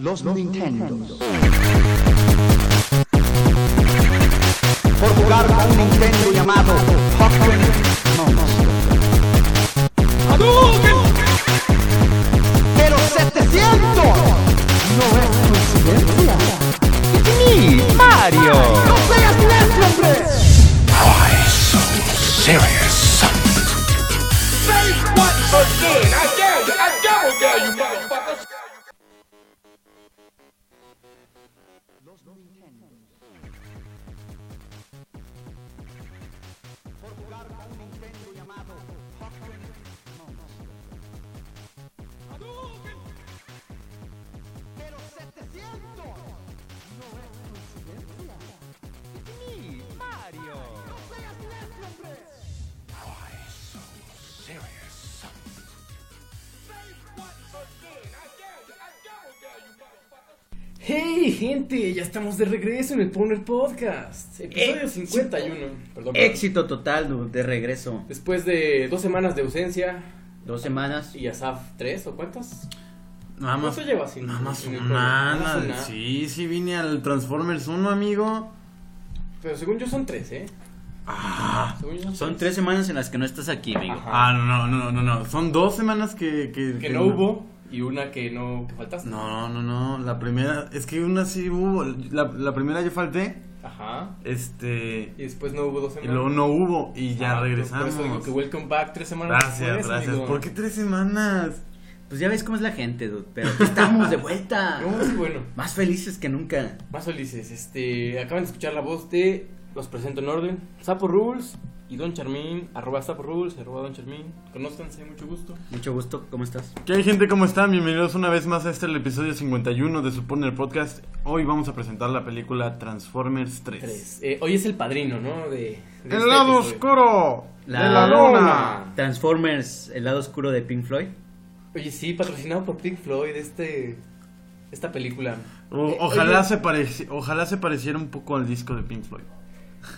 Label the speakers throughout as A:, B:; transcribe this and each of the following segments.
A: los Nintendos. Por jugar con un Nintendo llamado Pokémon Monster. ¡Hadouken! ¡Pero 700! No es coincidencia.
B: It's me, Mario.
A: ¡No seas necio, hombre!
C: Why so serious?
D: Say what again? I dare you. I double dare you, motherfuckers.
A: Por jugar con un Nintendo llamado Pokémon Monster.
D: Hadouken!
A: ¡Pero 700! No es coincidencia.
B: It's me, Mario.
A: ¡No seas necio, hombre!
C: Why so serious?
D: Say what again? I dare you. I double dare you, motherfuckers.
E: ¡Hey, gente! Ya estamos de regreso en el Poner Podcast. Episodio
F: Eh,
E: 51. Perdón, perdón.
F: Éxito total du- de regreso.
E: Después de dos semanas de ausencia
F: Dos semanas.
E: y Asaf, ¿tres o cuántas?
G: Nada
E: No
G: más,
E: se lleva así.
G: nada más
E: en el
G: una.
E: programa, nada más
G: nada-
E: una.
G: Sí, sí vine al Transformers 1, amigo.
E: Pero según yo son tres, ¿eh?
G: Ah,
E: Según yo
F: Son tres semanas en las que no estás aquí, amigo.
E: Pues Ajá.
G: ah, no, no, no, no, no. Son dos semanas que... Que,
E: Que
G: que
E: no hubo y una que no que faltaste.
G: No, no, no. La primera... Es que una sí hubo. La, la primera yo falté.
E: Ajá.
G: Este...
E: Y después no hubo dos
G: Y
E: semanas.
G: luego no hubo. Y ya
E: Ah,
G: regresamos.
E: Por eso digo que welcome back tres semanas
G: Gracias,
E: después,
G: gracias.
E: amigo.
G: ¿Por qué tres semanas?
F: Pues ya ves cómo es la gente, dude, pero aquí estamos de vuelta.
E: No, sí, bueno.
F: Más felices que nunca.
E: Más felices. Este, acaban de escuchar la voz de, los presento en orden, Sapo Rules y Don Charmín, arroba Sapo Rules, arroba Don Charmín. Conózcanse, mucho gusto.
F: Mucho gusto, ¿cómo estás?
G: ¿Qué hay gente? ¿Cómo están? Bienvenidos una vez más a este el episodio 51 de Suponer Podcast. Hoy vamos a presentar la película Transformers 3.
E: Tres. Eh, hoy es el padrino, ¿no? De, de este
G: ¡El lado
E: episodio.
G: oscuro de la luna!
F: Transformers, el lado oscuro de Pink Floyd.
E: Oye, sí, patrocinado por Pink Floyd, este, esta película.
G: O-
E: Eh,
G: ojalá,
E: oye,
G: se pareci- ojalá se pareciera un poco al disco de Pink Floyd.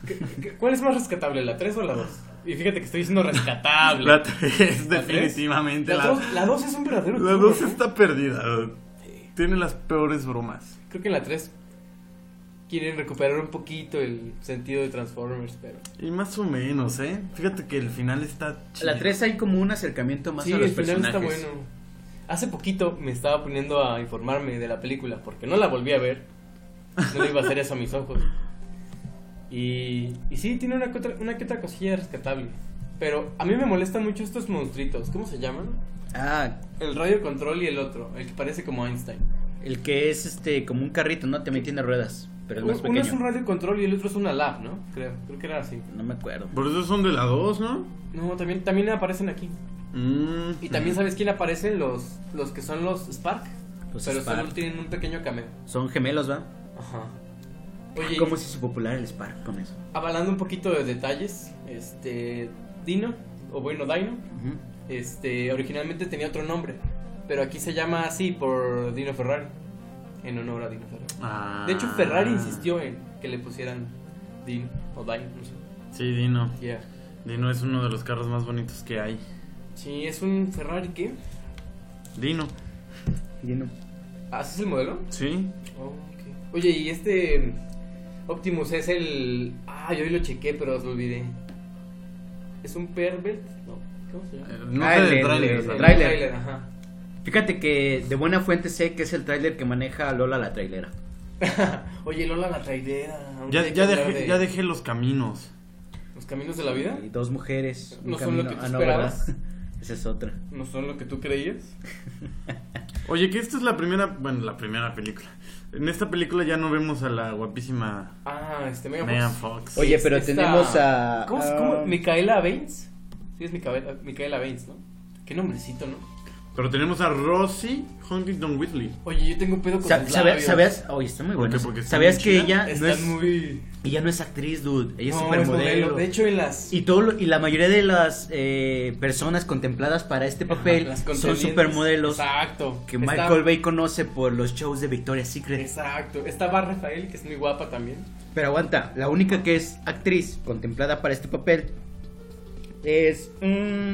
E: ¿qué- ¿Cuál es más rescatable, la 3 o la 2? Y fíjate que estoy diciendo rescatable.
G: La 3,
E: ¿La tres?
G: definitivamente.
E: La
G: La
E: 2 la dos es un verdadero
G: la
E: churro,
G: 2
E: ¿no?
G: está perdida. Tiene las peores bromas.
E: Creo que en la 3 quieren recuperar un poquito el sentido de Transformers, pero...
G: Y más o menos, ¿eh? Fíjate que el final está chido.
F: La 3 hay como un acercamiento más
E: sí,
F: a los
E: el final está
F: personajes.
E: bueno. Hace poquito me estaba poniendo a informarme de la película porque no la volví a ver. No le iba a hacer eso a mis ojos. Y, y sí, tiene una que, otra, una que otra cosilla rescatable. Pero a mí me molestan mucho estos monstruitos. ¿Cómo se llaman?
F: Ah,
E: El radio control y el otro, el que parece como Einstein.
F: el que es este como un carrito, ¿no? También tiene ruedas, pero el
E: Uno
F: más
E: uno es un
F: pequeño.
E: radio control y el otro es una lab, ¿no? Creo, creo que era así.
F: No me acuerdo.
G: Por eso son de la 2, ¿no?
E: No, también, también aparecen aquí.
G: Mm.
E: Y también sabes quién aparecen los, los que son los Spark.
F: Los
E: pero solo
F: Pues Spark.
E: tienen un pequeño cameo.
F: Son gemelos, ¿va?
E: Ajá. Oye,
F: ¿Cómo
E: y
F: se hizo popular el Spark con eso?
E: avalando un poquito de detalles, este Dino, o bueno, Dino,
F: Ujú.
E: este originalmente tenía otro nombre, pero aquí se llama así por Dino Ferrari, en honor a Dino Ferrari.
G: Ah.
E: De hecho, Ferrari insistió en que le pusieran Dino o Dino, no sé.
G: Sí, Dino.
E: Yeah.
G: Dino es uno de los carros más bonitos que hay.
E: Sí, es un Ferrari que.
G: Dino.
E: ¿Así ah, es el modelo?
G: Sí.
E: ok. Oye, y este Optimus es el. Ah, yo hoy lo chequé, pero lo olvidé. ¿Es un pervert? No, ¿cómo se llama?
G: Eh, No
F: Ah,
G: sé
F: el-
G: del
F: el-
G: tráiler,
F: el
G: ¿sabes?
F: tráiler.
E: ajá.
F: Fíjate que de buena fuente sé que es el tráiler que maneja Lola la trailera.
E: Oye, Lola la traidera. aún
G: Ya,
E: hay que
G: ya,
E: hablar
G: dejé,
E: de
G: ya dejé los caminos.
E: Los caminos de la vida
F: Y dos mujeres. un
E: No son lo
F: camino-
E: que tú
F: ah, no,
E: esperabas.
F: ¿verdad? Esa es otra.
E: no son lo que tú creías.
G: Oye, que esta es la primera, bueno, la primera película. En esta película ya no vemos a la guapísima
E: Ah, este Megan Fox.
G: Megan Fox.
F: Oye,
E: Es
F: pero
E: esta-
F: tenemos a-
E: ¿Cómo, se- cómo? ¿Micaela Baines? Sí, es Micaela, Micaela Baines, ¿no? Qué nombrecito, ¿no?
G: Pero tenemos a Rosie Huntington Whitley.
E: Oye, yo tengo un pedo con
F: Sa-
E: los
F: sabe-
E: labios.
F: ¿Sabías? Oye, está muy
G: ¿Por
F: bueno.
G: qué? Porque está
F: ¿Sabías
G: muy
F: que
G: chida.
F: ella
E: Están
F: no es,
E: muy...
F: ella no es actriz, dude? Ella es
E: No,
F: supermodelo.
E: De hecho, en las...
F: Y, todo lo- y la mayoría de las eh, personas contempladas para este papel
E: Las
F: son
E: contendientes.
F: supermodelos
E: Exacto.
F: que
E: Está-
F: Michael Bay conoce por los shows de Victoria's Secret.
E: Exacto. Estaba Rafael, que es muy guapa también.
F: Pero aguanta, la única que es actriz contemplada para este papel es mm,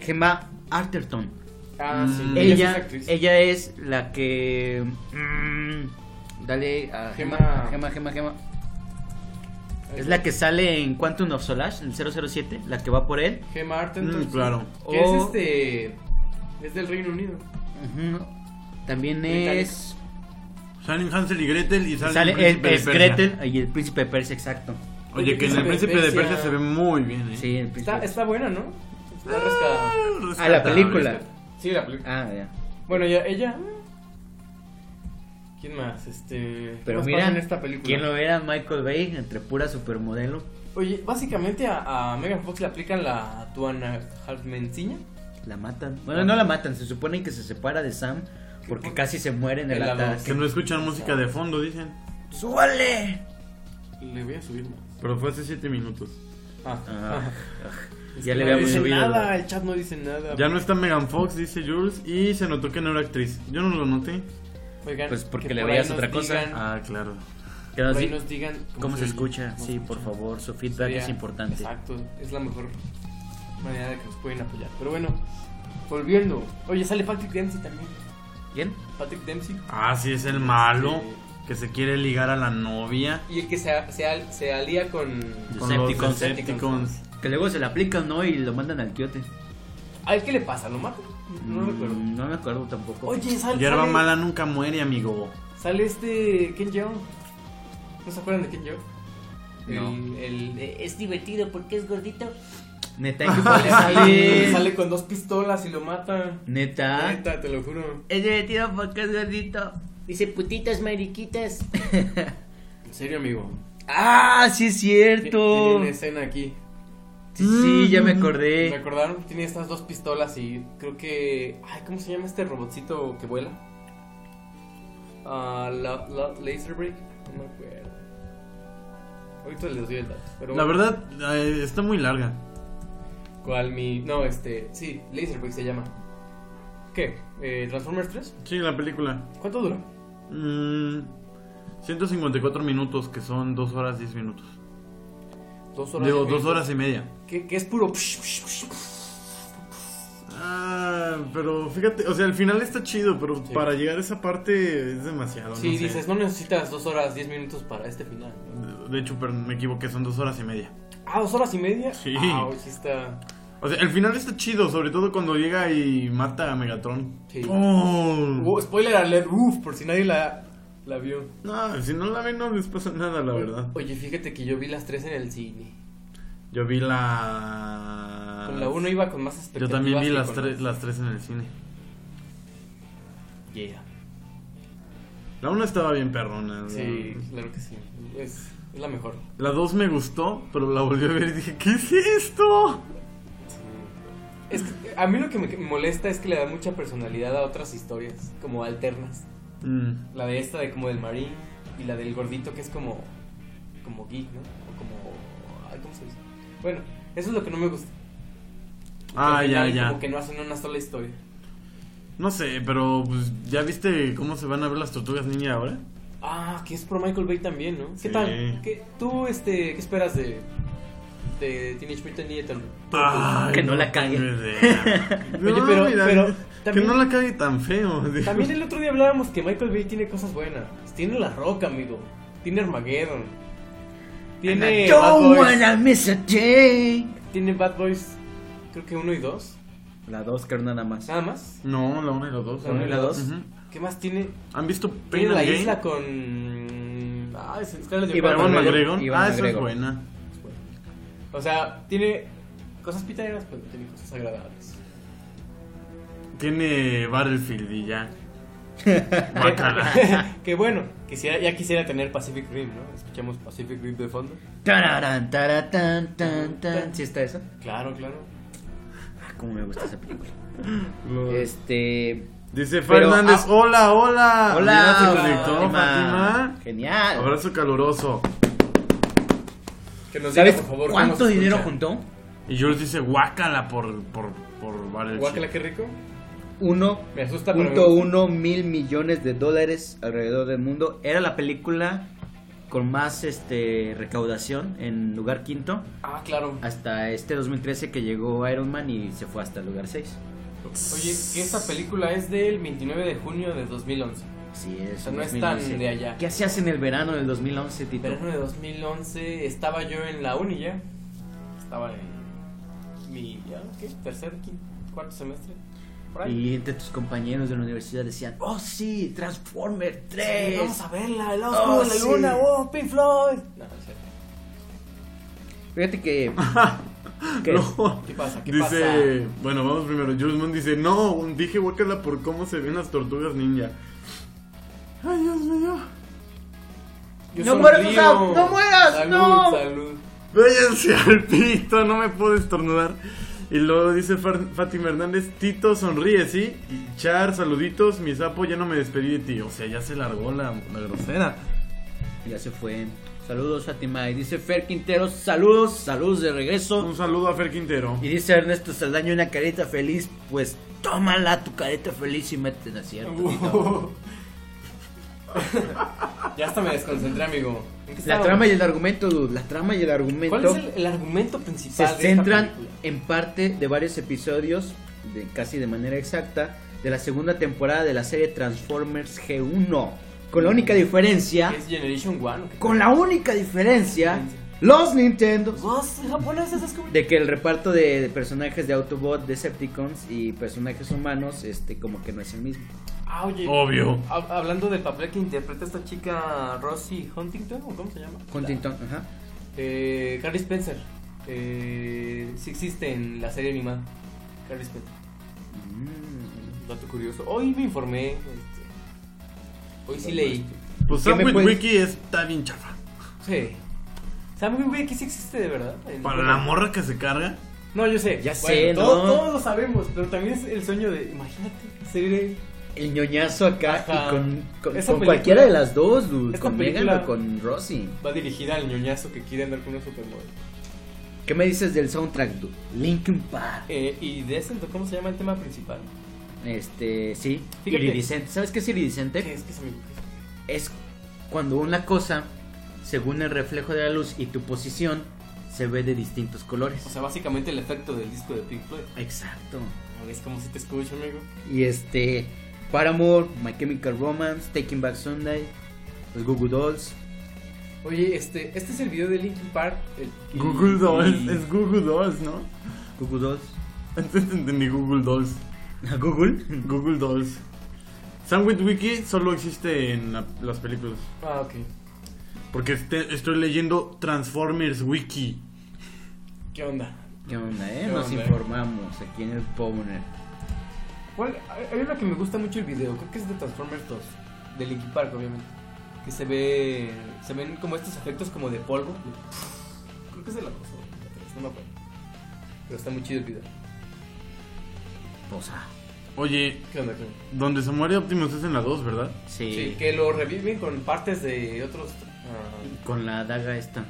F: Gemma Arterton,
E: Ah, sí.
G: Mm.
E: Ella es
F: Ella,
E: actriz.
F: ella es la que. mm, dale a
E: Gema.
F: Gema, Gema, Gema, Gema. Es la que sale en Quantum of Solace, el 007, la que va por él.
E: Gemma Arterton.
G: Mm, claro.
E: Que
F: O-
E: es este. Es del Reino Unido.
F: Ujú. También
E: Británica.
F: es.
G: Salen Hansel y Gretel y salen
F: Sale,
G: el
F: es,
G: príncipe de
F: es
G: Persia.
F: Gretel y el príncipe de Persia, exacto.
G: Oye, que en el príncipe de Persia se ve muy bien, ¿eh?
F: Sí, el príncipe.
E: Está, está buena, ¿no? Está rescatada.
F: Ah, la película.
E: Sí, la película.
F: Ah, ya.
E: Bueno, ya, ella. ¿Quién más? Este.
F: Pero
E: más
F: mira,
E: pasa en esta película.
F: ¿quién lo era? Michael Bay, entre pura supermodelo.
E: Oye, básicamente a, a Megan Fox le aplican la Tuana Halfmenciña
F: La matan. Bueno, no la matan, se supone que se separa de Sam porque casi se muere en el
E: El lado
G: Que
F: ataque.
G: no escuchan música de fondo, dicen.
F: ¡Súbale!
E: Le voy a subir más.
G: Pero fue hace 7 minutos.
E: Ah,
F: Ah,
E: Es
F: ya
E: que
F: le
E: no
F: habíamos
E: dice
F: subido,
E: nada,
F: ¿verdad?
E: el chat no dice nada.
G: Ya no está Megan Fox, dice Jules, y se notó que no era actriz. Yo no lo noté.
E: Oigan,
F: Pues porque
E: que
F: le
E: por
F: veías
E: ahí nos
F: otra cosa.
E: digan-
G: Ah, claro.
F: Que
E: por
F: nos
E: ahí
F: di-
E: nos digan
F: ¿Cómo se
E: oye,
F: escucha?
E: cómo
F: Sí,
E: se
F: por
E: escucha.
F: favor, su feedback
E: Sería-
F: es importante.
E: Exacto, es la mejor manera de que nos pueden apoyar. Pero bueno, volviendo. Oye, sale Patrick Dempsey también.
F: ¿Quién?
E: Patrick Dempsey.
G: Ah, sí, es el malo
E: Sí.
G: que se quiere ligar a la novia
E: Y el que se, a- se, al- se alía con.
G: con los
F: Decepticons.
G: Decepticons.
F: Que luego se la aplican, ¿no? Y lo mandan al quiote.
E: ¿A él qué le pasa? ¿Lo mata? No
F: Mm,
E: recuerdo.
F: No me acuerdo tampoco.
E: Oye, sale.
G: Hierba
E: sale-
G: mala nunca muere, amigo.
E: Sale este Ken Jeong. ¿No se acuerdan de Ken Jeong?
F: No.
E: El, el- eh, es divertido porque es gordito.
F: Neta, hay que
E: Le sale, le
F: ponerle-
E: sale con dos pistolas y lo mata.
F: Neta.
E: Neta, te lo juro.
F: Es divertido porque es gordito.
H: Dice putitas mariquitas.
E: En serio, amigo.
F: ¡Ah, sí es
E: Ti-
F: cierto!
E: Tiene una escena aquí.
F: Sí, sí, ya
E: Mm.
F: me
E: ¿Me
F: acordé.
E: acordaron? Tiene estas dos pistolas y creo que. Ay, ¿cómo se llama este robotcito que vuela? Ah, la, la- Laser Break. No me acuerdo. Ahorita les doy el dato. Pero
G: La
E: bueno.
G: verdad, eh, está muy larga.
E: ¿Cuál mi.? No, este. Sí, Laserbeak se llama. ¿Qué? Eh, ¿Transformers 3?
G: Sí, la película.
E: ¿Cuánto dura?
G: Mm, 154 minutos, que son 2 horas 10 minutos.
E: Dos horas.
G: Digo,
E: y
G: 2
E: media.
G: horas y media.
E: Que, que es puro. psh, psh, psh, psh.
G: Ah, pero fíjate, o sea, al final está chido, pero
E: Sí. para
G: para llegar a esa parte es demasiado.
E: Sí, dices, no necesitas dos horas, diez minutos para este final.
G: De hecho, pero me equivoqué, son dos horas y media.
E: Ah, dos horas y media.
G: Sí.
E: Ah, sí está.
G: O sea, el final está chido, sobre todo cuando llega y mata a Megatron.
E: Sí.
G: Oh.
E: Uh, spoiler alert, uff, por si nadie la, la vio.
G: No, si no la ven no les pasa nada, la verdad.
E: Oye, fíjate que yo vi las tres en el cine.
G: Yo vi la...
E: Con la uno iba con más expectativas.
G: Yo también vi
E: que
G: las
E: con
G: tres, las tres en el cine.
E: Yeah.
G: La una estaba bien perrona.
E: Sí,
G: la-
E: claro que sí. Es, es la mejor.
G: La dos me gustó, pero la volví a ver y dije, ¿qué es esto?
E: Es que a mí lo que me molesta es que le da mucha personalidad a otras historias, como alternas.
G: Mm.
E: La de esta de como del marín y la del gordito que es como como geek, ¿no? O como ay, ¿cómo se dice? Bueno, eso es lo que no me gusta. Que al
G: Ah, ya,
E: final
G: ya.
E: Como que no hacen una sola historia.
G: No sé, pero pues, ¿ya viste cómo se van a ver las tortugas niña ahora?
E: Ah, que es por Michael Bay también, ¿no? ¿Qué
G: Sí.
E: tal? ¿Qué, tú este, qué esperas de de Teenage Mutant Ninja Turtles?
F: Que no la cague.
G: tengo idea. No,
E: Ah, Oye, pero-
G: mira,
E: pero
G: que
E: también-
G: no la cague tan feo. digo.
E: También el otro día hablábamos que Michael Bay tiene cosas buenas. Tiene La Roca, amigo. Tiene Armageddon. Tiene Bad
F: Don't
E: Boys.
F: wanna miss a day.
E: Tiene Bad Boys, creo que uno y dos.
F: La dos, creo, nada más.
E: Nada más.
G: No, la una y la dos.
E: La uno y la dos.
G: Ujú.
E: ¿Qué más tiene?
G: ¿Han visto
E: Tiene
G: Pain
E: la
G: and Gain?
E: isla con. Ah, es Scarlett
F: Y Iván
G: Ewan
E: Johansson.
F: McGregor.
G: McGregor.
F: Iván
G: ah, esa es
F: McGregor.
G: buena.
E: O sea, tiene cosas pitaderas, pero tiene cosas agradables.
G: Tiene Battlefield y ya.
F: Ah,
G: Guácala.
E: que bueno, quisiera, ya quisiera tener Pacific Rim, ¿no? Escuchamos Pacific Rim de fondo.
F: Tararán, taratán, tan, tan. ¿Sí está eso?
E: Claro, claro.
F: Ah, cómo me gusta esa película. Este.
G: Dice
F: Pero,
G: Fernández,
F: ah,
G: hola, hola.
F: Hola,
G: Mira, se
F: hola,
G: conectó, Fátima.
F: Genial.
G: Abrazo caluroso.
E: Que nos diga,
F: ¿Sabes
E: por favor,
F: cuánto
E: cómo se
F: dinero
E: escucha.
F: juntó?
G: Y Jules dice guácala por, por, por Battlefield.
E: Guácala, qué rico. Me asusta, pero me gusta.
F: 1.1 mil millones de dólares alrededor del mundo. Era la película con más este recaudación en lugar quinto
E: Ah, claro.
F: hasta este 2013 que llegó Iron Man y se fue hasta el lugar 6.
E: Oye, esa película es del 29 de junio de 2011.
F: Así es.
E: O sea, no
F: en
E: es tan
F: 2011.
E: de allá.
F: ¿Qué hacías en el verano del 2011, Tito?
E: Verano de 2011 estaba yo en la uni ya. Estaba en mi ya, ¿qué? tercer, quinto, cuarto semestre. Por ahí.
F: Y entre tus compañeros de la universidad decían, oh sí, Transformer
E: Sí,
F: 3.
E: Eh, vamos a verla, el lado oscuro
F: Oh,
E: de
F: sí.
E: la luna, oh, Pink Floyd. No, no es cierto.
F: Fíjate que... que-
G: No.
E: ¿Qué pasa? ¿Qué
G: Dice, bueno, vamos primero. Jules Moon dice, no, dije guácala por cómo se ven las tortugas ninja. Ay, Dios mío.
E: pasa? Yo
F: ¡No mueras,
E: sonrío.
F: Gustavo! ¡No mueras!
E: Salud,
F: ¡No!
E: salud.
G: Váyanse al pito, no me puedo estornudar. Y luego dice Far- Fátima Hernández, Tito sonríe, ¿sí? Y Char, saluditos, mi sapo, ya no me despedí de ti. O sea, ya se largó la, la grosera.
F: Ya se fue. Saludos, Fátima. Y dice Fer Quintero, saludos, saludos de
G: Un
F: regreso.
G: saludo a Fer Quintero.
F: Y dice Ernesto Saldaño, una careta feliz. Pues tómala tu careta feliz y métete cierto.
E: Uh,
F: Tito?
E: Ya hasta me desconcentré, amigo. ¿En qué
F: La
E: estábamos?
F: trama y el argumento, dude. La trama y el argumento.
E: ¿Cuál es el, el argumento principal?
F: se
E: de esta
F: centran
E: película?
F: en parte de varios episodios, de, casi de manera exacta, de la segunda temporada de la serie Transformers G1. Con la única diferencia,
E: ¿Es Generation 1?
F: con la única diferencia, los Nintendo
E: ¿Los japoneses descubrieron?
F: de que el reparto de, de personajes de Autobot, Decepticons y personajes humanos, este, como que no es el mismo.
E: Ah, oye.
G: Obvio.
E: hab- hablando del papel que interpreta esta chica Rosie Huntington, ¿o cómo se llama?
F: Huntington, ajá.
E: Eh, Carly Spencer. Eh, sí existe en la serie animada. Carly Spencer. Mm. Dato curioso. Hoy me informé. este, hoy sí leí.
G: Pues
F: ¿Qué me
G: Sandwich
F: puedes-
G: Wiki está bien chafa.
E: Sí. ¿Saben, güey, güey, que sí existe de verdad? En-
G: Para la morra que se carga.
E: No, yo sé.
F: Ya
E: Bueno,
F: sé, ¿no?
E: todos, todos lo sabemos, pero también es el sueño de. Imagínate ser.
F: El ñoñazo acá
E: Ajá.
F: y con, con-
E: Esa
F: con
E: película-
F: cualquiera de las dos, dude,
E: Esta
F: con Megan
E: película-
F: o con Rosie.
E: Va dirigida al ñoñazo que quiere andar con una supermodel.
F: ¿Qué me dices del soundtrack, dude? Linkin Park.
E: Eh, y de ese, ¿cómo se llama el tema principal?
F: Este, sí,
E: Fíjate.
F: iridiscente. ¿Sabes qué es iridiscente?
E: ¿Qué es que se me
F: Es cuando una cosa, según el reflejo de la luz y tu posición, se ve de distintos colores.
E: O sea, básicamente el efecto del disco de Pink Floyd.
F: Exacto.
E: Es como si te escucho, amigo.
F: Y este, Paramore, My Chemical Romance, Taking Back Sunday, los Google Dolls.
E: Oye, este, este es el video de Linkin Park. el- y-
G: Google Dolls.
E: y-
G: Es Google Dolls, ¿no?
F: Google Dolls.
G: Antes entendí Google Dolls.
F: ¿A Google?
G: Google Dolls. Sandwich Wiki solo existe en la- las películas.
E: Ah, ok.
G: Porque este- estoy leyendo Transformers Wiki.
E: ¿Qué onda?
F: ¿Qué onda, eh?
E: ¿Qué
F: Nos
E: onda, eh?
F: informamos aquí en el Powner.
E: ¿Cuál? Hay hay una que me gusta mucho el video, creo que es de Transformers 2, de Linkin Park, obviamente. Que se ve. Se ven como estos efectos como de polvo. Creo que es de la 2 o la 3, no me acuerdo. Pero está muy chido el video.
F: Posa.
G: Oye,
E: ¿Qué onda, qué onda?
G: donde se muere Optimus es en la 2, ¿verdad?
F: Sí.
E: Sí, que lo reviven con partes de otros. ah.
F: Con la daga esta.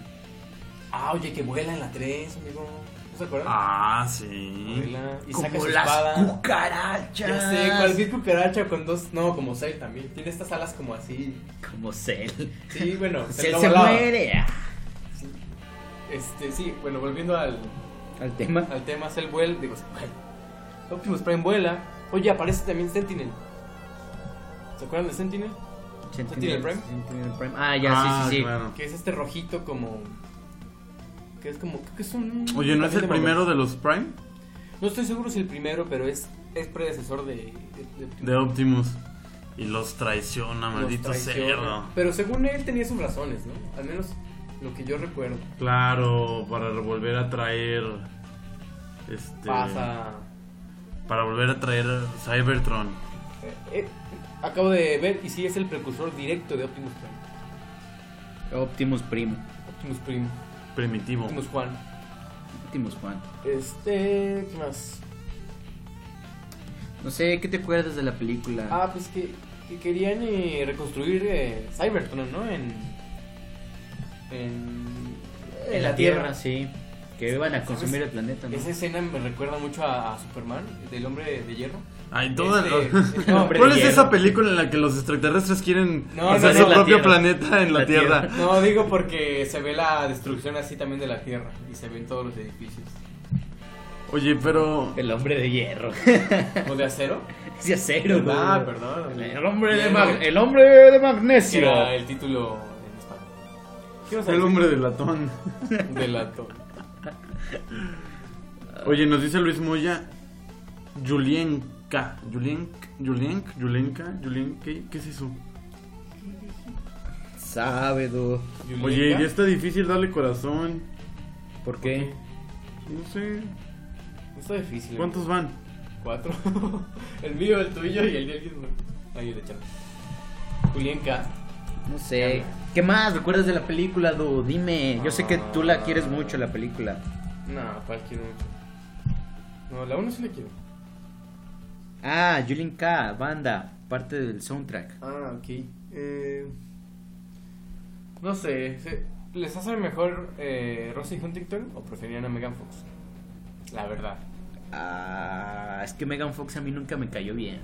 E: Ah, oye, que vuela en la 3, amigo. ¿No se acuerdan?
G: Ah, sí.
E: Vuela y saca
F: Como
E: su
F: las
E: espada.
F: cucarachas.
E: Ya sé, cualquier cucaracha con dos. No, como Cell también. Tiene estas alas como así.
F: Como Cell.
E: Sí, bueno, Cell
F: Cell
E: no
F: se
E: volaba.
F: muere. ah.
E: Este, sí, bueno, volviendo al,
F: Al tema.
E: al tema, Cell vuela. Digo, Optimus Prime vuela. Oye, aparece también Sentinel. ¿Se acuerdan de Sentinel? Sentinel Prime.
F: Sentinel Prime. Ah, ya, sí, sí, sí.
G: claro.
E: Que es este rojito como. Que es como. Creo que es un.
G: Oye, ¿no es el
E: también de
G: primero
E: Marvel.
G: de los Prime?
E: No estoy seguro si el primero, pero es, es predecesor de. de- de Optimus.
G: De Optimus. Y los traiciona,
E: Los
G: maldito
E: traiciona.
G: cerdo.
E: Pero según él tenía sus razones, ¿no? Al menos lo que yo recuerdo.
G: Claro, para volver a traer. Este.
E: Pasa.
G: Para volver a traer Cybertron.
E: Eh, eh, acabo de ver y sí es el precursor directo de Optimus Prime.
F: Optimus Prime.
E: Optimus Prime,
G: Primitivo.
E: Optimus Juan.
F: Optimus Prime.
E: Este, ¿qué más?
F: No sé, ¿qué te acuerdas de la película?
E: Ah, pues que, que querían eh, reconstruir eh, Cybertron, ¿no? En en,
F: en la Tierra, sí. Que iban a consumir el planeta, ¿no?
E: Esa escena me recuerda mucho a, a Superman, del hombre de hierro.
G: Ay, todas
E: Este,
G: las-
E: el hombre
G: ¿Cuál
F: de
G: es
F: hierro.
G: esa película en la que los extraterrestres quieren
E: No,
G: hacer
E: no,
G: su
E: no, la
G: propio
F: Tierra.
G: planeta en la,
F: La
G: Tierra?
F: Tierra.
E: No, digo porque se ve la destrucción así también de la Tierra y se ven todos los edificios.
G: Oye, pero.
F: El hombre de hierro.
E: ¿O de acero?
F: Es de acero, güey.
E: Ah, perdón.
F: El hombre de, mag- el hombre de
E: Que
F: magnesio.
E: Era el título en español. ¿Qué vas a
G: El
E: decir?
G: hombre de latón.
E: Del acto.
G: Oye, nos dice Luis Moya. Julienka. Julienk. Julienk. Julienka. Julienka. ¿Qué es eso?
F: Sabe, dude.
G: Oye,
E: Julienka.
G: ya está difícil darle corazón.
F: ¿Por qué?
G: No sé.
E: Está difícil. ¿eh?
G: ¿Cuántos van?
E: Cuatro. el mío, el tuyo y el de alguien más. Ahí el de Charo. Julienka.
F: No sé. ¿Qué más recuerdas de la película, dude? Dime. Yo sé que tú la quieres mucho, la película.
E: No, ¿cuál quiero mucho? No, la uno sí la quiero.
F: Ah, Julien K, banda, parte del soundtrack.
E: Ah, ok. Eh, no sé, se- ¿les hace mejor eh, Rosie Huntington o preferían a Megan Fox? La verdad.
F: Ah, es que Megan Fox a mí nunca me cayó bien.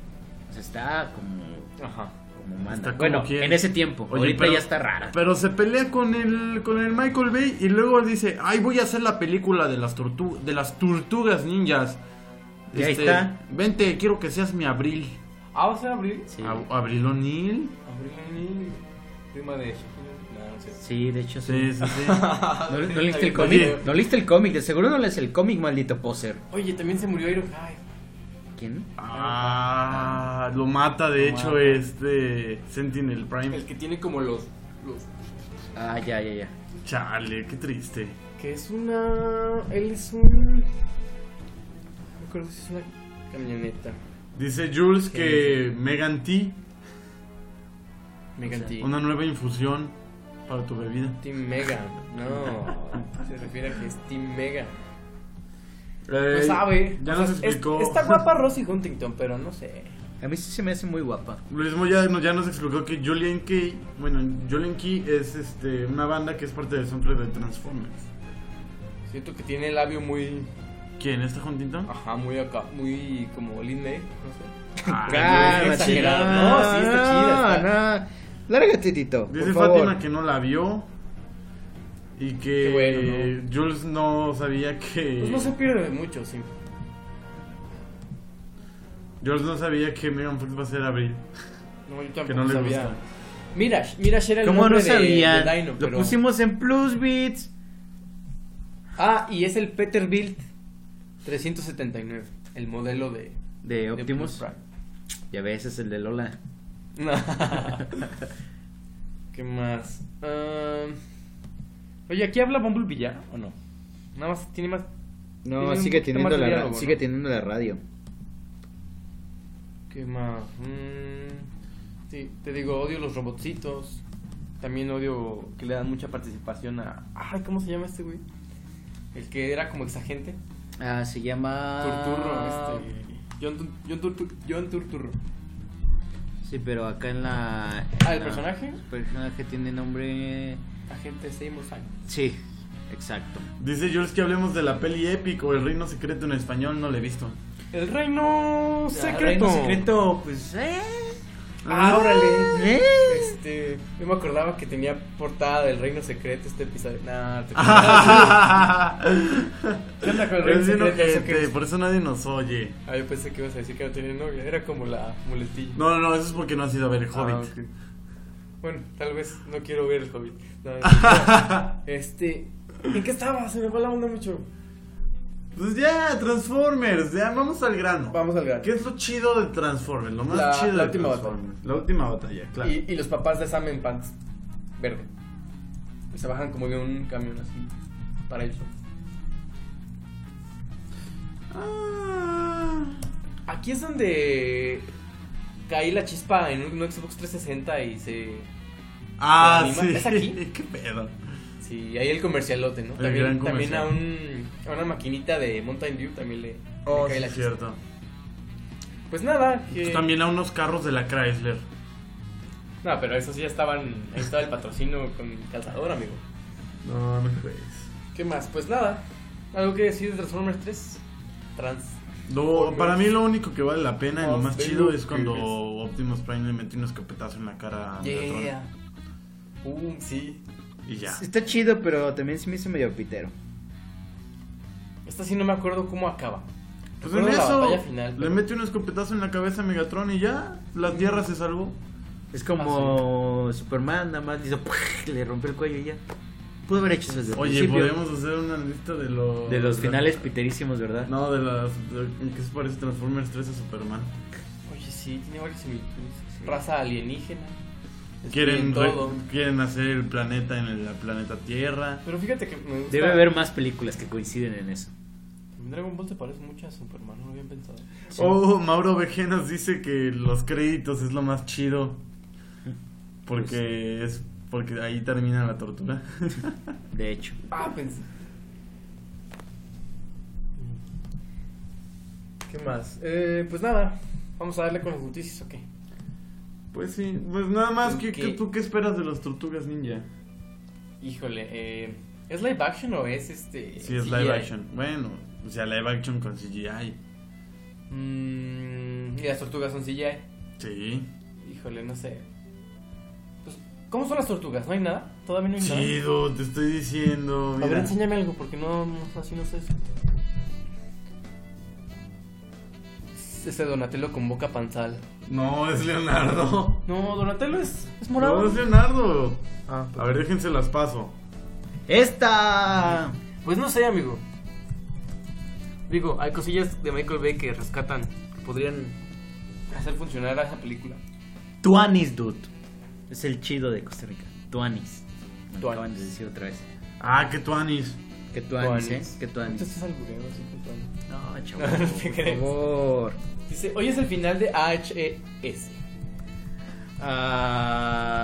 F: O sea, está como,
E: Ajá.
F: como manda.
G: Está como
F: bueno,
G: quiere.
F: en ese tiempo.
G: Oye,
F: Ahorita
G: pero-
F: ya está rara.
G: Pero se pelea con el, con el Michael Bay y luego dice, ay, voy a hacer la película de las, tortu de las tortugas ninjas. Este,
F: Y ahí está.
G: Vente, quiero que seas mi Abril.
E: Ah, ¿va a ser Abril?
F: Sí.
G: Ab- Abril O'Neill.
E: Abril O'Neil, prima de Shaquille. No, no sé.
F: Sí, de hecho
G: Sí,
F: sí.
G: sí, sí.
F: ¿No, no leíste el
G: Oye.
F: cómic? ¿No leíste el cómic? De seguro no lees el cómic, maldito poser.
E: Oye, también se murió Iron Hyde.
F: ¿Quién?
G: ah, lo mata de hecho este Sentinel Prime.
E: El que tiene como los, los...
F: Ah, ya, ya, ya.
G: Chale, qué triste.
E: Que es una... Él es un... No recuerdo si es una camioneta.
G: Dice Jules que Megan T,
E: Megan T.
G: una nueva infusión para tu bebida.
E: Team Megan. No, se refiere a que es Team Megan. No
G: Ey,
E: sabe.
G: Eh, Ya
E: O
G: nos
E: sea, es-
G: explicó.
E: está guapa Rosie Huntington, pero no sé.
F: A mí sí se me hace muy guapa.
G: Luis Moya no- ya nos explicó que Julian Key, bueno, Julian Key es este una banda que es parte del soundtrack de Transformers.
E: Siento que tiene el labio muy.
G: ¿Quién? ¿Esta Huntington?
E: Ajá, muy acá. Muy como Lin May. No sé.
G: Ah,
E: no,
F: Cálmate.
E: está chida. No, sí, está chida,
F: No, no. Lárgate, Tito.
G: Dice
F: por favor.
G: Fátima que no la vio y que
E: Qué bueno,
G: Jules no sabía que
E: Pues no se pierde mucho, sí.
G: Jules no sabía que Megan Fox va a ser Abril.
E: No, yo
G: Que
E: tampoco
G: no le
E: sabía.
G: gusta.
E: Mira, mira, era el
F: ¿Cómo
E: nombre
F: no
E: de-
F: sabían?
E: de Dino,
F: Lo
E: pero-
F: pusimos en Plus Beats.
E: Ah, y es el Peterbilt 379. El modelo de.
F: De
E: de
F: Optimus.
E: Optimus
F: Ya ves, es el de Lola.
E: No. ¿Qué más? Am, Oye, ¿aquí habla Bumblebee ya o no? Nada más tiene más. Tiene
F: No,
E: un
F: sigue
E: poquito
F: teniendo,
E: más de
F: la,
E: diálogo,
F: ra- sigue
E: ¿no?
F: teniendo la radio.
E: ¿Qué más? Mm, sí, te digo, odio los robotcitos. También odio que le dan mucha participación a. Ay, ¿cómo se llama este güey? El que era como exagente.
F: Ah, se llama. Ah.
E: Turturro, este. John, Tu- John, Turtu- John Turturro.
F: Sí, pero acá en la.
E: Ah, ¿el
F: en la-
E: personaje?
F: El personaje tiene nombre.
E: Agente Seymour Simon.
F: Sí, exacto.
G: Dice Jules que hablemos de la peli épico, El Reino Secreto en español, no la he visto.
E: El reino secreto.
F: Reino secreto, pues. ¿eh?
E: Ah, órale.
F: ¿eh?
E: Este, yo me acordaba que tenía portada del Reino Secreto este episodio. Nah, te Ah, ¿Qué onda con el Reino
G: Es bien
E: Secreto? ¿Eso
G: ojete,
E: qué es?
G: por eso nadie nos oye.
E: Ah, yo pensé que ibas a decir que no tenía novia. Era como la muletilla.
G: No, no, no, eso es porque no has ido a ver el
E: Ah,
G: Hobbit.
E: ok. Bueno, tal vez no quiero ver el Hobbit. No, no, no. este, ¿en qué estaba? Se me fue la onda mucho.
G: Pues ya, Transformers, ya, vamos al grano.
E: Vamos al grano.
G: ¿Qué es lo chido de Transformers? Lo más
E: La-
G: chido
E: la
G: de
E: última
G: Transformers. La última batalla, claro.
E: Y, y los papás de Sam en pants verde. Y se bajan como de un camión así para ellos.
G: Ah,
E: Aquí es donde caí la chispa en un un Xbox 360 y se.
G: Ah,
E: ¿Te
G: sí.
E: animas? ¿Es aquí?
G: ¿Qué pedo?
E: Sí, ahí el comercialote, ¿no?
G: El
E: También,
G: gran
E: también a,
G: comercial.
E: un, a una maquinita de Mountain Dew también le, le
G: Oh,
E: cae
G: sí,
E: la
G: es
E: chispa.
G: cierto.
E: Pues nada, que...
G: Pues también a unos carros de la Chrysler.
E: No, pero esos ya estaban. Ahí estaba el patrocinio con calzador, amigo.
G: No, no juegues.
E: ¿Qué más? Pues nada. ¿Algo que decir de Transformers 3? Trans.
G: Lo- para mí lo único que vale la pena y lo
E: Ah,
G: más
E: pero
G: chido es
E: que
G: cuando
E: ves.
G: Optimus Prime le metió un escopetazo en la cara a Megatron.
E: Yeah. Uh, sí.
G: y ya.
F: Está chido, pero también se me hizo medio pitero.
E: Esta sí no me acuerdo cómo acaba.
G: Pues en
E: Recuerdo la
G: eso,
E: batalla final,
G: le
E: pero-
G: mete un escopetazo en la cabeza a Megatron y ya, la tierra se salvó.
F: Es como Superman, nada más le hizo, ¡puj! le rompió el cuello y ya. Pudo haber hecho eso desde el
G: Oye,
F: principio.
G: podríamos hacer una lista de los...
F: De los finales piterísimos, ¿verdad?
G: No, de las... de- ¿en qué se parece Transformers 3 a Superman?
E: Oye, sí, tiene varios similitudes. Raza alienígena.
G: Quieren,
E: Destruyen todo.
G: re- quieren hacer el planeta en el- la planeta Tierra.
E: Pero fíjate que me gusta.
F: Debe haber más películas que coinciden en eso.
E: Dragon Ball se parece mucho a Superman, no lo habían pensado.
G: Oh, Mauro Vejé nos dice que los créditos es lo más chido. Porque es porque ahí termina la tortura.
F: De hecho.
E: Ah, pensé. ¿Qué más? Eh, pues nada, vamos a darle con las noticias, ¿ok?
G: Pues sí, pues nada más ¿qué-
E: Ok.
G: qué- tú qué esperas de los tortugas ninja?
E: Híjole, eh, ¿es live action o es este?
G: Si es
E: CGI?
G: live action. Bueno, o sea, live action con CGI.
E: Mm, y las tortugas son CGI.
G: Sí.
E: Híjole, no sé. Pues, ¿cómo son las tortugas? ¿No hay nada? ¿Todavía no hay nada?
G: Chido, te estoy diciendo.
E: A ver,
G: Mira.
E: enséñame algo porque no, no- así no sé eso. Ese Donatello con boca panzal.
G: No, es Leonardo.
E: No, Donatello es, es morado.
G: No, es Leonardo.
E: Ah,
G: A ver, déjense las paso.
F: ¡Esta!
E: Pues no sé, amigo. Digo, hay cosillas de Michael Bay que rescatan, que podrían hacer funcionar a esa película.
F: Tuanis, dude. Es el chido de Costa Rica. Tuanis. Me
E: Tuanis.
F: Acaban de decir otra vez.
G: Ah, que tuanis.
F: Que tuanis,
E: Tuanis.
F: ¿eh? Que tuanis.
E: Entonces es albureo, así que tal.
F: No,
E: No,
F: chaval.
E: no te
F: por
E: creas.
F: favor.
E: Dice, hoy es el final de E AHES.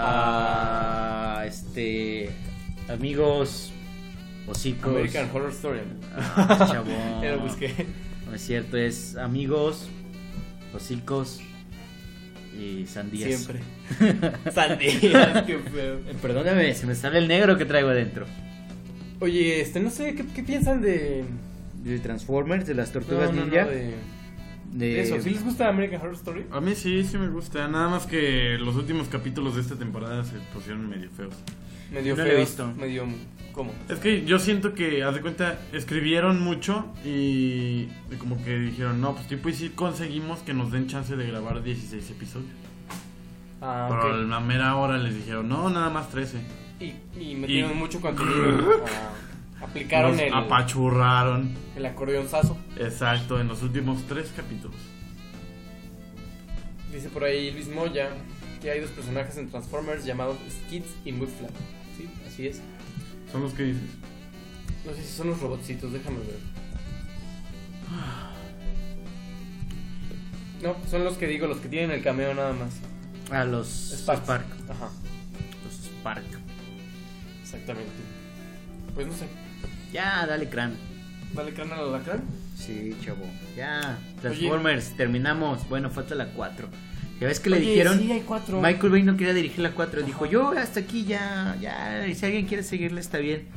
F: Ah, este. Amigos. Hocicos.
E: American Horror Story.
F: Ah, chabón.
E: Ya lo busqué.
F: No es cierto, es amigos. Hocicos. Y sandías.
E: Siempre. Sandías, qué feo.
F: Eh, Perdóname, se me sale el negro que traigo adentro.
E: Oye, este, no sé, ¿qué, qué piensan de.
F: De Transformers, de las Eh,
E: No,
F: tortugas
E: no,
F: ninja.
E: no, de,
F: de-
E: de eso. ¿Sí les gusta American Horror Story?
G: A mí sí, sí me gusta. Nada más que los últimos capítulos de esta temporada se pusieron medio feos.
E: Medio
G: No lo he
E: feo.
G: visto.
E: Medio. ¿Cómo?
G: Es que yo siento que, haz de cuenta, escribieron mucho y y como que dijeron, no, pues tipo y sí conseguimos que nos den chance de grabar 16 episodios.
E: Ah,
G: Pero a
E: ok.
G: la mera hora les dijeron, no, nada más 13.
E: Y, y metieron
G: Y-
E: mucho contenido. ah, aplicaron
G: Nos
E: el,
G: apachurraron.
E: el acordeonzazo.
G: Exacto, en los últimos tres capítulos.
E: Dice por ahí Luis Moya que hay dos personajes en Transformers llamados Skids y Mudflap. Sí, así es.
G: Son los que dices.
E: No sé si son los robotcitos, déjame ver. No, son los que digo, los que tienen el cameo nada más.
F: A Ah, los
E: Sparks.
F: Spark.
E: Ajá,
F: Los Spark.
E: exactamente. Pues no sé.
F: Ya, dale crán.
E: Dale crán al alacrán.
F: Sí, chavo. Ya. Transformers, terminamos. Bueno, falta la 4. Ya ves que le
E: Oye,
F: dijeron.
E: Sí, hay cuatro.
F: Michael Bay no quería dirigir la 4. Dijo, yo hasta aquí ya. Ya. Y si alguien quiere seguirle, está bien.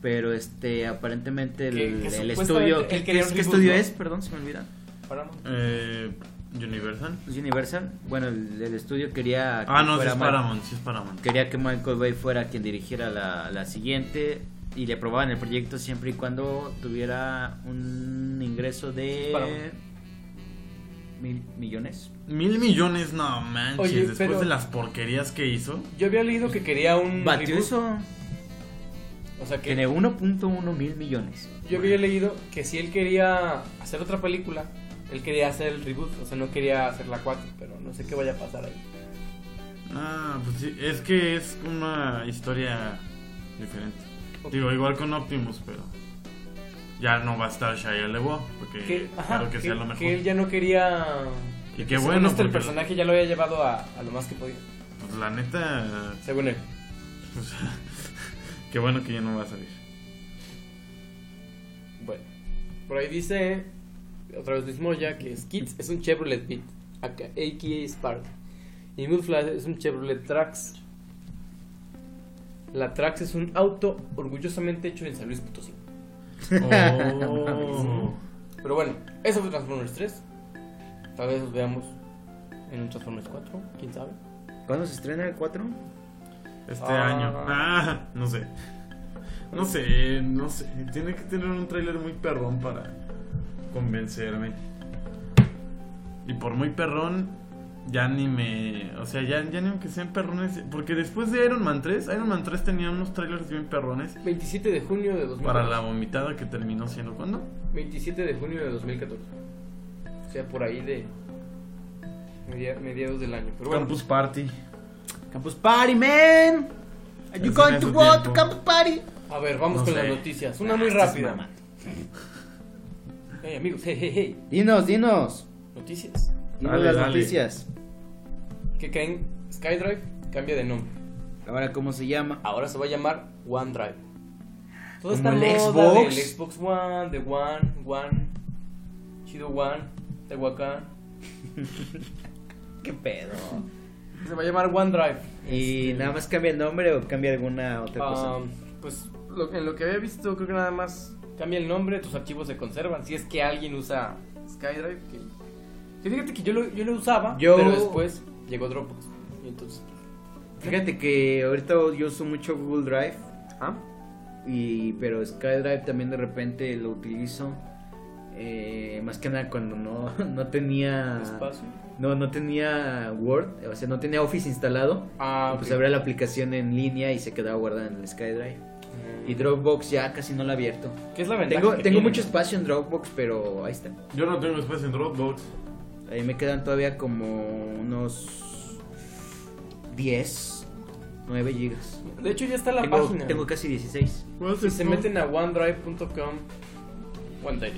F: Pero este, aparentemente el,
E: Que- que
F: el
E: supuestamente
F: estudio.
E: él quería
F: ¿Qué, qué-
E: un
F: qué
E: reboot,
F: estudio
E: ¿no?
F: es? Perdón, se me olvida.
E: Paramount.
G: Eh, Universal.
F: ¿Es Universal? Bueno, el, el estudio quería. que
G: Ah, no, sí
F: fuera
G: es
F: Ma-
G: Paramount, sí es Paramount.
F: Quería que Michael Bay fuera quien dirigiera la, la siguiente. Y le aprobaban el proyecto siempre y cuando tuviera un ingreso de.
E: Paramount.
F: Mil millones.
G: Mil millones, no manches,
E: Oye,
G: después
E: pero-
G: de las porquerías que hizo.
E: Yo había leído que quería
G: Mm,
E: un.
F: Batió
E: reboot,
F: eso.
E: O sea, que
F: Tiene 1.1 mil millones.
E: Yo había leído que si él quería hacer otra película, él quería hacer el reboot, o sea, no quería hacer la 4, pero no sé qué vaya a pasar ahí.
G: Ah, pues sí, es que es una historia diferente. Digo, igual con Optimus, pero ya no va a estar Shia LeBeau, porque
E: Que, ajá,
G: claro que, sea lo mejor.
E: que él ya no quería...
G: Y
E: que
G: qué
E: según
G: bueno,
E: esto, el
G: porque-
E: personaje ya lo había llevado a, a lo más que podía,
G: Pues la neta,
E: según él.
G: pues, qué bueno que ya no va a salir.
E: Bueno, por ahí dice, otra vez Luis Moya, que Skids es un Chevrolet Beat, aka AKA Spark, y Mudflash es un Chevrolet Trax. La Trax es un auto orgullosamente hecho en San Luis Potosí.
G: Oh.
E: Pero bueno, eso fue Transformers 3. Tal vez nos veamos en un Transformers 4, quién sabe.
F: ¿Cuándo se estrena el 4?
G: este
E: Ah.
G: año. Ah, no sé. No sé, no sé. Tiene que tener un tráiler muy perrón para convencerme. Y por muy perrón, ya ni me. O sea, ya, ya ni aunque sean perrones. Porque después de Iron Man 3, Iron Man 3 tenía unos trailers bien perrones.
E: 27 de junio de 2014.
G: Para la vomitada que terminó siendo cuando.
E: 27 de junio de 2014. O sea, por ahí de media- mediados del año. Pero bueno,
G: Campus Party.
F: Campus Party, man. Are you
G: Ese
F: going
G: es
F: to
G: su
F: go to
G: tiempo.
F: Campus Party?
E: a ver, vamos
G: No
E: con
G: sé. Ah,
E: las noticias. Una muy
F: Estás
E: rápida.
F: mamá.
E: Hey, amigos, hey, hey, hey.
F: Dinos, dinos.
E: Noticias.
F: Dinos
G: Dale,
F: las
G: dale.
F: noticias.
E: ¿Qué creen? SkyDrive cambia de nombre.
F: Ahora, ¿cómo se llama?
E: Ahora se va a llamar OneDrive. Toda
F: Como
E: esta
F: el
E: moda
F: Xbox.
E: del Xbox One, de One, One, Chido One, Tehuacán.
F: Ah, ¿Qué pedo?
E: Se va a llamar OneDrive.
F: ¿Y
E: Este,
F: nada más cambia el nombre o cambia alguna
G: Ah,
F: otra cosa?
E: Um, pues lo- en lo que había visto, creo que nada más cambia el nombre, tus archivos se conservan. Si es que alguien usa SkyDrive, que, que fíjate que yo lo, yo lo usaba,
F: Yo-
E: pero después llegó Dropbox. Y entonces,
F: Fíjate que ahorita yo uso mucho Google Drive,
E: ¿ah?
F: y pero SkyDrive también de repente lo utilizo. eh, más que nada cuando no, no tenía
E: Espacio.
F: no no tenía Word, o sea, no tenía Office instalado.
E: Ah,
F: Pues
E: ok.
F: abría la aplicación en línea y se quedaba guardada en el SkyDrive. Y Dropbox ya casi no la he abierto.
E: ¿Qué es la Mm. ventaja?
F: Tengo,
E: que
F: tengo
E: tiene?
F: mucho espacio en Dropbox, pero ahí está.
G: Yo no tengo espacio en Dropbox.
F: Ahí me quedan todavía como unos 10, 9 gigas.
E: De hecho, ya está la
F: Tengo,
E: página.
F: tengo casi 16.
E: Si se meten a OneDrive.com, OneDrive.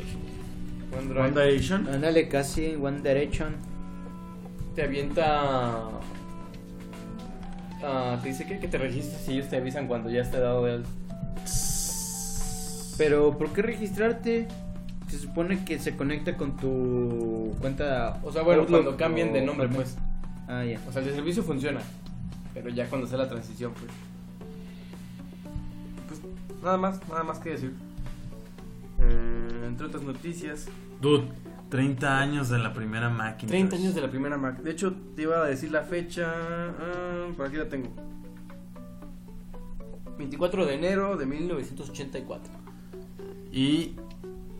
E: OneDrive.
G: One Direction.
F: Ándale, casi One Direction.
E: te avienta. ah, te dice que, que te registres y ellos te avisan cuando ya esté dado de alta.
F: Pero, ¿por qué registrarte? Se supone que se conecta con tu cuenta.
E: O sea, bueno,
F: Outlook
E: cuando cambien de
F: o-
E: nombre, pues.
F: Ah, ya.
E: O sea, el de servicio funciona. Pero ya cuando sea la transición, pues. Pues nada más, nada más que decir. Eh, entre otras noticias.
G: Dude, 30 años de la primera máquina.
E: 30 años de la primera Mac. De hecho, te iba a decir la fecha. ah, por aquí la tengo. 24 de enero de 1984.
G: Y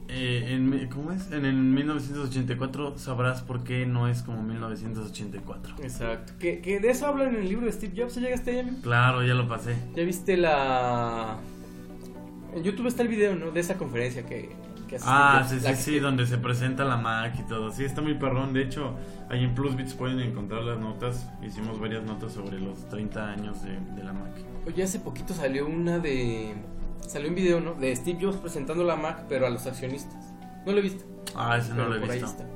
G: eh, en, mi- ¿cómo es? En el 1984 sabrás por qué no es como 1984.
E: Exacto. Que, que de eso hablan en el libro de Steve Jobs. ¿Ya llegaste ahí, amigo?
G: Claro, ya lo pasé.
E: ¿Ya viste la. En YouTube está el video, ¿no? De esa conferencia que, que asistí.
G: Ah,
E: La-
G: sí, sí,
E: la-
G: sí, donde se presenta la Mac y todo. Sí, está muy perrón. De hecho, ahí en Plusbits pueden encontrar las notas. Hicimos varias notas sobre los 30 años de, de la Mac.
E: Oye, hace poquito salió una de. Salió un video, ¿no? De Steve Jobs presentando la Mac, pero a los accionistas. ¿No lo viste?
G: Ah, ese no
E: Pero
G: lo he
E: por ahí
G: visto.
E: está.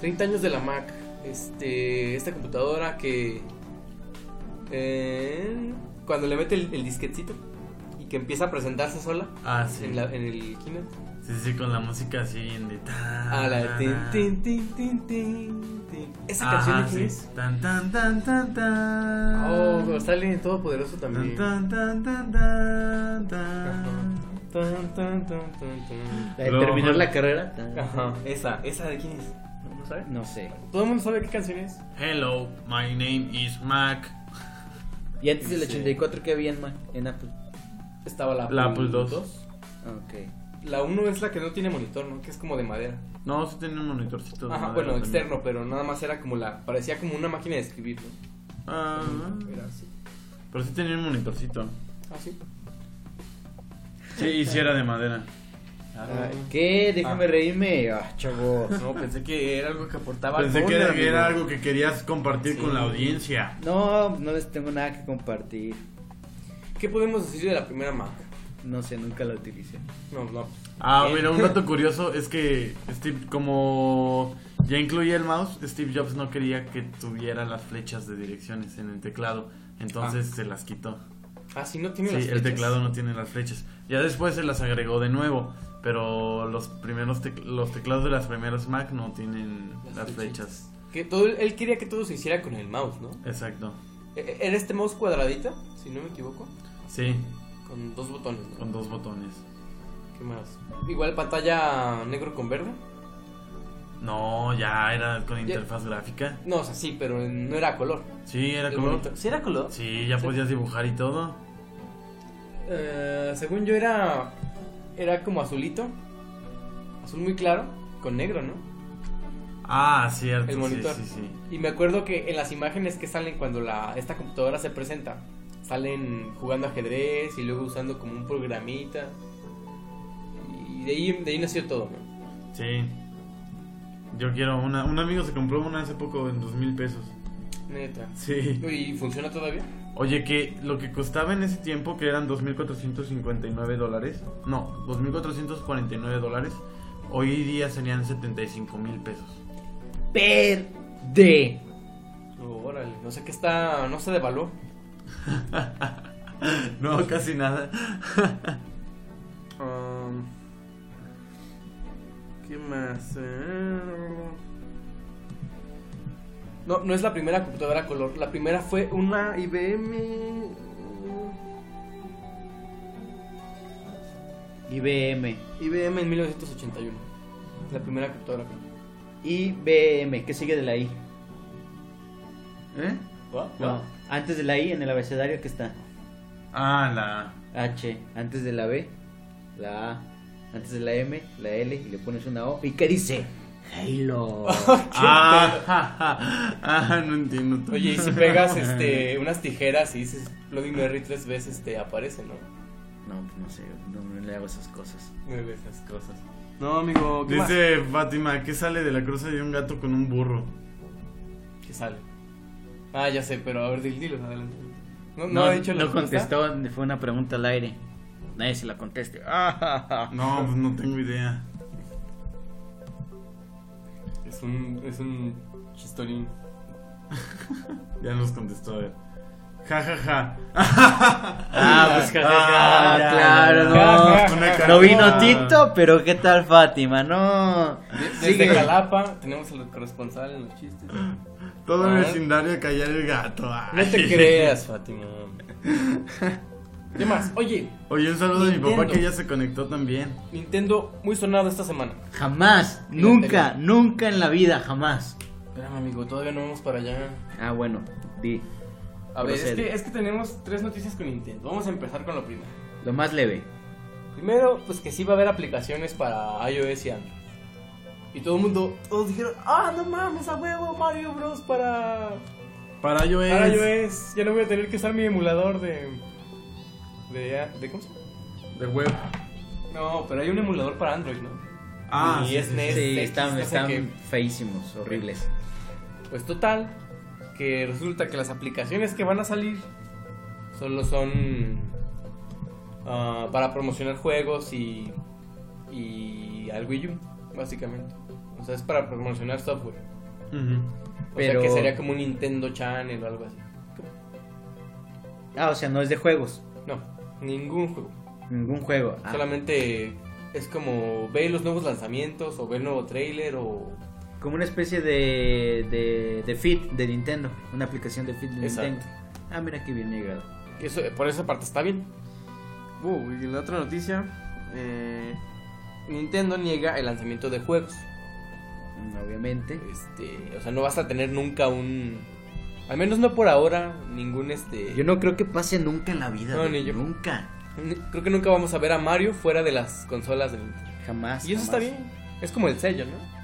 E: 30 años de la Mac. Este, esta computadora que. eh, cuando le mete el, el disquetito y que empieza a presentarse sola
G: Ah, sí.
E: en, la- en el Keynote.
G: Sí, sí, con la música así de tan.
E: Ah, la de. tin, tin, tin, tin, tin, tin. Esa canción
G: Ajá,
E: de quién
G: sí.
E: es?
G: Tan, tan, tan, tan, tan.
E: Oh, sale en Todopoderoso
G: Tan,
E: también.
G: tan, tan, tan, tan, tan.
E: Ajá. Tan, tan, tan, tan, tan.
F: La de
G: Luego,
F: terminar
G: ajá.
F: Eh, la carrera.
E: Ajá, esa, esa de quién es. ¿No sabe?
F: No sé.
E: Todo el mundo sabe qué canción es.
G: Hello, my name is Mac.
F: ¿Y antes del
G: Sí.
F: 84 que había en, Ma- en Apple?
E: Estaba la
G: La Apple II.
F: Ah, Ok.
E: La 1 es la que no tiene monitor, ¿no? Que es como de madera.
G: No, sí tenía un monitorcito. de
E: Ajá,
G: madera
E: bueno,
G: también.
E: externo, pero nada más era como la. Parecía como una máquina de escribir, ¿no?
G: Ah,
E: Era así.
G: pero sí tenía un monitorcito.
E: Así.
G: Sí, y sí era de madera.
F: Ay, ¿Qué? Déjame
E: Ah.
F: reírme. Ah, chavo.
E: No, pensé que era algo que aportaba
G: Pensé
E: alcohol,
G: que era,
E: amigo.
G: era algo que querías compartir
E: Sí.
G: con la audiencia.
F: No, no les tengo nada que compartir.
E: ¿Qué podemos decir de la primera Mac?
F: No sé, nunca la utilicé.
E: No, no.
G: Ah,
E: ¿Qué?
G: mira, un dato curioso es que Steve, como ya incluía el mouse, Steve Jobs no quería que tuviera las flechas de direcciones en el teclado. Entonces se las quitó.
E: Ah, sí, no tiene
G: Sí,
E: las
G: el
E: flechas.
G: teclado no tiene las flechas. Ya después se las agregó de nuevo, pero los primeros tec- los teclados de las primeras Mac no tienen
E: Las
G: las,
E: flechitas.
G: flechas.
E: Que todo, él quería que todo se hiciera con el mouse, ¿no?
G: Exacto.
E: E- Era este mouse cuadradita, si no me equivoco.
G: Sí,
E: Con dos botones, ¿no?
G: con dos botones.
E: ¿Qué más? Igual pantalla negro con verde.
G: No, ya era con interfaz gráfica.
E: No, o sea, sí, pero no era color.
G: Sí, era
E: El
G: color.
E: monitor- ¿Sí era color?
G: Sí, ya podías dibujar y todo.
E: eh, según yo era era como azulito, azul muy claro con negro, ¿no?
G: Ah, cierto.
E: El monitor.
G: Sí, sí, sí.
E: Y me acuerdo que en las imágenes que salen cuando la esta computadora se presenta, salen jugando ajedrez y luego usando como un programita. Y de ahí, de ahí nació todo, ¿no?
G: Sí. Yo quiero una. Un amigo se compró una hace poco en dos mil pesos.
E: Neta.
G: Sí.
E: ¿Y funciona todavía?
G: Oye, que lo que costaba en ese tiempo, que eran 2.459 dólares, no, 2.449 dólares, hoy día serían 75 mil pesos.
F: Perde.
E: Órale, no sé qué está, no se devaluó.
G: No, casi nada.
E: Um, ¿Qué más? Eh, No, no es la primera computadora a color. La primera fue una IBM.
F: IBM.
E: IBM en 1981. La primera computadora a color.
F: IBM. ¿Qué sigue de la I?
G: ¿Eh?
F: No. Antes de la I en el abecedario que está.
G: Ah, la...
F: H. Antes de la B. La A. Antes de la M. La L. Y le pones una O. ¿Y qué dice? Halo.
G: Ah, ja, ja. ah, no entiendo.
E: Oye, y si pegas este, unas tijeras y dices Bloody Mary tres veces, te aparece, ¿no?
F: no, pues no sé. No, no le hago esas cosas.
E: Nueve esas cosas. No, amigo, ¿qué más?
G: Dice Fátima, ¿qué sale de la cruza de un gato con un burro?
E: Que sale. Ah, ya sé, pero a ver, dil- dilo, adelante. No, no,
F: No,
E: ha dicho la
F: no
E: respuesta?
F: contestó. Fue una pregunta al aire. Nadie se la conteste. Ah, ja, ja.
G: No, pues no tengo idea.
E: Es un, es un chistorín.
G: Ya nos contestó, a ver. Ja, ja, ja.
F: Ah, pues ja, ja, ja,
G: Ah, ya,
F: claro,
G: ya,
F: no.
G: ya. Una
F: No
G: carota.
F: vino Tito, pero ¿qué tal Fátima? No.
E: Desde Jalapa tenemos al corresponsal en los chistes. No
G: Todo
E: Ah.
G: el vecindario a callar el gato. ay.
E: te creas, Fátima. ¿Qué más? Oye,
G: Oye, un saludo a mi
E: Nintendo.
G: papá que ya se conectó también.
E: Nintendo muy sonado esta semana.
F: Jamás, nunca, nunca en la vida, jamás.
E: Espérame, amigo, todavía no vamos para allá.
F: Ah, bueno, di.
E: A ver, es
F: Procede.
E: que, es que tenemos tres noticias con Nintendo. Vamos a empezar con lo primero.
F: Lo más leve.
E: Primero, pues que sí va a haber aplicaciones para iOS y Android. Y todo el mundo, todos dijeron, ah, no mames, a huevo Mario Bros. para,
G: Para iOS.
E: para iOS. Ya no voy a tener que usar mi emulador de... de, de ¿Cómo se llama?
G: De web.
E: No, pero hay un emulador para Android, ¿no?
G: Ah,
E: y
G: sí,
E: es
G: sí,
E: NES.
F: Sí,
E: X,
F: están,
E: no sé
F: están
E: qué.
F: feísimos, horribles.
E: Pues total, que resulta que las aplicaciones que van a salir solo son ah, para promocionar juegos y, y al Wii U, básicamente. O sea, es para promocionar software.
G: Ujú.
E: O sea,
F: Pero-
E: que sería como un Nintendo Channel o algo así.
F: Ah, o sea, no es de juegos.
E: No, ningún juego.
F: Ningún juego. Ah,
E: Solamente es como ve los nuevos lanzamientos o ve el nuevo trailer o...
F: Como una especie de, de, de feed de Nintendo. Una aplicación de feed de
E: Exacto.
F: Nintendo. Ah, mira qué bien llegado.
E: Eso, por esa parte está bien. y la otra noticia. eh, Nintendo niega el lanzamiento de juegos.
F: Mm, Obviamente.
E: Este, o sea, no vas a tener nunca un... Al menos no por ahora, ningún este...
F: Yo no creo que pase nunca en la vida.
E: No,
F: güey,
E: ni yo.
F: Nunca.
E: Creo que nunca vamos a ver a Mario fuera de las consolas de Nintendo.
F: Jamás.
E: Y eso está
F: jamás.
E: bien. Es como el sello, ¿no?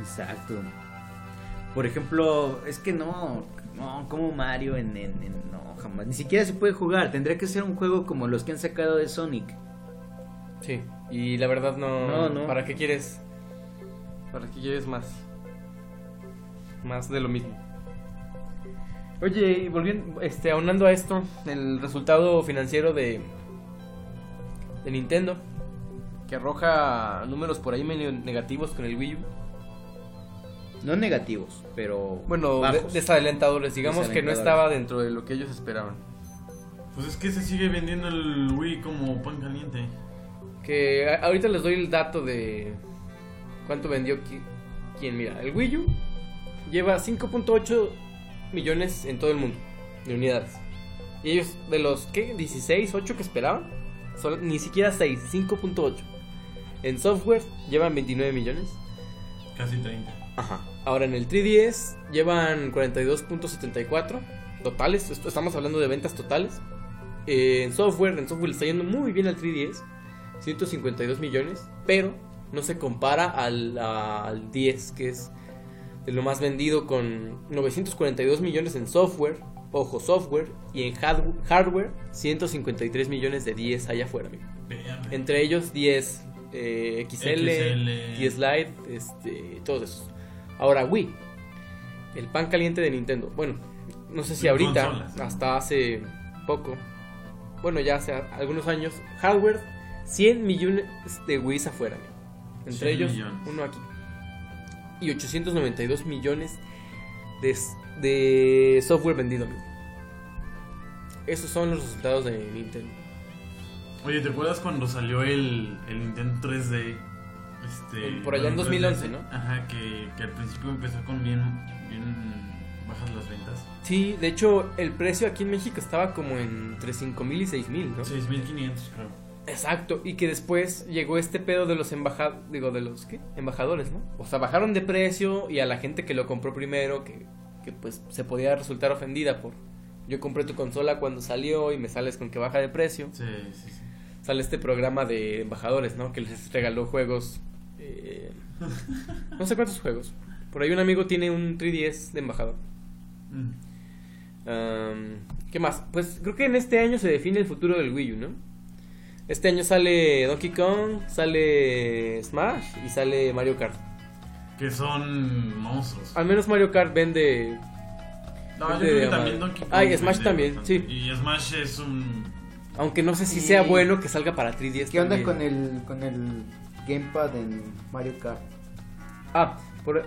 F: Exacto. Por ejemplo, es que no, no, como Mario en, en- en- no, jamás, ni siquiera se puede jugar, tendría que ser un juego como los que han sacado de Sonic.
E: Sí, y la verdad no.
F: No, no.
E: ¿Para qué quieres? ¿Para qué quieres más? Más de lo mismo. Oye, y volviendo, este, aunando a esto, el resultado financiero de, de Nintendo, que arroja números por ahí medio negativos con el Wii U.
F: No negativos, pero
E: Bueno, de-
F: bajos.
E: desalentadores, digamos que no
F: Desalentadores.
E: estaba dentro de lo que ellos esperaban.
G: Pues es que se sigue vendiendo el Wii como pan caliente.
E: Que a- ahorita les doy el dato de cuánto vendió qui- quién. Mira, el Wii U lleva 5.8 millones en todo el mundo de unidades. Y ellos, de los ¿qué? 16, 8 que esperaban, solo- ni siquiera 6, 5.8. En software llevan 29 millones.
G: Casi 30.
E: Ahora en el 3DS llevan 42.74 totales. Esto- Estamos hablando de ventas totales. eh, en software, en software le está yendo muy bien al 3DS, 152 millones, pero no se compara al, a- al 10, que es de lo más vendido con 942 millones en software, ojo, software, y en hardw- hardware, 153 millones de 10 allá afuera, amigo. Entre ellos 10 eh, XL,
G: XL.
E: 10 Lite, este, todos esos. Ahora, Wii, el pan caliente de Nintendo. Bueno, no sé si
G: En
E: ahorita,
G: consolas.
E: hasta hace poco, bueno, ya hace a- algunos años, hardware, 100 millones de Wii afuera, amigo. Entre
G: 100
E: ellos,
G: millones.
E: uno aquí. Y 892 millones de, s- de software vendido, amigo. Esos son los resultados de Nintendo.
G: Oye, ¿te acuerdas cuando salió el, el Nintendo 3D? Este,
E: Por allá en
G: bueno,
E: 2011,
G: 3DS,
E: ¿no?
G: Ajá, que, que al principio empezó con bien, bien bajas las ventas.
E: Sí, de hecho, el precio aquí en México estaba como entre 5 mil y 6 mil, ¿no?
G: 6.500, creo.
E: Exacto, y que después llegó este pedo de los embajadores, digo, de los ¿qué? embajadores, ¿no? O sea, bajaron de precio y a la gente que lo compró primero, que, que pues se podía resultar ofendida por, yo compré tu consola cuando salió y me sales con que baja de precio,
G: Sí, sí, sí.
E: sale este programa de embajadores, ¿no? Que les regaló juegos, eh, no sé cuántos juegos. Por ahí un amigo tiene un 3DS de embajador.
G: Mm.
E: Am, ¿Qué más? Pues creo que en este año se define el futuro del Wii U, ¿no? Este año sale Donkey Kong, sale Smash y sale Mario Kart.
G: Que son monstruos.
E: Al menos Mario Kart vende...
G: No,
E: Gente
G: yo creo
E: de
G: que también
E: madre.
G: Donkey Kong.
E: Ay,
G: vende
E: Smash también,
G: bastante.
E: sí.
G: Y Smash es un.
E: Aunque no sé si
I: Y-
E: sea bueno que salga para 3DS.
I: ¿Qué onda
E: también.
I: con el, con el gamepad en Mario Kart?
E: Ah, por,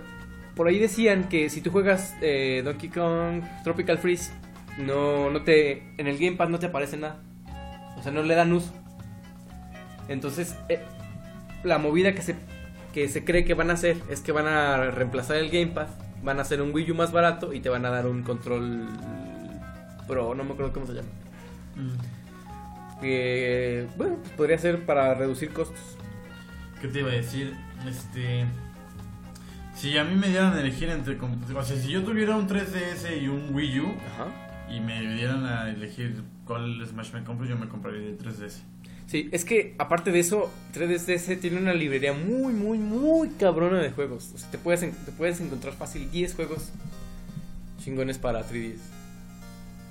E: por ahí decían que si tú juegas eh, Donkey Kong Tropical Freeze, no, no te, en el Gamepad no te aparece nada. O sea, no le dan uso. Entonces, eh, la movida que se, que se cree que van a hacer es que van a reemplazar el Gamepad, van a hacer un Wii U más barato y te van a dar un control pro, no me acuerdo cómo se llama.
G: mm,
E: Que, bueno, pues podría ser para reducir costos.
G: ¿Qué te iba a decir? Este. Si a mí me dieran a elegir entre. com- O sea, si yo tuviera un 3DS y un Wii U
E: Ajá.
G: y me dieran a elegir cuál Smash me compro, yo me compraría el 3DS.
E: Sí, es que aparte de eso, 3DS tiene una librería muy, muy, muy cabrona de juegos. O sea, te puedes, en- te puedes encontrar fácil 10 juegos chingones para 3DS.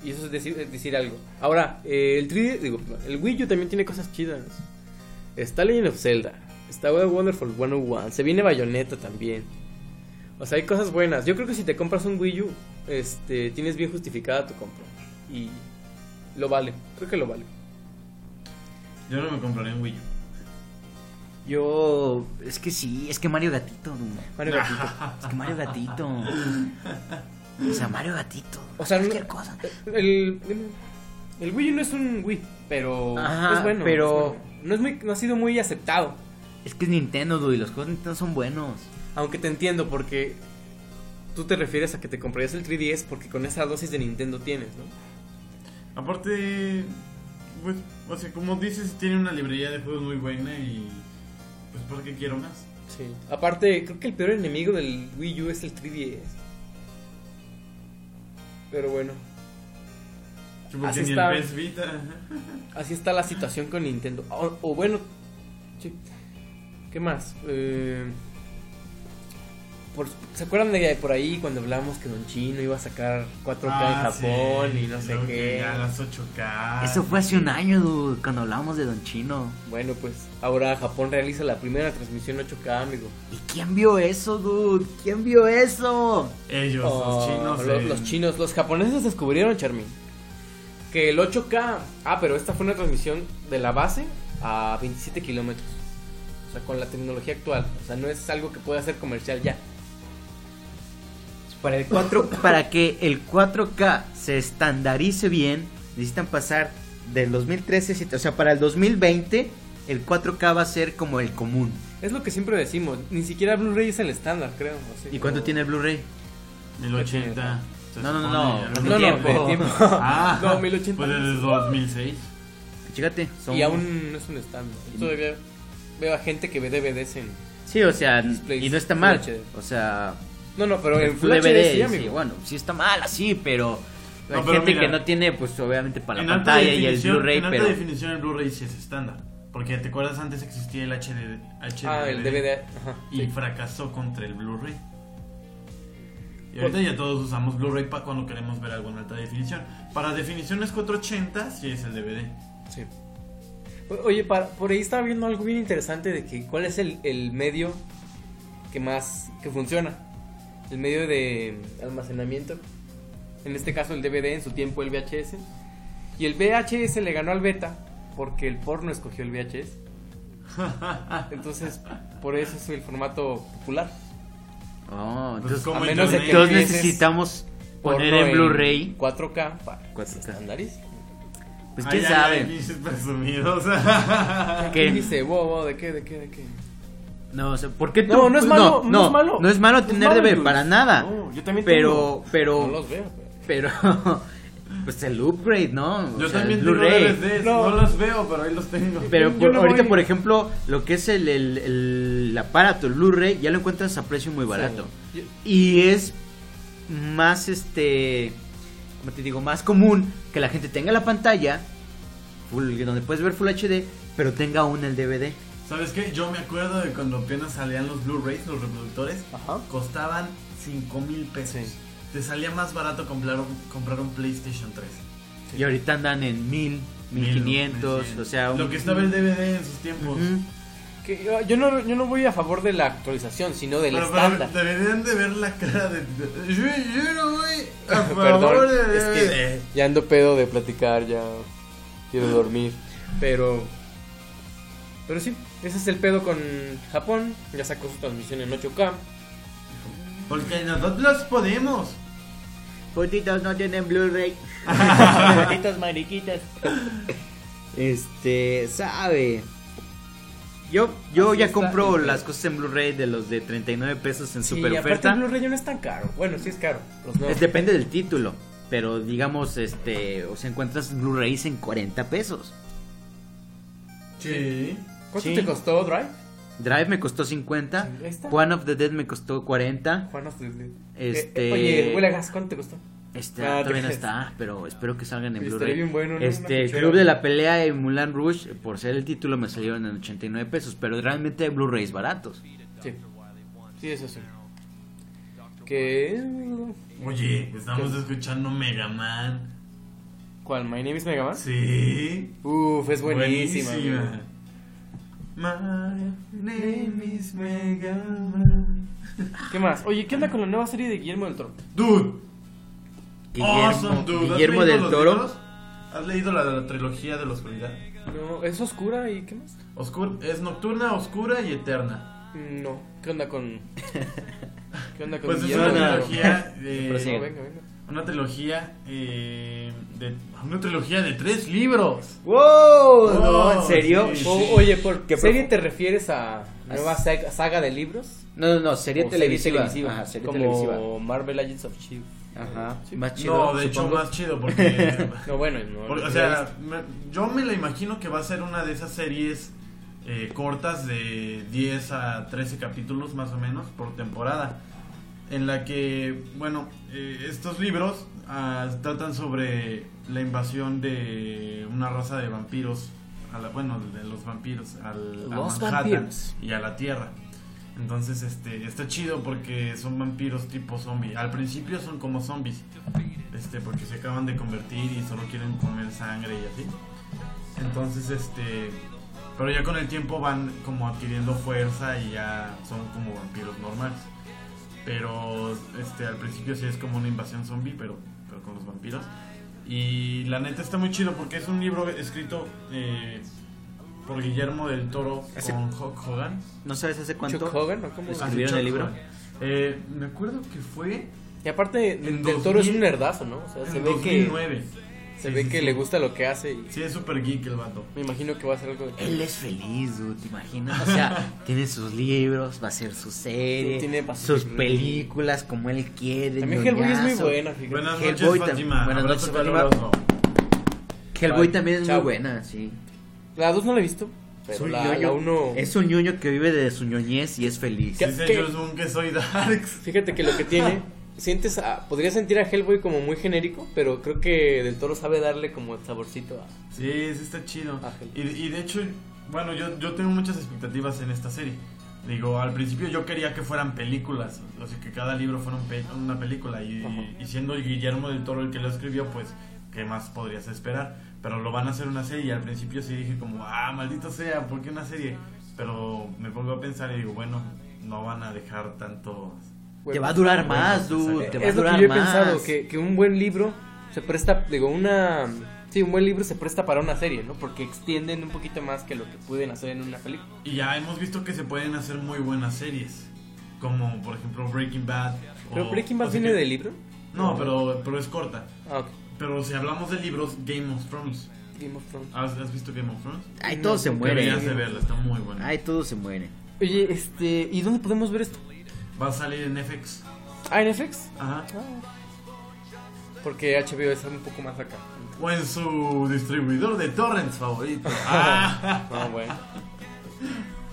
E: Y eso es decir, es decir algo. Ahora, eh, el 3DS, digo, el Wii U también tiene cosas chidas. Está Legend of Zelda, está Wonderful 101, se viene Bayonetta también. O sea, hay cosas buenas. Yo creo que si te compras un Wii U, este, tienes bien justificada tu compra. Y lo vale, creo que lo vale.
G: Yo no me compraría un Wii U.
F: Yo. Es que sí, es que Mario Gatito, dude.
E: Mario Gatito.
F: Es que Mario Gatito. O sea, Mario Gatito.
E: O sea,
F: cualquier
E: no-
F: cosa.
E: El, el, el Wii U no es un Wii, pero
F: Ajá,
E: es bueno.
F: pero-
E: es bueno. No, es muy, no ha sido muy aceptado.
F: Es que es Nintendo, dude. y Los juegos de Nintendo son buenos.
E: Aunque te entiendo, porque tú te refieres a que te comprarías el 3DS porque con esa dosis de Nintendo tienes, ¿no?
G: Aparte, pues, o sea, como dices, tiene una librería de juegos muy buena y. Pues, ¿por qué quiero más?
E: Sí. Aparte, creo que el peor enemigo del Wii U es el 3DS. Pero bueno,
G: Sí, Porque
E: Así
G: ni
E: está.
G: el PS Vita.
E: así está la situación con Nintendo. O, o bueno, sí. ¿qué más? Eh, por- ¿Se acuerdan de por ahí cuando hablamos que Don Chino iba a sacar 4K en
G: Ah,
E: Japón
G: sí,
E: y no sé
G: luego que
E: qué?
G: Ya las 8K.
E: Ah,
F: Eso fue hace un año, dude, cuando hablábamos de Don Chino.
E: Bueno, pues ahora Japón realiza la primera transmisión 8K, amigo.
F: ¿Y quién vio eso, dude? ¿Quién vio eso?
G: Ellos,
E: Oh,
G: los chinos.
E: Los,
G: eh,
E: los chinos, los japoneses descubrieron, Charmin, que el 8K. Ah, pero esta fue una transmisión de la base a 27 kilómetros. O sea, con la tecnología actual. O sea, no es algo que pueda ser comercial ya.
F: Para, el 4, para que el 4K se estandarice bien, necesitan pasar del 2013, si- o sea, para el 2020, el 4K va a ser como el común.
E: Es lo que siempre decimos. Ni siquiera Blu-ray es el estándar, creo. o sea,
F: ¿Y cuánto
E: o-
F: tiene el Blu-ray?
G: 1080. se
F: No, no, no,
G: supone,
F: no,
G: ya
E: No, no,
F: tiempo.
E: de tiempo.
G: Ah,
E: no, 1080.
G: Pues desde 2006.
F: Fíjate, son-
E: Y aún no es un estándar. Todavía veo a gente que ve DVDs en.
F: Sí, o sea,
E: Displays,
F: y no está mal.
E: Full HD.
F: O sea,
E: No, no, pero en
F: tu
E: Full
F: DVD,
E: HD sí,
F: sí,
E: amigo.
F: bueno, sí está mal así, pero Hay
G: pero
F: gente
G: mira,
F: que no tiene, pues obviamente para
G: en
F: la
G: alta
F: pantalla y el
G: definición-
F: Blu-ray,
G: En alta
F: pero.
G: definición el Blu-ray sí es estándar. Porque te acuerdas antes existía el HD,
E: Ah, el DVD. Ajá.
G: Y fracasó contra el Blu-ray. Y ahorita ya todos usamos Blu-ray pa- cuando queremos ver algo en alta definición. Para definiciones 480 sí es el DVD.
E: Sí. O- Oye, para- por ahí estaba viendo algo bien interesante de que cuál es el, el medio que más que funciona. El medio de almacenamiento. En este caso el DVD, en su tiempo el VHS. Y el VHS le ganó al beta porque el porno escogió el VHS. Entonces, por eso es el formato popular.
F: Oh,
G: Entonces,
F: entonces,
G: como
E: a menos de
G: internet,
F: entonces
E: que empieces
F: necesitamos poner
E: Pues, porno
F: en Blu-ray.
E: 4K para
F: 4K.
E: estándares. Ah,
F: Pues quién
G: Ay, ay,
F: sabe.
G: ay, pinches presumidos.
F: ¿Qué?
E: ¿Qué dice? Wow, wow, ¿de qué? ¿De qué? ¿De qué?
F: No, o sea, ¿por qué tú? Pues,
E: No, no es malo, no es malo.
F: No es malo
E: No es
F: tener
E: malo,
F: DVD,
E: Luis.
F: para nada.
E: No, yo también
F: Pero, pero,
E: No los veo. pero-
F: pero, pues el upgrade, ¿no? O
G: Yo
F: sea,
G: también
F: el
G: tengo
F: Blu-ray.
G: DVDs, no.
E: No.
G: los veo, pero ahí los tengo.
F: Pero
E: Yo
F: por-
E: no
F: ahorita,
E: voy-
F: por ejemplo, lo que es el, el, el aparato, el Blu-ray, ya lo encuentras a precio muy barato.
E: Yo-
F: Y es más, este, como te digo, más común que la gente tenga la pantalla, full- donde puedes ver Full HD, pero tenga aún el DVD.
G: ¿Sabes qué? Yo me acuerdo de cuando apenas salían los Blu-rays, los reproductores,
E: Ajá.
G: costaban 5 mil pesos.
E: Sí.
G: Te salía más barato comprar un, comprar un PlayStation 3.
F: Y ahorita andan en 1000, 1500,
G: Mil,
F: o sea...
G: Lo
F: un-
G: que estaba el DVD en sus tiempos.
F: Ujú.
E: Que yo, yo no, yo no voy a favor de la actualización, sino del
G: Pero, pero
E: estándar.
G: deberían de ver la cara de... de- Yo, yo no voy a favor
E: Perdón,
G: de
E: es que
F: eh,
G: DVD.
E: ya ando pedo de platicar, ya quiero dormir. Pero. Pero sí, ese es el pedo con Japón. Ya sacó su transmisión en 8K.
G: Porque nosotros podemos.
F: Putitos no tienen Blu-ray.
H: Patitas mariquitas.
F: Este, sabe. Yo, yo
E: Así
F: ya
E: está
F: compro
E: el pedo.
F: las cosas en Blu-ray de los de 39 pesos en
E: Sí,
F: super
E: y aparte el
F: oferta.
E: Blu-ray no es tan caro. Bueno, sí es caro. Los nuevos.
F: Es- depende del título. Pero digamos, este, o sea, encuentras Blu-rays en 40 pesos.
G: Sí.
E: ¿Cuánto
F: sí.
E: te costó Drive?
F: Drive me costó 50.
E: Ahí está.
F: One of the Dead me costó 40.
E: Juan, no sé. Eh,
F: Este-
E: eh, oye, huele a gas, ¿cuánto te costó?
F: Este,
E: Ah,
F: todavía no
E: te-
F: está, pero espero que salgan en
E: Estaría
F: Blu-ray.
E: bien bueno, ¿no? Una
F: Este,
E: cuchara.
F: Club de la Pelea y Mulan Rouge, por ser el título, me salieron en 89 pesos. Pero realmente hay Blu-rays baratos.
E: Sí. Sí, eso sí. ¿Qué?
G: Oye, estamos escuchando Mega Man.
E: ¿Cuál? ¿My Name is
F: ¿Ah?
E: Megaman?
G: Sí.
E: Uf, es buenísima. amigo.
G: My name is Mega Man.
E: ¿Qué más? Oye, ¿qué onda con la nueva serie de Guillermo del Toro?
G: Dude.
F: Guillermo,
G: awesome, dude. ¿Has
F: Guillermo
G: leído
F: del
G: los
F: Toro.
G: libros? ¿Has leído la, la trilogía de la oscuridad?
E: No, ¿es oscura y qué más?
G: Oscur es nocturna, oscura y eterna.
E: Mm, No, ¿qué onda con. ¿Qué onda con
G: Pues es
E: Guillermo
G: una
E: del Toro?
G: trilogía de-
E: No,
F: Prosigue.
E: venga, venga.
G: una trilogía eh, de una trilogía de tres libros. Oh,
F: ¡Wow! Oh, no, ¿En serio? Oh,
G: sí.
E: O- oye, ¿por
F: Qué
E: qué serie
F: profu-
E: te refieres a nueva sag- saga de libros?
F: No, no, no, serie
E: ¿O
F: televisiva. Ajá, serie
E: como
F: televisiva.
E: Marvel Legends of Shield.
F: Ajá, más chido.
G: No, de hecho
F: supongo.
G: más chido porque
E: No, bueno, no,
G: Por-
E: no
G: o
E: la he
G: sea,
E: visto.
G: me- yo me la imagino que va a ser una de esas series eh, cortas de 10 a 13 capítulos más o menos por temporada. En la que, bueno, eh, estos libros ah, tratan sobre la invasión de una raza de vampiros, a la- bueno, de los vampiros, al, a
E: Los
G: Manhattan
E: vampiros.
G: y a la Tierra. Entonces, este, está chido porque son vampiros tipo zombie. Al principio son como zombies, este, porque se acaban de convertir y solo quieren comer sangre y así. Entonces, este, pero ya con el tiempo van como adquiriendo fuerza y ya son como vampiros normales. Pero, este, al principio sí es como una invasión zombie, pero, pero con los vampiros. Y la neta está muy chido porque es un libro escrito eh, por Guillermo del Toro
F: Hace-
G: con Hulk Hogan.
F: ¿No sabes hace
E: Chuck
F: cuánto?
E: Hogan, ¿no? ¿Cómo?
F: Ah, ¿Escribieron el libro?
G: Eh, me acuerdo que fue
E: Y aparte,
G: En
E: del Toro es
G: 2000,
E: un nerdazo, ¿no? O sea, se
G: en
E: ve que,
G: 2009.
E: se
G: Sí,
E: ve
G: sí,
E: que
G: sí.
E: le gusta lo que hace y
G: Sí, es súper geek el vato.
E: me imagino que va a hacer algo de...
F: Él es feliz, dude, ¿te imaginas? O sea, tiene sus libros, va a hacer su serie,
E: Sí, tiene Pacific
F: sus
E: Rim.
F: películas como él quiere.
E: También Hellboy es muy
F: ñoñazo.
E: buena, fíjate.
G: Buenas noches,
F: Hellboy tam-
G: Fátima.
F: buenas
G: Abrazo
F: noches, Fátima.
G: caluroso.
F: Hellboy
E: Bye.
F: también es
E: Chao.
F: muy buena, sí.
E: La 2 no la he visto,
F: Es
E: pero
F: un
E: la,
F: ñoño-
E: la uno...
F: Es un ñoño que vive de su ñoñez y es feliz.
E: ¿Qué?
G: Dice Joss Boone que soy Darks.
E: Fíjate que lo que tiene sientes a- podría sentir a Hellboy como muy genérico, pero creo que Del Toro sabe darle como saborcito a...
G: Sí, sí está chido.
F: Ah,
E: Ángel.
G: Y, y de hecho, bueno, yo, yo tengo muchas expectativas en esta serie. Digo, al principio yo quería que fueran películas, o sea, que cada libro fuera un pe- una película. Y, y siendo Guillermo del Toro el que lo escribió, pues, ¿qué más podrías esperar? Pero lo van a hacer una serie y al principio sí dije como, ah, maldito sea, ¿por qué una serie? Pero me pongo a pensar y digo, bueno, no van a dejar tanto...
E: Pues,
F: Te va a durar más,
G: Bueno,
F: dude.
G: eh,
F: Te va a
E: Es lo
F: durar
E: que yo he
F: más.
E: pensado, que, que un buen libro se presta, digo, una... Sí, un buen libro se presta para una serie, ¿no? Porque extienden un poquito más que lo que pueden hacer en una película.
G: Y ya hemos visto que se pueden hacer muy buenas series, como por ejemplo Breaking Bad.
E: ¿Pero
G: o-
E: Breaking
G: o
E: Bad
G: sea
E: viene
G: que-
E: del libro?
G: No, pero, pero es corta.
E: Ah, ok.
G: Pero si hablamos de libros, Game of Thrones.
E: Game of Thrones.
G: ¿Has, has visto Game of Thrones?
F: Ay, todo
E: Mm,
F: se muere.
G: Deberías de verla, está muy buena.
F: Ay, todo se muere.
E: Oye, este, ¿y dónde podemos ver esto?
G: Va a salir en FX.
E: Ah, en FX.
G: Ajá.
E: Ah. Porque HBO es un poco más acá.
G: O en su distribuidor de torrents favorito. Ah,
E: Ah, bueno.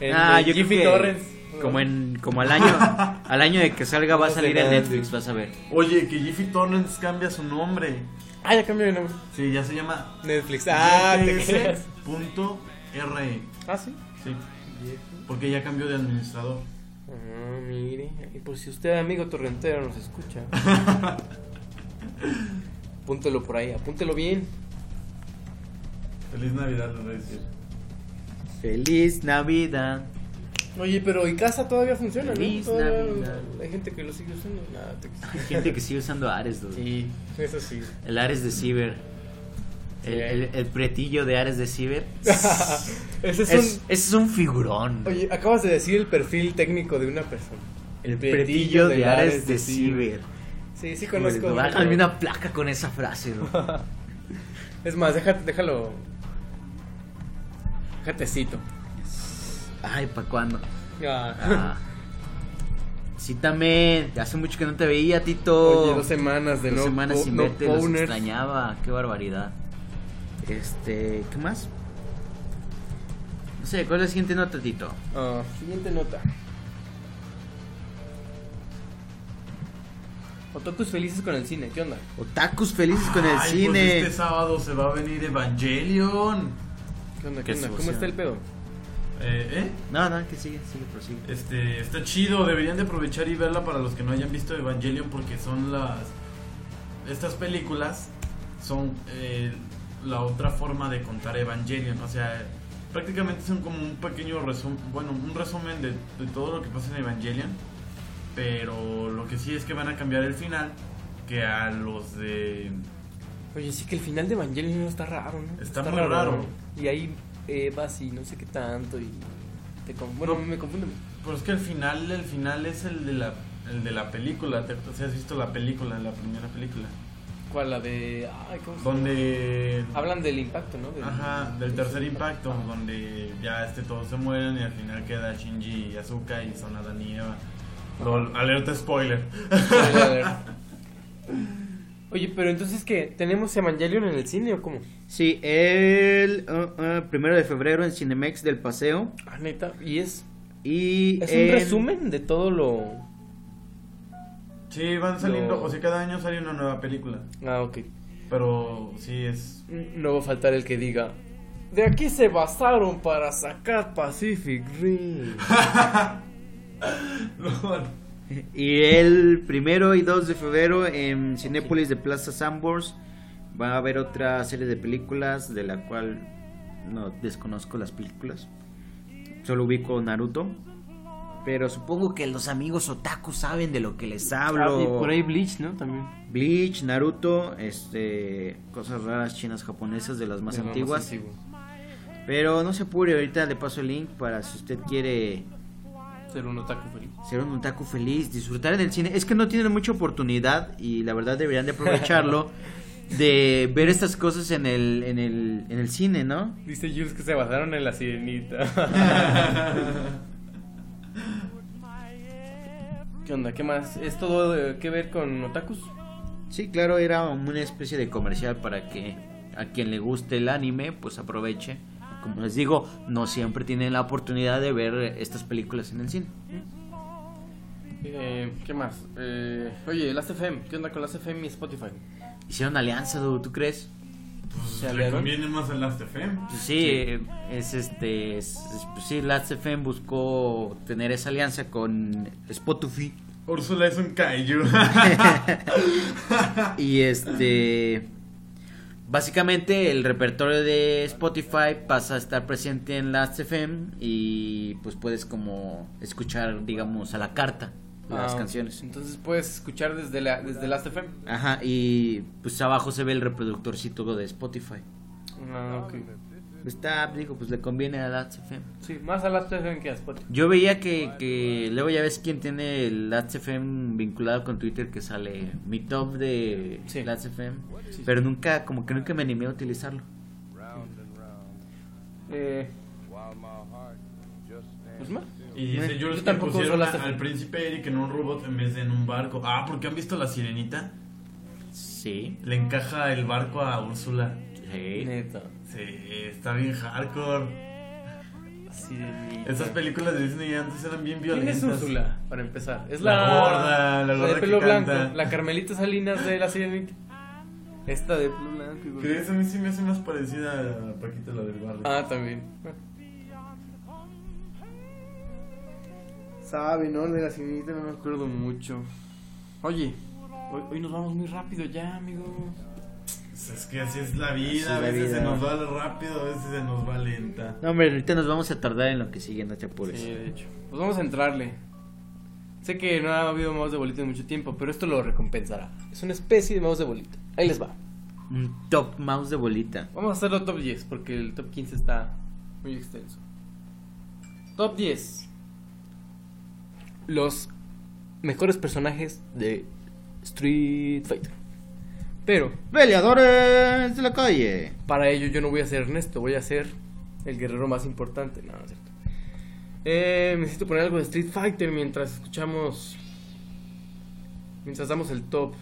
E: En
F: Ah,
E: el
F: yo creo
E: Jiffy
F: que
E: Torrents.
F: Como, en, como al año al año de que salga va a
E: No sé
F: salir en
E: nada,
F: Netflix, vas a ver.
G: Oye, que Jiffy Torrents cambia su nombre.
E: Ah, ya cambió de nombre.
G: Sí, ya se llama
E: Netflix. Ah, te creas.
G: JS.RE.
E: Ah, sí.
G: E. Sí. Porque ya cambió de administrador.
E: Ah, mire. Y por si usted, amigo torrentero, nos escucha. Apúntelo por ahí, apúntelo bien.
G: Feliz Navidad, les voy a decir.
F: Feliz Navidad.
E: Oye, pero ¿y casa todavía funciona?
F: Feliz
E: Todavía
F: Navidad.
E: Hay gente que lo sigue usando. Nada, te
F: Hay gente que sigue usando Ares, dude.
E: Sí, eso sí.
F: El Ares de Ciber. El, el- el pretillo de Ares de Ciber.
E: Ese es,
F: Es,
E: un.
F: ese es un figurón.
E: Oye, acabas de decir el perfil técnico de una persona.
F: el pretillo de Ares de Ciber.
E: Sí, sí conozco.
F: Dude,
E: uno.
F: Háganme una placa con esa frase, dude.
E: Es más, déjate, déjalo. Déjate cito.
F: Ay, ¿para cuándo?
E: Ah.
F: Ah. Cítame. Hace mucho que no te veía, Tito.
E: Oye, dos semanas de
F: Oh. Dos
E: no
F: semanas
E: po-
F: sin
E: no
F: verte, los
E: powners.
F: extrañaba, qué barbaridad. Este, ¿qué más? No sé, ¿cuál es la siguiente nota, Tito?
E: Ah, siguiente nota. Otokus felices con el cine, ¿qué onda?
F: Otakus felices con el
G: Ay, Pues
F: cine.
G: este sábado se va a venir Evangelion.
E: ¿Qué onda?
F: Qué
E: ¿Qué onda? ¿Cómo
F: sucio.
E: está el pedo?
G: Eh, ¿Eh?
F: No, no, que sigue, sigue, prosigue.
G: Este, está chido, deberían de aprovechar y verla para los que no hayan visto Evangelion porque son las... Estas películas son eh, la otra forma de contar Evangelion, o sea, prácticamente son como un pequeño resumen, bueno, un resumen de, de todo lo que pasa en Evangelion, pero lo que sí es que van a cambiar el final, que a los de...
E: Oye, sí que el final de Evangelion está raro, ¿no?
G: Está muy raro.
E: Y ahí eh, vas y no sé qué tanto y... Te con- Bueno, me confundo.
G: Pero es que el final, el final es el de la, el de la película, ¿te, si has visto la película, la primera película,
E: ¿Cuál? La de... Ay, ¿cómo se llama?
G: donde...
E: Hablan del impacto, ¿no? Del-
G: Ajá, del tercer impacto, donde ya este todos se mueren y al final queda Shinji y Azuka y son Adán y Eva. Lol, alerta spoiler.
E: A ver. Oye, pero entonces que tenemos Evangelion en el cine o cómo?
F: Sí, el ah, ah, primero de febrero en Cinemex del Paseo.
E: Ah, neta, y es
F: Y
E: es
F: en-
E: un resumen de todo lo
G: Sí, van saliendo,
E: No.
G: o sea, cada año sale una nueva película.
E: Ah, ok.
G: Pero sí es.
E: No va a faltar el que diga de aquí se basaron para sacar Pacific Rim.
G: Lol.
F: Y el primero y 2 de febrero en Cinépolis de Plaza Sambors va a haber otra serie de películas de la cual no desconozco las películas. Solo ubico Naruto. Pero supongo que los amigos otaku saben de lo que les hablo.
E: Ah, y por ahí Bleach, ¿no? También.
F: Bleach, Naruto, este, cosas raras chinas japonesas de las más
E: De lo
F: antiguas.
E: antiguo.
F: Pero no se apure, ahorita le paso el link para si usted quiere
E: Ser un otaku feliz.
F: ser un otaku feliz, disfrutar en el cine. Es que no tienen mucha oportunidad y la verdad deberían de aprovecharlo de ver estas cosas en el, en el, en el cine, ¿no?
E: Dice Jules que se basaron en la sirenita. ¿Qué onda? ¿Qué más? ¿Es todo eh, que ver con otakus?
F: Sí, claro, era una especie de comercial para que a quien le guste el anime, pues aproveche. Como les digo, no siempre tienen la oportunidad de ver estas películas en el cine.
J: Eh, ¿Qué más? Eh, oye, Last FM. ¿Qué onda con Last FM y Spotify?
F: Hicieron alianza, dude, ¿tú crees?
G: Pues
E: ¿Se
G: le
E: aliaron?
G: conviene más al Last FM.
F: Pues sí, eh, es este. es- es- pues sí, Last.fm buscó tener esa alianza con Spotify.
G: Úrsula es un kaiju.
F: Y este. Básicamente el repertorio de Spotify pasa a estar presente en Last.fm y pues puedes como escuchar, digamos, a la carta las
J: Ah,
F: canciones.
J: Entonces puedes escuchar desde, la, desde Last FM.
F: Ajá, y pues abajo se ve el reproductorcito de Spotify.
E: Ah, ok.
F: Está, digo, pues le conviene a Last.fm.
E: Sí, más a la FM que a Spotify.
F: Yo veía que, que luego ya ves quién tiene el LatsFM vinculado con Twitter que sale mi top de
E: Sí.
F: LatsFM, pero nunca, como que nunca me animé a utilizarlo.
J: Eh, pues más.
G: Y dice
J: Yo
G: Jules que
J: tampoco
G: pusieron
J: uso Last
G: a-
J: FM.
G: al príncipe Eric en un robot en vez de en un barco. Ah, porque han visto la sirenita.
F: Sí,
G: Le encaja el barco a Úrsula.
F: sí.
E: Neta.
G: Sí, está bien hardcore.
E: Así de mi-
G: Esas películas de Disney antes eran bien
E: ¿Quién
G: violentas.
E: es Úrsula? Para empezar. Es
G: La
E: la,
G: gorda, la gorda
E: de
G: que
E: pelo
G: canta.
E: blanco. La Carmelita Salinas de la sirenita. Esta de pelo blanco y gorda.
G: ¿Crees? A mí sí me hace más parecida a Paquita la del barrio.
E: Ah, también.
J: Sabe, ¿no? De la sirenita no me acuerdo mucho. Oye, hoy, hoy nos vamos muy rápido ya, amigo.
G: Pues es que así es la vida. A veces se nos va rápido, a veces se nos va lenta.
F: No, hombre, ahorita nos vamos a tardar en lo que sigue, no te apures.
E: Sí, de hecho. Pues vamos a entrarle. Sé que no ha habido mouse de bolita en mucho tiempo, pero esto lo recompensará. Es una especie de mouse de bolita. Ahí les va.
F: Un top mouse de bolita.
E: Vamos a hacerlo top 10 porque el top 15 está muy extenso. Top 10. Los mejores personajes de Street Fighter. Pero
F: ¡Peleadores de la calle!
E: para ello yo no voy a ser Ernesto, voy a ser el guerrero más importante. No, no es cierto. Eh, necesito poner algo de Street Fighter mientras escuchamos. Mientras damos el top.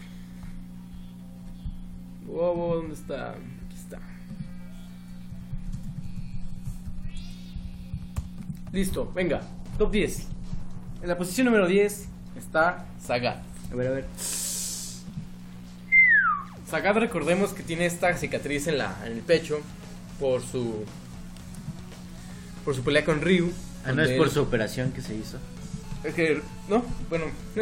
E: Wow, wow, ¿dónde está? Aquí está. Listo, venga, top 10. En la posición número 10 está Sagat.
F: A ver, a ver.
E: Sagat recordemos que tiene esta cicatriz en la en el pecho por su por su pelea con Ryu.
F: Ah, no es
E: donde
F: por
E: él-
F: su operación que se hizo.
E: es que no, bueno,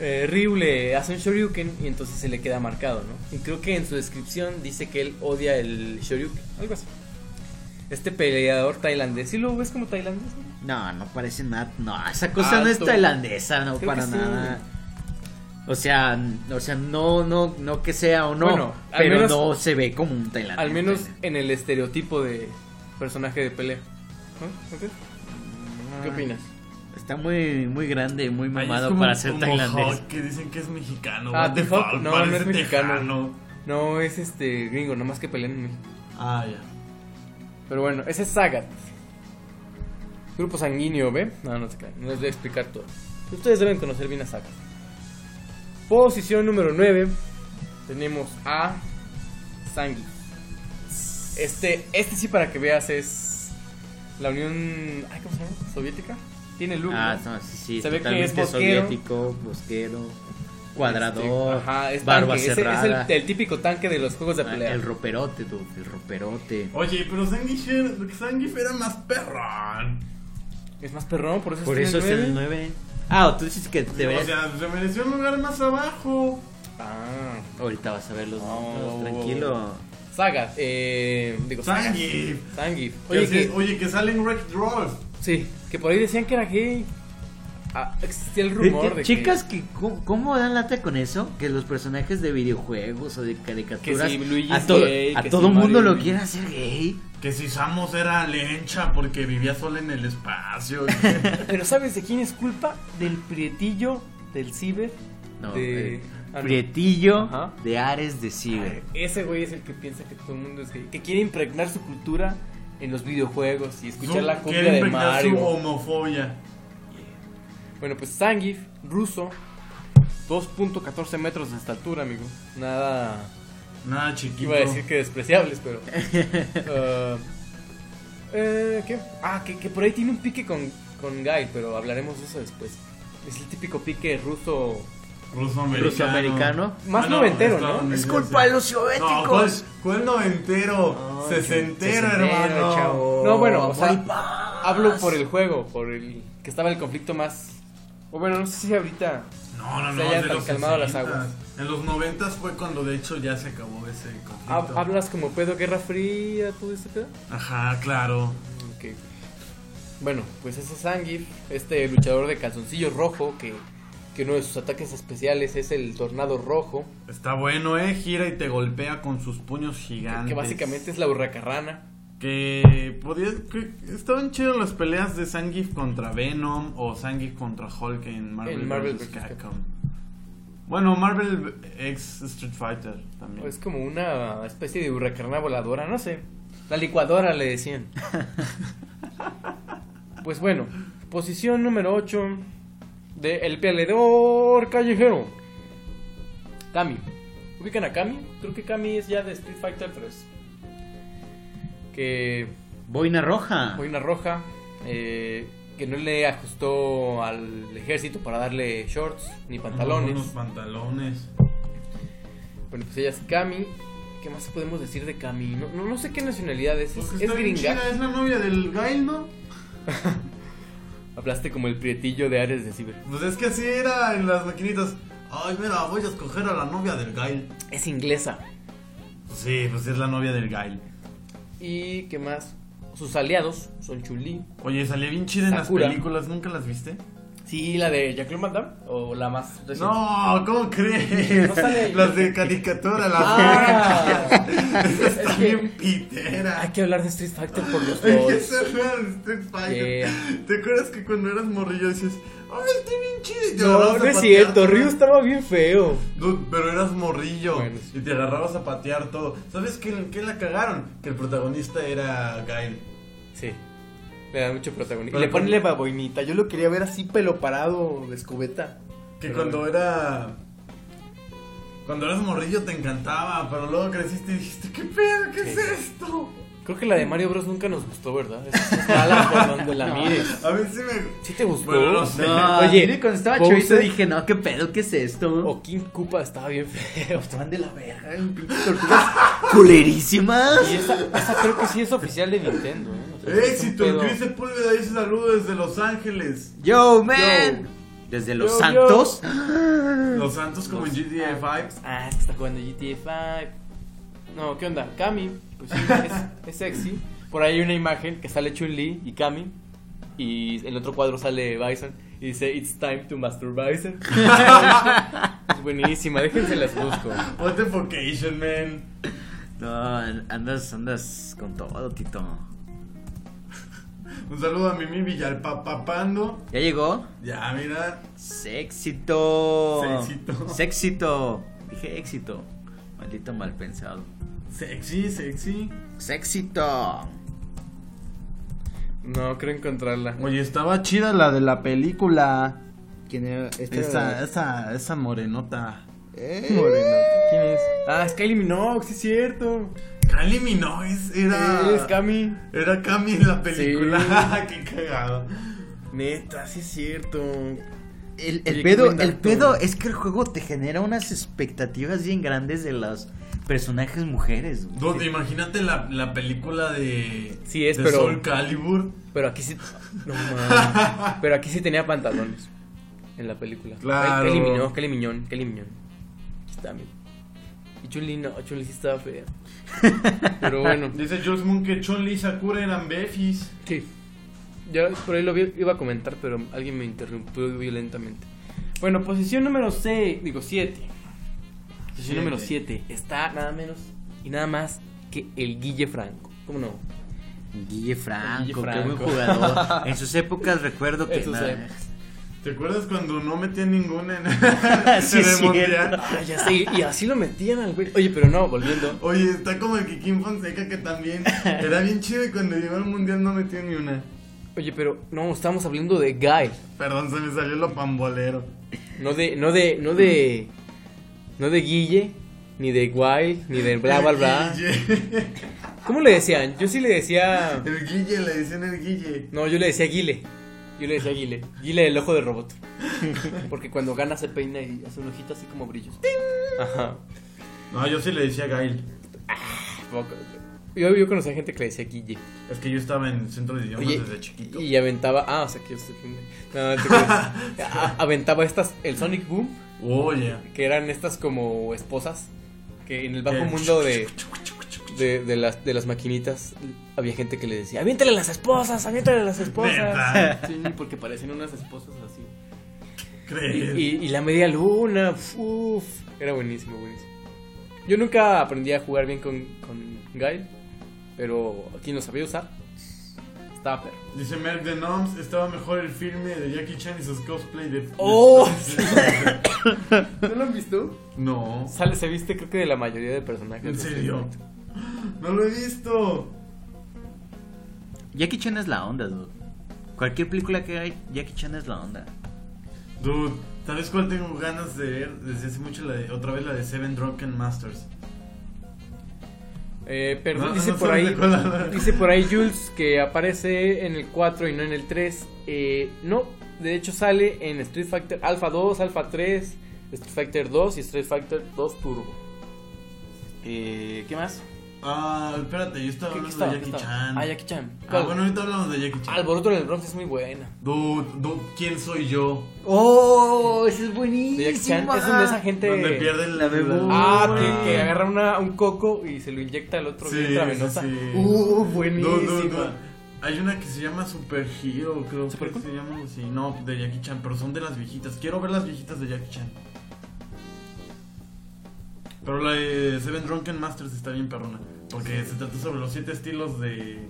E: eh, Ryu le hace un Shoryuken y entonces se le queda marcado, ¿no? Y creo que en su descripción dice que él odia el Shoryuken, algo así. Este peleador tailandés, ¿sí lo ves como tailandés? no?
F: No, no parece nada. No, esa cosa no es
E: Alto.
F: tailandesa, no,
E: Creo
F: para
E: que sí.
F: nada. O sea, n- o sea, no, no, no que sea o no,
E: Bueno, al
F: pero
E: menos-
F: no se ve como un tailandés.
E: Al menos en el estereotipo de personaje de pelea. ¿no? ¿Ok? ¿Qué opinas?
F: Está muy, muy grande, muy
G: Ay, es
F: mamado
G: como
F: para
G: un-
F: ser
G: un
F: tailandés.
G: Mohawk que dicen que es mexicano.
E: Ah,
G: what the
E: T-Hawk,
G: fuck,
E: no, no es
G: parece
E: mexicano.
G: tejano.
E: No, es este gringo, nomás que pelean en México.
G: Ah, ya.
E: Pero bueno, ese es Sagat. Grupo sanguíneo, ¿ve? No, no se crean, no les voy a explicar todo. Ustedes deben conocer bien a Sagat. Posición número 9. Tenemos a Sangi. Este, este sí para que veas es la Unión ay, ¿cómo se llama? Soviética. Tiene look.
F: Ah,
E: ¿no?
F: no, sí, sí,
E: Se ve que
F: totalmente
E: es bosquero.
F: soviético, bosquero, cuadrador,
E: Este, ajá, es
F: barba
E: tanque, ese-
F: cerrada,
E: Es, el, el típico tanque de los juegos de
F: Ah,
E: pelea.
F: el roperote, tú, el roperote.
G: Oye, pero Zangief era- Zangief era más perrón.
E: Es más perrón, por eso,
F: Por
E: tiene
F: eso es el
E: nueve.
F: 9. Ah, tú dices que te
G: O
F: ves.
G: sea, se mereció un lugar más abajo.
E: Ah.
F: Ahorita vas a ver los
E: No,
F: números, tranquilo.
E: Sagat, eh, digo Sagat.
G: Zangief.
E: Zangief.
G: Que
E: Oye,
G: así-
E: que,
G: oye, que sale en Wreck Rolls.
E: sí, que por ahí decían que era gay. Ah, existía el rumor de que-
F: Chicas, que... ¿cómo, cómo dan lata con eso? Que los personajes de videojuegos o de caricaturas
E: Que si Luigi
F: a
E: es
F: todo,
E: gay,
F: a
E: que
F: todo
E: si
F: mundo
E: Mario
F: lo
E: es-
F: quieren hacer gay.
G: Que si Samus era lencha porque vivía sola en el espacio.
E: Pero ¿sabes de quién es culpa? Del prietillo del ciber.
F: No,
E: de...
F: eh,
E: ah, no.
F: Prietillo
E: Ajá.
F: de Ares de Ciber.
E: Ese güey es el que piensa que todo el mundo es gay. Que quiere impregnar su cultura en los videojuegos y escuchar
G: Su-
E: la cumbia
G: quiere
E: de
G: impregnar su
E: Mario.
G: homofobia.
E: Bueno, pues Zangief, ruso. 2.14 metros de estatura, amigo. Nada...
G: Nada, chiquito.
E: Iba a decir que despreciables, pero. Ah, eh, ¿Qué? Ah, que, que por ahí tiene un pique con, con Guy, pero hablaremos de eso después. Es el típico pique ruso.
G: Ruso americano. Ah,
F: Ruso americano.
E: Más noventero, ¿no?
F: Es culpa de los
G: No, ¿cuál,
F: soviéticos.
G: cuál noventero? sesentero, hermano.
E: No, bueno, Oh, o sea, hablo por el juego, por el que estaba el conflicto más. O bueno, no sé si ahorita.
G: No, no,
E: Se
G: no.
E: hayan
G: de los
E: calmado las
G: 60s.
E: aguas.
G: En los noventas fue cuando de hecho ya se acabó ese conflicto.
E: hab- Hablas como pedo Guerra Fría, todo ese pedo.
G: Ajá, claro.
E: Ok. Bueno, pues ese Zangief, este luchador de calzoncillo rojo, que, que uno de sus ataques especiales es el tornado rojo,
G: Está bueno, eh. Gira y te golpea con sus puños gigantes.
E: que básicamente es la hurracarrana.
G: Que podía. que estaban chidas las peleas de Zangief contra Venom o Zangief contra Hulk en Marvel,
E: En Marvel
G: vs.
E: versus
G: Capcom. Bueno, Marvel ex Street Fighter también.
E: Es como una especie de hurracarrana voladora, no sé. La licuadora le decían. pues bueno, posición número 8 de El Peleador Callejero. Kami. ¿Ubican a Kami? Creo que Kami es ya de Street Fighter 3. Que
F: Boina roja.
E: Boina roja eh, que no le ajustó al ejército para darle shorts ni pantalones.
G: Unos pantalones.
E: Bueno, pues ella es Cami. ¿Qué más podemos decir de Cami? No, no, no sé qué nacionalidad es.
G: Porque
E: Es,
G: Pues está bien
E: gringa.
G: chida, ¿eh? es la novia del Gail, ¿no?
E: Hablaste como el prietillo de Ares de Ciber.
G: Pues es que así era en las maquinitas. Ay, mira, voy a escoger a la novia del Gail.
E: Es inglesa.
G: Sí, pues es la novia del Gail.
E: ¿Y qué más? Sus aliados son Chuli.
G: Oye, salía bien chida en
E: Sakura.
G: las películas, ¿nunca las viste?
E: Sí, la de Jacqueline Van Damme. O la más reciente.
G: No, ¿cómo crees?
E: No sale-
G: Las de caricatura, las
E: Ah.
G: Esas
E: Es
G: están
E: que-
G: bien pitera.
E: Hay que hablar de Street Fighter por los dos.
G: Esa era de Street Fighter.
E: Yeah.
G: ¿Te acuerdas que cuando eras morrillo decías, ay, estoy bien chido? y te
E: No,
G: agarrabas
E: no
G: a
E: es
G: patear
E: cierto.
G: todo?
E: Ryu estaba bien feo.
G: Dude, pero eras morrillo
E: Bueno, sí.
G: y te agarrabas a patear todo. ¿Sabes qué, qué la cagaron? Que el protagonista era Gail.
E: Sí. pues, Le da mucho protagonismo. Y
G: Pero
E: le ponen
G: con-
E: la baboinita. Yo lo quería ver así pelo parado de escobeta.
G: Que
E: Pero
G: cuando era. Cuando eras morrillo te encantaba, pero luego creciste y dijiste, ¿qué pedo? ¿Qué es
E: Sí.
G: esto?
E: Creo que la de Mario Bros nunca nos gustó, ¿verdad? Es es mala por donde la mires.
G: A mí sí me.
E: ¿Sí te gustó?
G: Bueno, no sé.
F: No,
E: Oye,
F: mire, cuando estaba
E: Bowser-
F: chavito dije, no, qué pedo, ¿qué es esto?
E: O King Koopa estaba bien feo.
F: Estaban de la verga, en pinches tortugas culerísimas.
E: Y esa, esa creo que sí es oficial de Nintendo. ¿eh? O sea,
G: ¡Ey,
E: es un
G: si tu
E: pedo.
G: Luis Sepúlveda dice saludos desde Los Ángeles!
F: Yo, man. Desde Los
E: Yo, yo.
F: Santos.
G: Los Santos como en GTA 5.
E: Ah, es que está jugando GTA 5. No, ¿qué onda? Cami, pues sí, es, es sexy. Por ahí hay una imagen que sale Chun-Li y Cami. Y en el otro cuadro sale Bison y dice: It's time to masturbate Bison. es buenísima, déjense las busco.
G: What the vocation, man.
F: No, andas, andas con todo, Tito.
G: Un saludo a Mimi Villalpapapando.
F: ¿Ya llegó?
G: Ya, mira.
F: Sexito.
G: Sexito.
F: Sexito. Dije éxito. Maldito mal pensado.
G: Sexy, sexy.
F: Sexito.
E: No, creo encontrarla.
G: Oye, estaba chida la de la película.
I: ¿Quién era? Este
G: Esa,
I: era-
G: esa, esa morenota.
I: Eh,
E: ¿Quién es? Ah, es Kylie Minogue, sí es cierto.
G: Kylie Minogue es-
I: Ah.
G: era.
E: Es Cami.
G: Era Cami en la película. Qué cagado.
E: Neta, sí es cierto. Oye,
F: El, el,
E: qué
F: pedo,
E: buen
F: el
E: dato.
F: pedo es que el juego te genera unas expectativas bien grandes de los personajes mujeres. güey.
G: Dude, imagínate la, la película de.
E: Sí, es,
G: de
E: pero-
G: Soul Calibur.
E: Pero aquí sí. No mames. Pero aquí sí tenía pantalones. En la película.
G: Claro.
E: Kelly Miñón, Kelly Miñón, Kelly Miñón. Aquí está, mira. Y Chuli no, Chuli sí estaba fea. Pero bueno.
G: Dice Jules Moon que Chun-Li y Sakura eran befis.
E: Sí. Ya por ahí lo vi- iba a comentar, pero alguien me interrumpió violentamente. Bueno, posición número 6, digo 7. Posición
G: Siete.
E: número 7 está nada menos y nada más que el Guille Franco. ¿Cómo no?
F: Guille Franco,
E: Guille
F: qué buen
E: Franco.
F: jugador. En sus épocas recuerdo que.
E: En sus
F: nada.
E: épocas.
G: ¿Te acuerdas cuando no metía ninguna en,
F: Sí,
G: en el
F: es
G: mundial?
E: Ah, ya sé, y así lo metían al güey. Oye, pero no, volviendo.
G: Oye, está como el Kikín Fonseca que también era bien chido y cuando llegó al mundial no metió ni una.
E: Oye, pero no, estamos hablando de Guy,
G: Perdón, se me salió lo pambolero.
E: no de no de no de no de Guille ni de Guay, ni de bla bla bla.
G: Guille.
E: ¿Cómo le decían? Yo sí le decía
G: El Guille, le decían el Guille.
E: No, yo le decía Guile. Yo le decía Guile. Guile el ojo de robot. Porque cuando gana se peina y hace un ojito así como brillos. Ajá.
G: No, yo sí le decía Gail.
E: Poco. Yo, yo conocía gente que le decía Guille.
G: Es que yo estaba en centro de idiomas
E: Oye,
G: desde chiquito.
E: Y aventaba. Ah, o sea que yo soy pendejo. No, no te creas. A- aventaba estas. El Sonic Boom.
G: Oye.
E: que eran estas como esposas que en el bajo
G: Eh,
E: mundo de de, de las de las maquinitas había gente que le decía aviéntale las esposas aviéntale las esposas
G: ¿Neta?
E: sí porque parecían unas esposas así y,
G: ¿Crees?
E: y- y la media luna uf, era buenísimo buenísimo yo nunca aprendí a jugar bien con con Gail pero aquí no sabía usar estaba perro
G: Dice Merck de Noms, estaba mejor el filme de Jackie Chan y sus cosplay de...
E: ¡Oh!
J: ¿No lo han visto?
G: No.
E: sale se viste creo que de la mayoría de personajes
G: ¿En
E: de este
G: serio?
E: momento.
G: No lo he visto.
F: Jackie Chan es la onda, dude. Cualquier película que hay, Jackie Chan es la onda.
G: Dude, ¿sabes cuál tengo ganas de ver? Desde hace mucho la de, otra vez la de Seven Drunken Masters.
E: Eh, perdón,
G: No,
E: dice
G: no
E: por
G: sé
E: ahí
G: de cuál hablas.
E: dice por ahí Jules que aparece en el 4 y no en el 3. Eh, no, de hecho sale en Street Fighter Alpha 2, Alpha 3, Street Fighter 2 y Street Fighter 2 Turbo. Eh, ¿Qué más?
G: Ah, espérate, yo estaba
E: ¿Qué- qué
G: hablando
E: estaba?
G: de
E: ¿Qué
G: Jackie
E: estaba?
G: Chan.
E: Ah, Jackie Chan.
G: Ah,
E: ¿Cuál?
G: bueno, ahorita hablamos de Jackie Chan.
E: Alboroto en el Bronx es muy buena.
G: Dude, dude, ¿quién soy yo?
F: ¡Oh! Ese es
E: De
F: buenísimo.
E: Jackie Chan es donde esa gente.
G: Donde pierden la
F: La bebú.
E: Ah,
G: Ah.
E: que, que agarra una- un coco y se lo inyecta al otro
G: Sí,
E: vía intravenosa.
G: sí, sí.
E: Uh,
G: Dude,
E: buenísima.
G: dude, dude. Hay una que se llama Super Hero, creo que se llama así. No, de Jackie Chan, pero son de las viejitas. Quiero ver las viejitas de Jackie Chan. Pero la de Seven Drunken Masters está bien perrona. Porque se trata sobre los siete estilos de.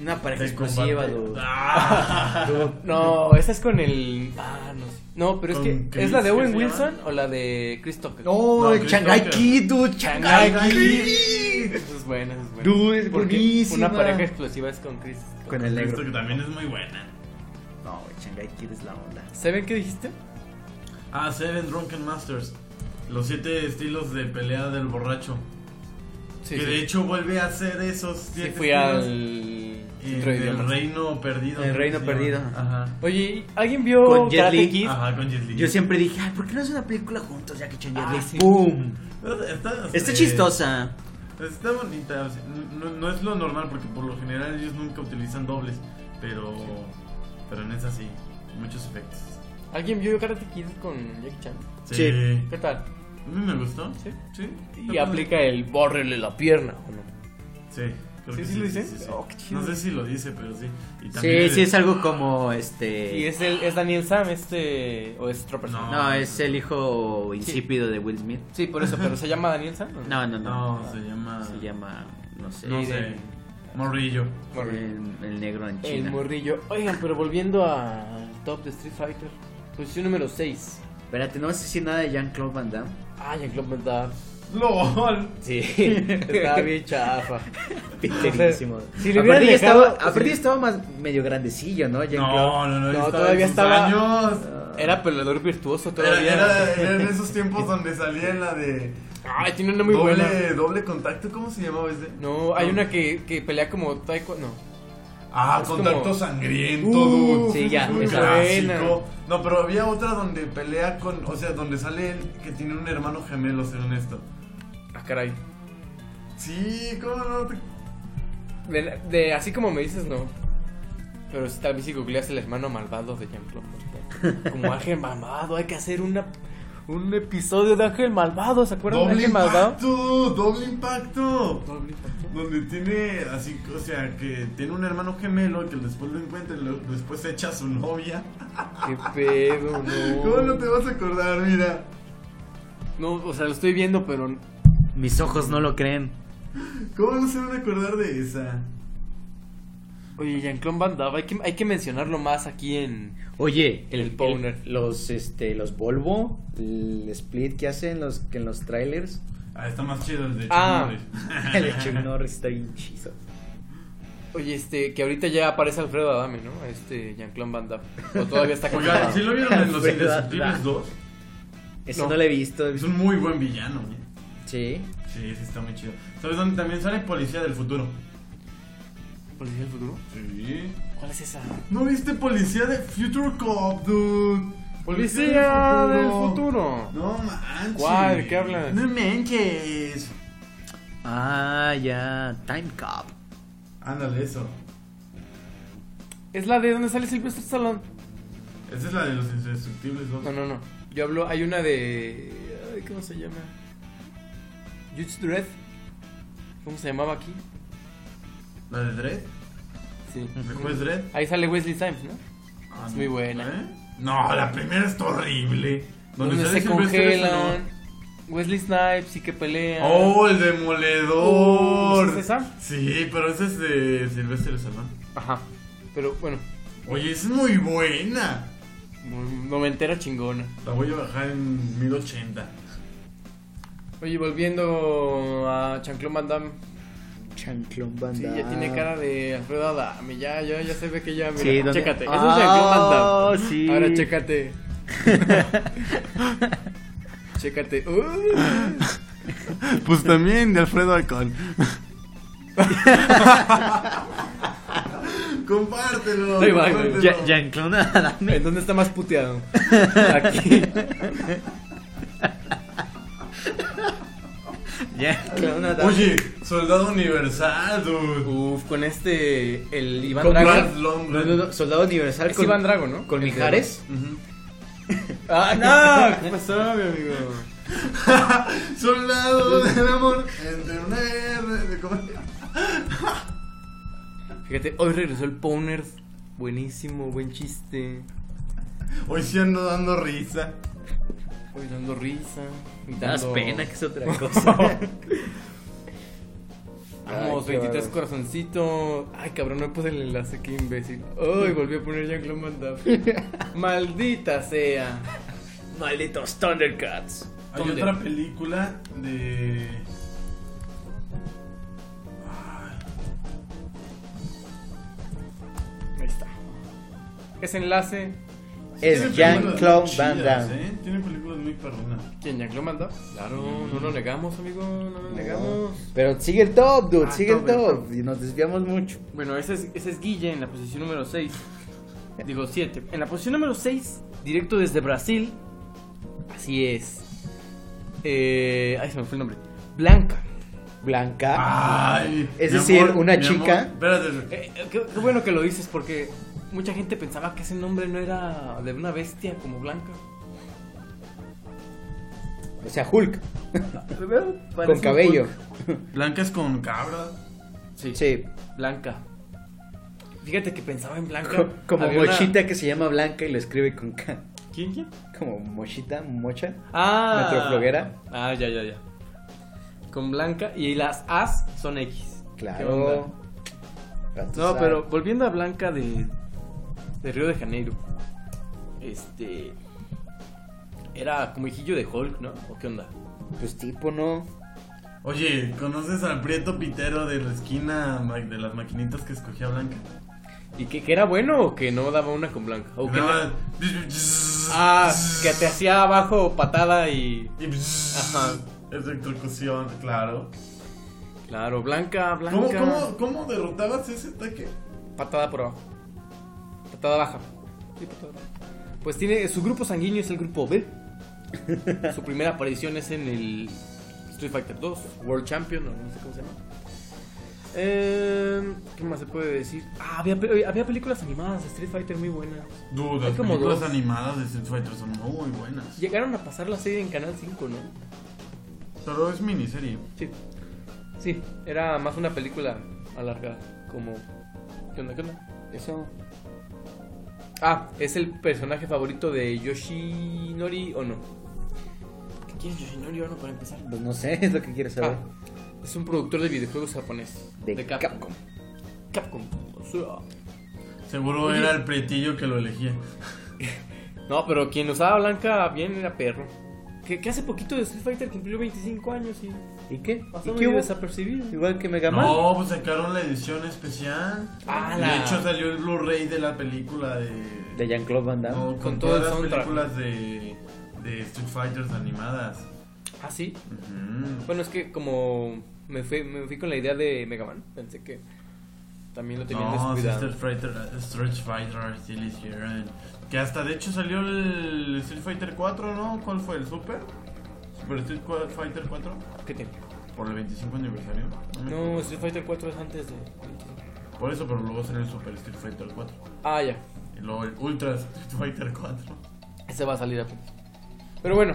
E: Una pareja
G: de
E: explosiva,
G: combate.
E: dude.
G: Ah.
E: No, esa es con el. Ah, no sé. No, pero es
G: Con
E: que.
G: Chris,
E: ¿Es la de Owen
G: ¿qué se llama?
E: Wilson o la de Chris Tucker?
F: ¡Oh!
G: No,
F: el Shanghai
G: Christopher.
F: Kid, dude. Shanghai
E: Shanghai
F: Kid.
E: Esa es buena, esa es buena.
F: Dude, es
E: Porque
F: buenísima.
E: Una pareja explosiva es con Chris.
F: Con el
G: Esto
F: negro.
G: que también es muy buena.
F: No, güey, Shanghai Kid es la onda.
E: ¿Saben qué dijiste?
G: Ah, Seven Drunken Masters. Los siete estilos de pelea del borracho.
E: Sí.
G: que de hecho vuelve a ser esos siete
E: fui
G: estilos.
E: al.
G: En
E: centro de
G: el
E: idiomas.
G: reino perdido.
F: El reino
G: Sí,
F: perdido.
G: Ajá.
E: Oye, ¿alguien vio
F: Con Jet
E: Karate
F: Li.
E: Kid?
G: Ajá, con Jet Li.
F: Yo siempre dije, ay, ¿por qué no hace una película juntos, Jackie Chan y Jet
E: Ah,
F: Li?
E: sí.
F: ¡Pum!
G: Está,
F: Está
G: eh,
F: chistosa.
G: Está bonita. o sea, no, no es lo normal porque por lo general ellos nunca utilizan dobles. Pero, pero en esa sí. Muchos efectos.
E: ¿Alguien vio Karate Kid con Jackie Chan?
G: Sí.
F: Sí.
E: ¿Qué tal?
G: A mí me gustó.
E: Sí.
G: Sí.
E: Y aplica el bórrele la pierna, ¿o no?
G: Sí. creo
E: ¿Sí,
G: que
E: sí lo dice?
G: sí.
E: Oh, qué chido.
G: no sé si lo dice, pero sí. Y
F: Sí,
G: también
F: sí,
G: el-
F: es algo como este.
E: Y es, el, es Daniel Sam, este. ¿O es otro personaje?
F: No, es el hijo insípido de Will Smith.
E: Sí, por eso, pero ¿se llama Daniel Sam? o
F: No, no, no.
G: No, se llama.
F: Se llama, no sé.
G: No
E: Sí,
G: sé.
E: de-
G: Morrillo.
F: El, el negro en Eh, China.
E: El morrillo. Oigan, pero volviendo al top de Street Fighter. Posición número 6.
F: Espérate, no vas a decir nada de Jean-Claude Van Damme.
E: Ah, Jean-Claude Van Damme.
G: ¡LOL!
E: Sí, estaba bien chafa.
F: Piterísimo.
E: si le hubieran
F: aparte, ya
E: dejado-
F: estaba, aparte ya estaba más medio grandecillo, ¿no? Jean-Claude.
G: No, no, no.
E: No,
G: estaba en
E: todavía
G: sus
E: estaba-
G: años.
E: Era peleador virtuoso
G: Era,
E: todavía.
G: era- era en esos tiempos donde salía la de
E: Ay, tiene una muy
G: doble,
E: buena.
G: doble contacto, ¿cómo se llamaba ese?
E: No, hay una que, que pelea como taekwondo. No.
G: Ah,
E: es
G: contacto
E: como-
G: sangriento,
E: Uh,
G: dude.
F: sí, ya,
G: Un
F: esa.
G: clásico. No, pero había otra donde pelea con, o sea, donde sale el que tiene un hermano gemelo, según esto.
E: Ah, caray.
G: Sí, ¿cómo no? te-
E: De, de- así como me dices, no. Pero si tal vez si googleas el hermano malvado de Jean-Claude. Van Damme. Como Ángel Malvado, hay que hacer una, un episodio de Ángel Malvado. ¿Se acuerdan de
G: Doble
E: Ángel Malvado?
G: impacto, doble impacto. Donde tiene así, o sea, que tiene un hermano gemelo que después lo encuentra y lo- después se echa a su novia.
E: Qué pedo,
G: ¿Cómo no te
E: no.
G: vas a acordar? Mira.
E: No, o sea, lo estoy viendo, pero
F: Mis ojos no lo creen.
G: ¿Cómo no se van a acordar de esa?
E: Oye, Jean-Claude Van Damme, hay que, hay que mencionarlo más aquí en...
F: Oye, el,
E: El boner.
F: el- los este los Volvo, el split que hacen los que en los trailers,
G: Ah, está más chido el de Chuck
E: Ah.
G: Norris.
F: el de Chuck Norris está bien chido.
E: Oye, este, que ahorita ya aparece Alfredo Adame, ¿no? Este, Jean-Claude Van Damme. O todavía está
G: Oigan,
E: casado.
G: ¿sí lo vieron en Los
F: Alfredo
G: Indestructibles
F: Adame.
G: 2?
F: Eso
E: No.
F: no, lo he visto. he
G: Es
F: visto-
G: un muy buen villano, güey.
F: Sí.
G: Sí, sí, está muy chido. ¿Sabes dónde también sale Policía del Futuro?
E: ¿Policía del futuro?
G: Sí.
E: ¿Cuál es esa?
G: ¿No viste Policía de Future Cop, dude?
B: Policía del futuro.
G: No manches.
B: ¿Cuál? ¿De qué hablas?
G: No manches.
F: Ah, ya. Time Cop.
G: Ándale, eso.
E: Es la de donde sale Silvestre Stallone.
G: Esa es la de los indestructibles, ¿no?
E: No, no, no. Yo hablo, hay una de. ay, ¿Cómo se llama? Judge Dredd. ¿Cómo se llamaba aquí?
G: ¿La de Dredd?
E: Sí.
G: ¿El juez Dredd?
E: Ahí sale Wesley Times, ¿no?
G: Ah,
E: Es
G: no.
E: muy buena.
G: ¿Eh? No, la primera está horrible.
E: Donde,
G: sale este
E: se
G: Sylvester
E: congelan.
G: Stallone.
E: Wesley Snipes y que pelean.
G: Oh, el demoledor.
E: Uh, ¿es esa?
G: Sí, pero esa es de Sylvester Stallone.
E: Ajá. Pero bueno,
G: Oye, esa es muy buena.
E: noventera chingona.
G: La voy a bajar en 1080.
E: Oye, volviendo a Chanclón Van Damme.
I: Chanclón banda.
E: Sí, ya tiene cara de Alfredo Adame. Ya, ya, ya se ve que ya. Mira,
F: Sí, ¿dónde?
E: chécate. Eso
F: Ah,
E: es Chanclón Van Damme.
F: sí.
E: Ahora chécate. chécate. Uy.
G: Pues también de Alfredo Alcón. compártelo.
E: Da igual,
G: compártelo.
F: Ya- Jean-Claude Adame.
E: ¿En dónde está más puteado? Aquí.
F: Jean-Claude Adame.
G: Oye, soldado universal, dude.
E: Uf, con este. El Iván
G: Con
E: Drago.
G: Brad Longman.
F: No, no, no, Soldado Universal
E: Es Iván Drago, ¿no?
F: con
E: El de-
F: Mijares.
E: Ah, no. ¿Qué pasó, mi amigo?
G: Soldado del amor. Entre una guerra de- ¿cómo es?
E: Fíjate, hoy regresó el Poners. Buenísimo, buen chiste.
G: Hoy sí ando dando risa.
E: Hoy dando risa.
F: Das
E: Dando
F: pena, que es otra cosa.
E: Vamos,
I: Ay, qué
E: 23
I: bárbaro.
E: corazoncito. Ay, cabrón, no puse el enlace, qué imbécil. Ay, volví a poner Jean-Claude Van Damme. Maldita sea.
F: Malditos Thundercats.
G: Hay
E: ¿Dónde?
G: otra película de.
E: Ahí está. Ese enlace.
G: Tiene
F: Es
G: películas
F: Jean-Claude
G: muy
F: Van
G: chidas,
F: Damme.
G: ¿eh? Tiene películas muy perronas.
E: ¿Quién Jean-Claude Van Damme? Claro, no lo negamos, amigo, Mm. no lo negamos.
F: Pero sigue el top, dude,
I: Ah,
F: sigue el
I: top, el
F: top. Y nos desviamos mucho.
E: Bueno, ese es, ese es Guille en la posición número 6. Digo 7. En la posición número 6, directo desde Brasil. Así es. Eh, ay, se me fue el nombre. Blanca.
F: Blanca.
E: Ah.
G: Ay,
F: Es
G: mi
F: decir, una
G: mi
F: chica.
G: amor, espérate,
E: Eh, eh, qué, qué bueno que lo dices porque mucha gente pensaba que ese nombre no era de una bestia como Blanca.
F: O sea, Hulk.
E: Parece
F: Con
E: un
F: cabello.
E: Hulk.
G: blancas con cabra.
E: Sí,
F: Sí.
E: Blanca. Fíjate que pensaba en Blanca.
F: Co- Como
E: Había una-
F: Mochita que se llama Blanca y lo escribe con K.
E: ¿Quién, quién?
F: Como Mochita, Mocha.
E: Ah.
F: Metrofloguera.
E: Ah, ya, ya, ya. Con Blanca y las As son X. ¿Qué
F: Claro.
E: onda?
F: Ya tú
E: No,
F: sabes.
E: pero volviendo a Blanca de, de Río de Janeiro. Este. Era como hijillo de Hulk, ¿no? ¿O qué onda?
F: Pues tipo, ¿no?
G: Oye, ¿conoces al Prieto Pitero de la esquina ma- de las maquinitas que escogía Blanca?
E: ¿Y que, que era bueno o que no daba una con Blanca? ¿O que
G: No,
E: te- Ah, que te hacía abajo patada y.
G: y-
E: Ajá.
G: Electrocución, claro.
E: Claro, Blanca,
G: ¿Cómo,
E: Blanca.
G: cómo, ¿Cómo derrotabas ese ataque?
E: Patada por abajo. Patada baja. Sí, patada baja. Pues tiene. Su grupo sanguíneo es el grupo B. su primera aparición es en el Street Fighter 2, World Champion, o no sé cómo se llama. Eh, ¿Qué más se puede decir? Ah, había, pe- oye, había películas animadas de Street Fighter muy buenas.
G: Dudas,
E: Hay
G: las
E: como
G: películas
E: dos.
G: animadas de Street Fighter son muy buenas.
E: Llegaron a pasar la serie en Canal 5, ¿no?
G: Pero es miniserie.
E: Sí. Sí, era más una película alargada. Como. ¿Qué onda? ¿Qué onda?
F: Eso.
E: Ah, es el personaje favorito de Yoshinori Ono. ¿Qué quieres Yoshinori Ono para empezar?
F: Pues no sé, es lo que quieres saber.
E: es un productor de videojuegos japonés.
F: De
E: Ah, Capcom. Capcom. O sea,
G: Seguro era el Prietillo que lo elegía.
E: No, pero quien usaba a Blanca bien era perro. Que, que hace poquito de Street Fighter cumplió 25 años y
F: ¿Y qué?
E: pasó
F: ¿Y
E: muy
F: qué hubo?
E: desapercibido.
F: Igual que Mega Man.
G: No, pues sacaron la edición especial.
E: Ah,
G: de
E: la-
G: hecho salió el Blu-ray de la película de...
F: De Jean-Claude Van Damme.
G: No, con,
E: Con todo el
G: todas las
E: soundtrack.
G: películas de, de Street Fighters animadas.
E: Ah, sí.
G: Ujú.
E: Pues, Bueno, es que como me fui, me fui con la idea de Mega Man, pensé que También lo tenían
G: No, Sister
E: descuidado.
G: Fighter, Stretch Fighter, Still is Here. eh, Que hasta de hecho salió el Street Fighter 4, ¿no? ¿Cuál fue? ¿El Super? ¿Super Street Cua- Fighter 4?
E: ¿Qué tiene?
G: Por el 25 aniversario. No me
E: No,
G: acuerdo.
E: Street Fighter 4 es antes de.
G: Por eso, pero luego salió el Super Street Fighter 4.
E: Ah, ya.
G: Y luego el Ultra Street Fighter 4.
E: Ese va a salir apenas. Pero bueno,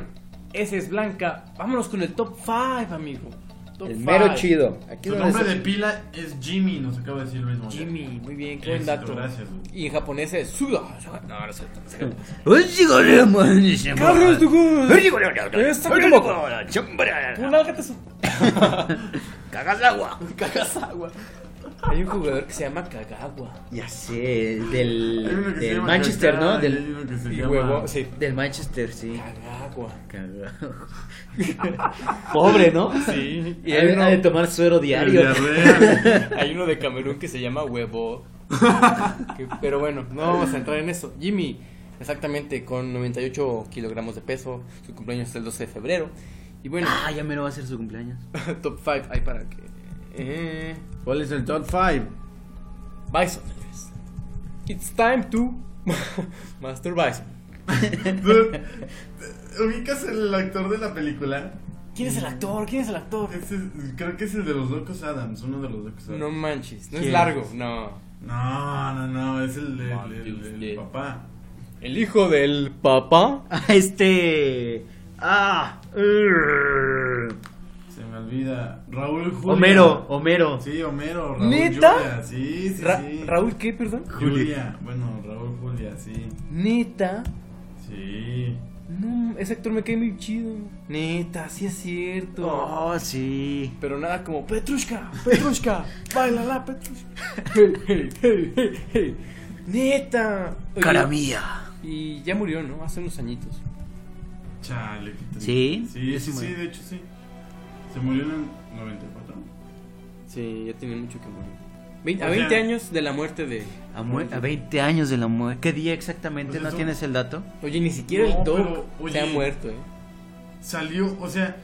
E: ese es Blanca. Vámonos con el top 5, amigo. Top
F: El mero
E: five.
F: chido. Aquí
G: Su
F: donde
G: nombre de
F: se-
G: pila es Jimmy, nos acaba de decir Luis Montes.
E: Jimmy, muy bien, qué buen
G: Éxito,
E: dato.
G: gracias, güey.
E: Y en japonés es Suda. No, no sé.
F: ¡Uy, chico, no, man, ese
E: ¡Cabros,
F: man!
E: tú!
F: ¡Uy, chico, no, no, no!
E: Está
F: ¡Uy,
E: bien
F: chico,
E: loco.
F: no, no,
E: Pues
F: chambra!
E: ¡Punágatasu!
F: ¡Cagas agua!
E: Kagasawa. Hay un jugador que se llama Kagawa.
F: Ya sé, el
G: Hay uno
F: del,
G: que se
F: del
G: llama
F: Manchester,
G: Kaká,
F: ¿no?
G: y hay
F: Del,
G: uno que se
E: Y
G: llama- Ah,
E: huevo, sí.
F: del Manchester, sí.
E: Kagawa.
F: Cagado. Pobre, ¿no?
G: Sí.
F: Y él ha de tomar suero
G: El
F: diario.
G: diarrea.
E: Hay uno de Camerún que se llama Huevo. Que- pero bueno, no vamos a entrar en eso. Jimmy, exactamente, con 98 kilogramos de peso. Su cumpleaños es el 12 de febrero. Y bueno,
F: Ah, ya me lo va a hacer su cumpleaños.
E: top 5 hay para que. Eh,
J: ¿Cuál es el top 5?
E: Bison. pues. It's time to Master Bison.
G: ¿Tú- ¿Ubicas el actor de la película?
E: ¿Quién es el actor? ¿Quién es el actor?
G: Ese es- creo que es el de los locos Adams, uno de los locos
E: No
G: Adams.
E: manches, no es
F: ¿Quién?
E: largo, no.
G: No, no, no, es el, de- el- el- el
E: Dios.
G: papá.
E: El hijo del papá.
F: Ah, este. Ah. urr.
G: Se me olvida. Raúl Julia.
F: Homero, Homero.
G: Sí, Homero. Raúl
E: ¿Neta?
G: Julia, sí, sí,
E: Ra-
G: sí.
E: Raúl, ¿qué, perdón?
G: Julia. Bueno, Raúl Julia, sí.
E: Neta.
G: Sí.
E: No, ese actor me cae muy chido. Neta, sí es cierto.
F: Oh, sí.
E: Pero nada como Petrushka, Petrushka, baila la Petrushka. Hey, hey, hey, hey, hey. Neta. Oye,
F: Cara mía.
E: Y ya murió, ¿no? Hace unos añitos.
G: Chale. qué triste.
F: ¿Sí?
G: Sí,
F: Ya
G: sí, sí,
F: se murió.
G: de hecho sí. Se murió en el 94.
E: Sí, ya tiene mucho que morir. Vein- a
G: O
E: 20
G: sea-
E: años de la muerte de.
F: A, mu- a 20 años de la muerte. ¿Qué día exactamente?
G: Pues
F: ¿No
G: eso-
F: tienes el dato?
E: Oye, ni siquiera
G: No,
E: el Doc
G: pero, oye.
E: se ha muerto, ¿eh?
G: Salió, o sea,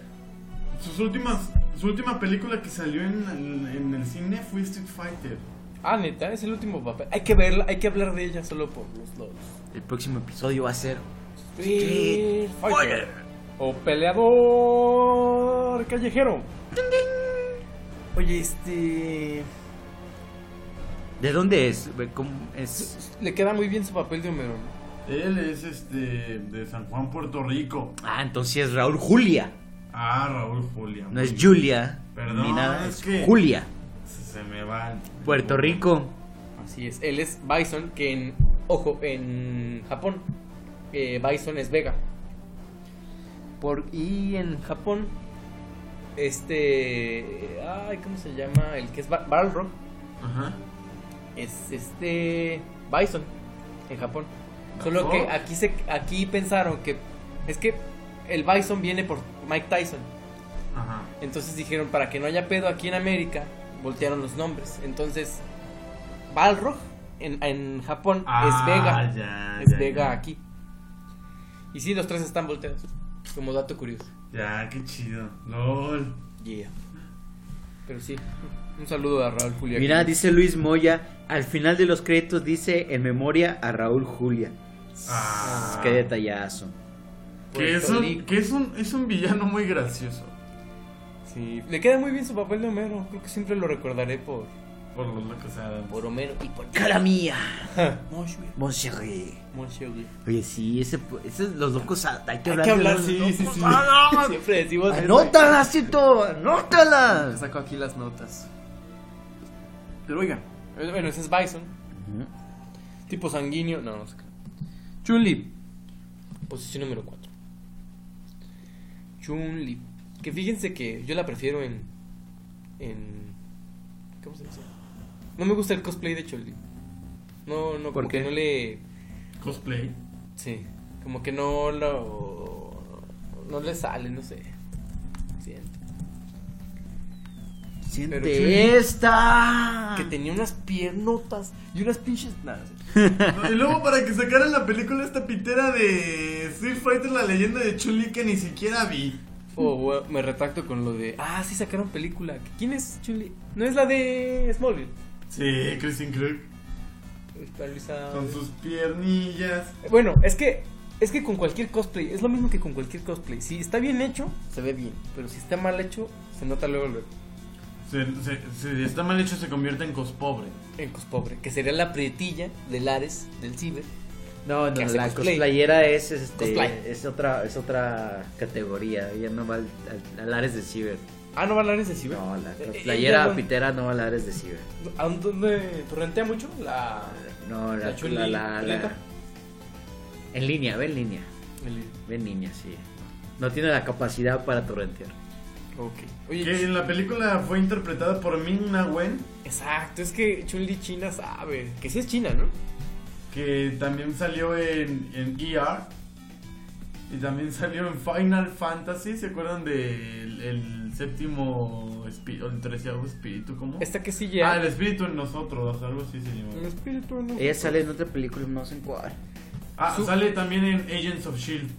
G: sus últimas, su última película que salió en, en- en el cine fue Street Fighter.
E: Ah, neta, es el último papel. Hay que verla, hay que hablar de ella solo por los dos.
F: El próximo episodio va a ser.
E: Street Fighter. O peleador callejero. Oye, este.
F: ¿De dónde es? Ve, ¿Cómo es?
E: Le queda muy bien su papel de Homero. ¿no?
G: Él es este de San Juan, Puerto Rico.
F: Ah, entonces es Raúl Julia.
G: Ah, Raúl Julia.
F: No es Julia.
G: Perdón,
F: ni nada.
G: es
F: Es
G: que-
F: Julia.
G: Se, se me va. el-
F: Puerto Rico.
E: Así es. Él es Bison, que en. Ojo, en Japón. eh, Bison es Vega. Por, y en Japón. Este. Ay, ¿cómo se llama? El que es Ba- Balrog.
G: Ajá.
E: es este Bison en Japón. Solo
G: Ajá.
E: que aquí se aquí pensaron que es que el Bison viene por Mike Tyson.
G: Ajá.
E: Entonces dijeron para que no haya pedo aquí en América, voltearon los nombres. Entonces Balrog en, en Japón
G: Ah,
E: es Vega.
G: ya,
E: es
G: ya,
E: Vega
G: ya.
E: aquí. Y sí, los tres están volteados. Como dato curioso.
G: Ya, qué chido. LOL.
E: Yeah. Pero sí. Un saludo a Raúl Julián.
F: Mira, dice Luis Moya. Al final de los créditos dice en memoria a Raúl Julia.
G: Ah.
F: Qué detallazo.
G: Que es un, que es un, es un villano muy gracioso.
E: Sí, le queda muy bien su papel de Homero. Creo que siempre lo recordaré por,
G: Por los locos Adams.
E: por Homero y por
F: Cara mía.
E: Moshe.
F: Monserré.
E: Moshe, güey.
F: Oye, sí, ese, ese los locos. Hay que
E: Hay
F: hablar.
E: que
F: de
E: hablar,
F: los
E: sí,
F: locos.
E: sí, sí.
F: Ah, no,
E: Siempre decimos.
F: Anótalas, Tito, anótalas.
J: Saco aquí las notas. Pero oiga,
E: eh, Bueno, ese es Bison. Tipo sanguíneo. No, no sé qué. Chun-Li. Posición número 4. Chun-Li. Que fíjense que yo la prefiero en. En. ¿Cómo se dice? No me gusta el cosplay de Chun-Li. No, no,
F: ¿Por
E: porque
F: qué?
E: no le.
G: Cosplay.
E: Sí, como que no lo. No le sale, no sé. Siento.
F: Siente
E: Pero Chun-Li-
F: esta.
E: Que tenía unas piernotas y unas pinches. Nada, sí.
G: No, y luego para que sacaran la película esta pitera de Street Fighter, la leyenda de Chun-Li que ni siquiera vi.
E: Oh, bueno, me retracto con lo de. Ah, sí sacaron película. ¿Quién es Chun-Li? No es la de Smallville.
G: Sí, Christian Kirk.
E: Paralizado.
G: Con sus piernillas.
E: Bueno, es que es que con cualquier cosplay, es lo mismo que con cualquier cosplay. Si está bien hecho, se ve bien, pero si está mal hecho, se nota luego luego.
G: Se, se- si está mal hecho, se convierte en cospobre.
E: En cospobre, que sería la prietilla del Ares del Ciber.
F: No,
E: que
F: no,
E: hace
F: la
E: cosplay.
F: cosplayera es este
E: Cosplay.
F: es otra es otra categoría, ella no va al, al- al Ares de Ciber.
E: Ah, no va al Ares del Ciber.
F: No, la
E: Eh,
F: cosplayera
E: ella-
F: pitera no va al Ares de Ciber.
E: ¿A dónde torrentea mucho? La
F: No, la
E: La Chun-Li,
F: la, la- la-
E: ¿Leta?
F: en línea, ve en línea. Ve en línea, sí. No tiene la capacidad para torrentear.
E: Ok.
G: Que
E: Oye,
G: en la película fue interpretada por Ming Na Wen,
E: exacto, es que Chun-Li China sabe, que sí es China, ¿no?
G: que también salió en, en ER. Y también salió en Final Fantasy. ¿Se acuerdan del el séptimo espíritu? El treceavo espíritu, ¿cómo?
E: Esta que sí
G: Ah,
E: ya.
G: el espíritu en nosotros, algo así se llama.
E: El espíritu no.
F: Ella sale en otra película, no sé en cuál.
G: Ah, sale también en Agents of Shield.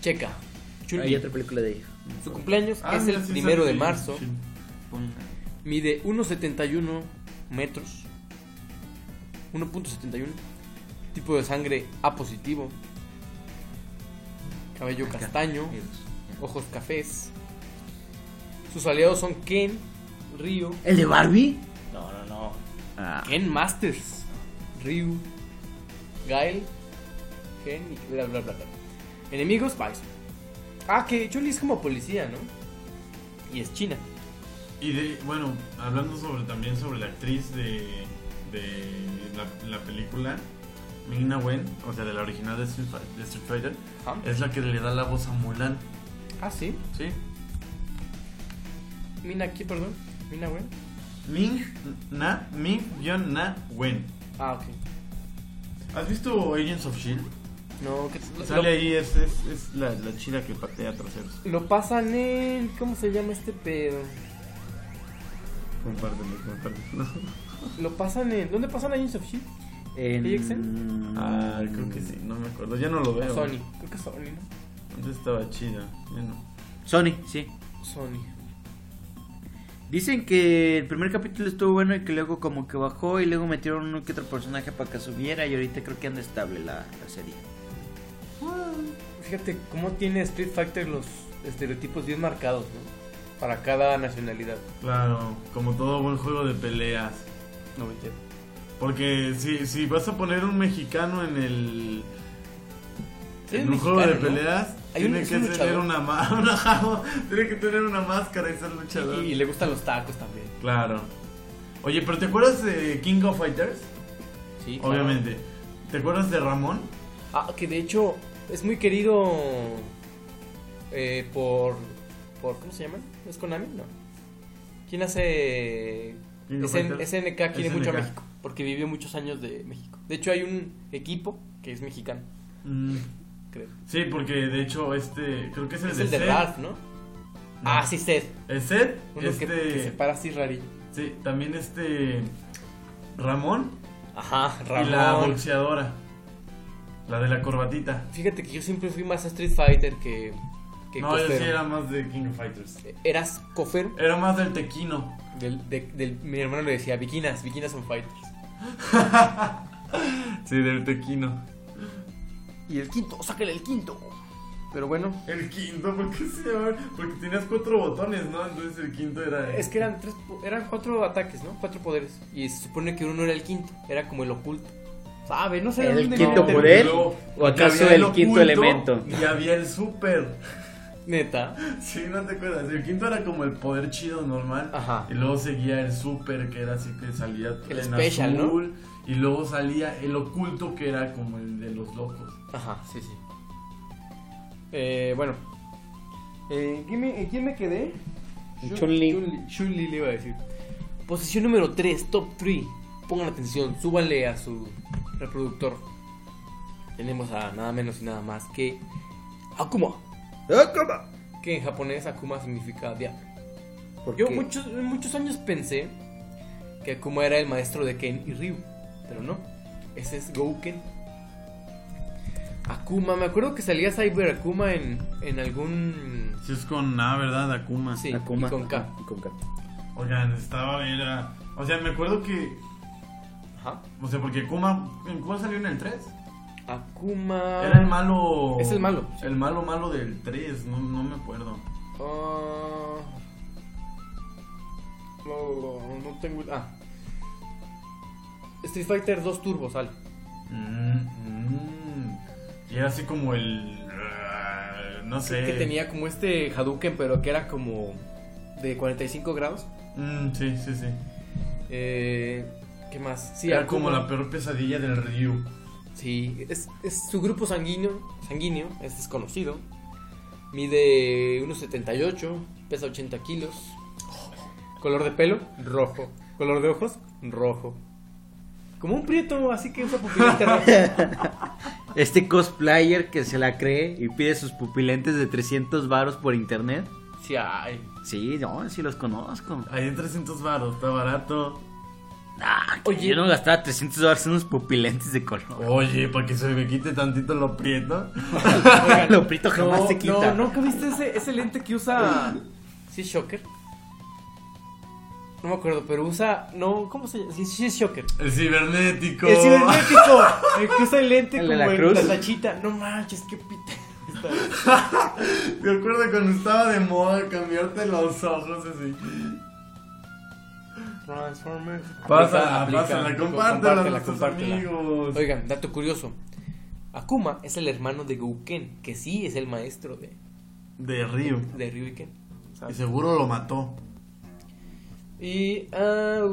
E: Checa.
F: Hay
E: Chun-Li,
F: otra película de ella.
E: su cumpleaños
G: Ah,
E: es
G: mira,
E: el
G: sí
E: primero
G: sale
E: de
G: en Agents
E: marzo.
G: of Shield.
E: Mide 1,71 metros. 1.71. Tipo de sangre A positivo. Cabello castaño. Ojos cafés. Sus aliados son Ken, Ryu.
F: ¿El de Barbie? Ah.
H: No, no, no.
E: Ken Masters. Ryu. Gail. Ken y bla bla bla. bla. Enemigos, Bison. Ah, que Chun-Li es como policía, ¿no? Y es china.
G: Y de, bueno, hablando sobre también sobre la actriz de, de la, la película, Ming-Na Wen, o sea, de la original de Street, Fi- de Street Fighter,
E: Ah.
G: es la que le da la voz a Mulan,
E: Ah, sí.
G: ¿sí?
E: Mina aquí, perdón. Mina, güey.
G: Ming-Na, Ming-Na Wen.
E: Ah, ok.
G: ¿Has visto Agents of S.H.I.E.L.D.?
E: No, que
G: E Pues Sale ahí, es, es, es la, la chida que patea traseros.
E: lo, lo pasan en. ¿Cómo se llama este pedo?
G: Compártelo, compártelo.
E: Lo pasan en. ¿Dónde pasan a Agents of Shield?
F: En...
G: Ah, creo que sí, no me acuerdo, ya no lo veo.
E: Sony. Creo que Sony, ¿no?
G: Antes estaba chida, ya no.
F: Sony, sí.
E: Sony.
F: Dicen que el primer capítulo estuvo bueno y que luego como que bajó y luego metieron uno que otro personaje para que subiera y ahorita creo que anda estable la, la serie.
E: Fíjate cómo tiene Street Fighter los estereotipos bien marcados, ¿no? Para cada nacionalidad.
G: Claro, como todo buen juego de peleas.
E: No me entiendo.
G: Porque si, si vas a poner un mexicano en el.
E: Sí,
G: En
E: es
G: un juego de
E: mexicano, ¿no?
G: peleas,
E: Hay un-
G: tiene
E: es
G: que
E: un
G: tener
E: luchador.
G: una, ma- una jabo- tiene que tener una máscara y ser luchador.
E: Y, y le gustan los tacos también.
G: Claro. Oye, pero ¿te acuerdas de King of Fighters?
E: Sí. claro.
G: Obviamente. ¿Te acuerdas de Ramón?
E: Ah, que de hecho es muy querido eh, por, por... ¿Cómo se llama? ¿Es Konami? No. ¿Quién hace...
G: King of
E: SN-
G: Fighters.
E: SNK quiere mucho a
G: SNK.
E: México, porque vivió muchos años de México. De hecho hay un equipo que es mexicano, creo.
G: Mm, Sí, porque de hecho este. Creo que es el
E: Es
G: de
E: el de
G: Zed.
E: Ralph, ¿no? Ah, sí, Seth.
G: El Zed,
E: Uno
G: este.
E: que, que se para así rarillo.
G: Sí, también este. Ramón,
E: Ajá,
G: y la
E: Ramón.
G: boxeadora. La de la corbatita.
E: Fíjate que yo siempre fui más a Street Fighter que... que
G: No, yo sí
E: costero.
G: era más de King of Fighters.
E: Eras cofero.
G: Era más del tequino.
E: Del, de- del- mi hermano le decía, viquinas, viquinas son fighters.
G: Sí, del tequino.
E: Y el quinto, sáquele el quinto. Pero bueno.
G: El quinto, ¿por qué se llama? Porque tenías cuatro botones, ¿no? Entonces el quinto era.
E: Es que eran tres, po- eran cuatro ataques, ¿no? Cuatro poderes. Y se supone que uno era el quinto, era como el oculto. ¿Sabe? No sé. de
F: ¿El
E: dónde
F: quinto
E: viene.
F: poder?
G: Y luego-
F: ¿O acaso
G: y había
F: el quinto elemento?
G: Y había el super.
E: Neta.
G: Sí, no te acuerdas. El quinto era como el poder chido normal.
E: Ajá.
G: Y luego seguía el super, que era así que salía
E: El special, ¿no?
G: ¿no? Y luego salía el oculto, que era como el de los locos.
E: Ajá, sí, sí. Eh, bueno. Eh, ¿en ¿quién, me, en quién me quedé?
F: En Chun-Li.
E: Chun-Li le iba a decir. Posición número 3, top 3. Pongan atención, súbanle a su reproductor. Tenemos a nada menos y nada más que Akuma. Que en japonés Akuma significa diablo.
F: ¿Por
E: Yo
F: qué?
E: muchos, muchos años pensé que Akuma era el maestro de Ken y Ryu, pero no, ese es Gouken. Akuma, me acuerdo que salía Cyber Akuma en, en algún...
G: Sí, es con A, ¿verdad? Akuma.
E: Sí,
F: Akuma.
E: y con K.
F: Y con K.
G: Oigan, estaba, era... O sea, me acuerdo que
E: Ajá.
G: O sea, porque Kuma, en Kuma salió en el 3.
E: Akuma.
G: Era el malo.
E: Ah, Es el malo.
G: El malo malo del 3, no, no me acuerdo.
E: Ah. no, no, no tengo. Ah. Street Fighter 2 Turbo sale.
G: Mm, mm. Y era así como el. ah, No sé.
E: Que tenía como este Hadouken, pero que era como de 45 grados.
G: Mm, sí, sí, sí.
E: Eh, ¿Qué más? Sí,
G: era
E: Akuma.
G: como la peor pesadilla del Ryu.
E: Sí, es, es su grupo sanguíneo, sanguíneo, es desconocido. Mide 1,78, pesa 80 kilos. Color de pelo, rojo. Color de ojos, rojo. Como un prieto, así que usa pupilente rojo.
F: Este cosplayer que se la cree y pide sus pupilentes de 300 varos por internet.
E: Sí, ay.
F: Sí, no, sí los conozco.
G: Ahí en 300 baros, está barato.
F: Ah, que
E: Oye.
F: yo no gastaba 300 varos en unos pupilentes de color.
G: Oye, para que se me quite tantito lo prieto.
E: Oigan,
F: Lo prieto jamás
E: no,
F: se quita.
E: No, nunca viste ese, ese lente que usa. ¿Sí es Shocker? No me acuerdo, pero usa. No, ¿cómo se llama? Sí, sí es Shocker.
G: El cibernético.
E: El cibernético. El que usa el lente
F: ¿El de
E: como
F: la
E: en
F: cruz?
E: la tachita. No manches, qué pita. Está-
G: Me acuerdo cuando estaba de moda cambiarte los ojos así.
E: Transformers.
G: Pásala,
E: Aplica,
G: pásala,
E: aplica.
G: compártela a tus
E: compártela.
G: amigos.
E: Oigan, dato curioso. Akuma es el hermano de Gouken, que sí es el maestro de,
G: De Ryu.
E: de Ryu y Ken.
G: Y seguro lo mató.
E: Y ah,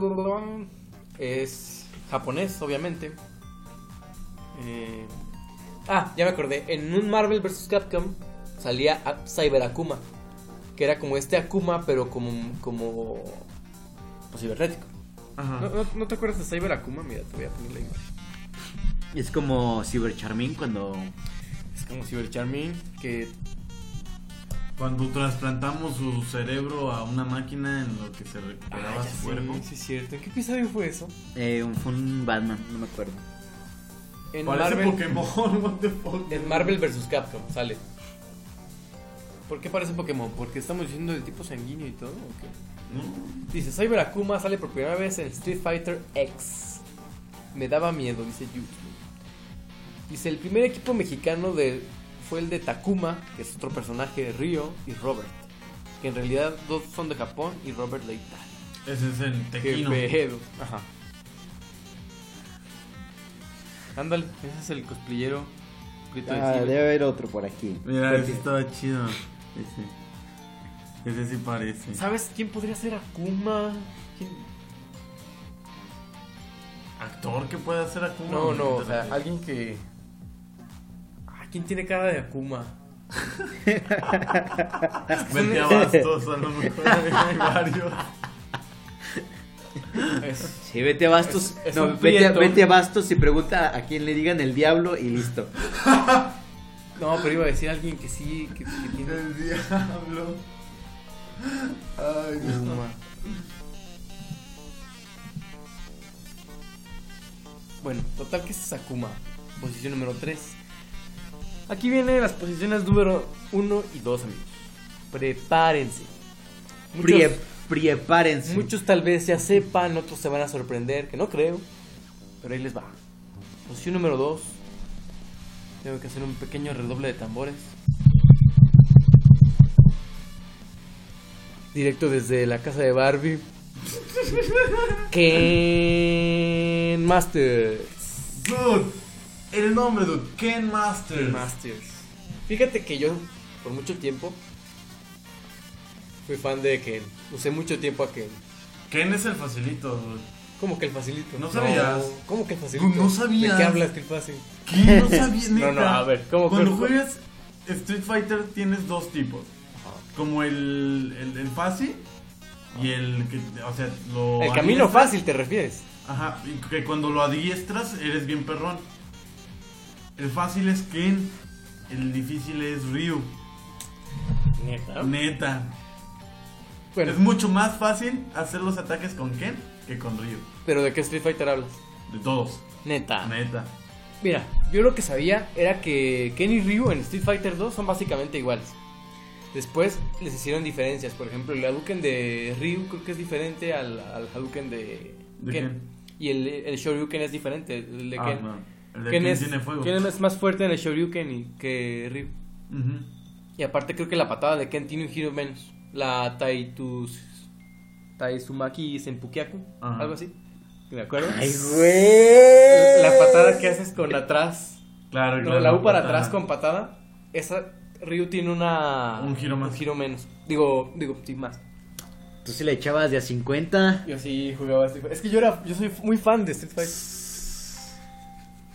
E: es japonés, obviamente. Eh, ah, ya me acordé. En un Marvel vs. Capcom salía a- Cyber Akuma, que era como este Akuma, pero como como pues, cibernético. ¿No,
G: Ajá.
E: no, no te acuerdas de Cyber Akuma? Mira, te voy a poner la imagen.
F: Es como Cyber Charmin cuando.
E: Es como Cyber Charmin, que
G: Cuando trasplantamos su cerebro a una máquina en lo que se recuperaba
E: Ah, ya
G: su
E: sé,
G: cuerpo.
E: Sí, es cierto. ¿En qué episodio fue eso?
F: eh, un- fue un Batman, no me acuerdo.
E: En
G: Parece
E: Marvel,
G: Pokémon, what the fuck.
E: en Marvel vs. Capcom, sale. ¿Por qué parece Pokémon? ¿Porque estamos diciendo de tipo sanguíneo y todo? ¿o qué?
G: ¿No?
E: Dice, Cyber Akuma sale por primera vez en Street Fighter X. Me daba miedo, dice YouTube. Dice, el primer equipo mexicano de, fue el de Takuma, que es otro personaje de Ryo, y Robert. Que en realidad dos son de Japón y Robert de Italia.
G: Ese es el
E: Qué
G: tequino.
E: pedo. Ajá. Ándale, ese es el cosplayero. Grito de
I: Ah,
E: ciber.
I: debe haber otro por aquí.
G: Mira, ese estaba chido. Ese. Ese sí parece.
E: ¿Sabes quién podría ser Akuma? ¿Quién?
G: ¿Actor que puede hacer Akuma?
E: No, no, o sea, alguien que. Ah, ¿Quién tiene cara de Akuma?
G: Vete a bastos, a lo mejor hay varios.
E: Es-
F: Sí, vete a Bastos.
E: Es- es
F: no,
E: un
F: vete, a,
E: prieto.
F: vete a Bastos y pregunta a quien le digan el diablo y listo.
E: No, pero iba a decir alguien que sí, que, que tiene
G: El diablo. Ay, no.
E: Akuma. Bueno, total que este es Akuma. Posición número 3. Aquí vienen las posiciones número 1 y 2, amigos. Prepárense. Muchos-
F: Pre- prepárense.
E: Muchos tal vez ya sepan, otros se van a sorprender, que no creo. Pero ahí les va. Posición número 2. Tengo que hacer un pequeño redoble de tambores. Directo desde la casa de Barbie. Ken Masters.
G: Dude, el nombre, dude. Ken Masters.
E: Masters. Fíjate que yo, por mucho tiempo, fui fan de Ken. Usé mucho tiempo a Ken.
G: Ken es el facilito, dude.
E: ¿Cómo que el facilito?
G: No sabías.
E: ¿Cómo que el facilito?
G: No sabías.
E: ¿De qué hablas que el fácil?
G: ¿Quién no sabía?
E: No,
G: neta?
E: no, a ver, ¿cómo-
G: Cuando
E: cómo-
G: juegas Street Fighter tienes dos tipos. Como el, el, el fácil y el que, o sea, lo...
E: El camino
G: adiestras-
E: fácil te refieres.
G: Ajá, y que cuando lo adiestras eres bien perrón. El fácil es Ken, el difícil es Ryu.
E: Neta.
G: Neta. Es
E: Bueno,
G: mucho más fácil hacer los ataques con Ken que con Ryu.
E: pero ¿de qué Street Fighter hablas?
G: De todos,
E: Neta.
G: neta.
E: Mira, yo lo que sabía era que Ken y Ryu en Street Fighter 2 son básicamente iguales. Después les hicieron diferencias. Por ejemplo, el Hadouken de Ryu creo que es diferente al, al Hadouken de
G: ¿De
E: Ken.
G: Ken?
E: Y el, el Shoryuken es diferente. El de
G: Ah,
E: Ken.
G: no. El de
E: Ken
G: Ken
E: es,
G: tiene fuego.
E: Ken es más fuerte en el Shoryuken y- que Ryu.
G: Ujú.
E: Y aparte creo que la patada de Ken tiene un giro menos. La Taitus... Taizumaki Senpukyaku,
G: Ajá.
E: algo así. ¿Me acuerdo?
F: Ay, güey.
E: La patada que haces con atrás.
G: Claro,
E: No,
G: claro,
E: la U para
G: patada.
E: atrás con patada. Esa Ryu tiene una...
G: Un giro más.
E: menos. Digo, digo, sí, más.
F: Tú sí le echabas de a 50.
E: Yo sí jugaba Street Fighter. Es que yo era, yo soy muy fan de Street Fighter.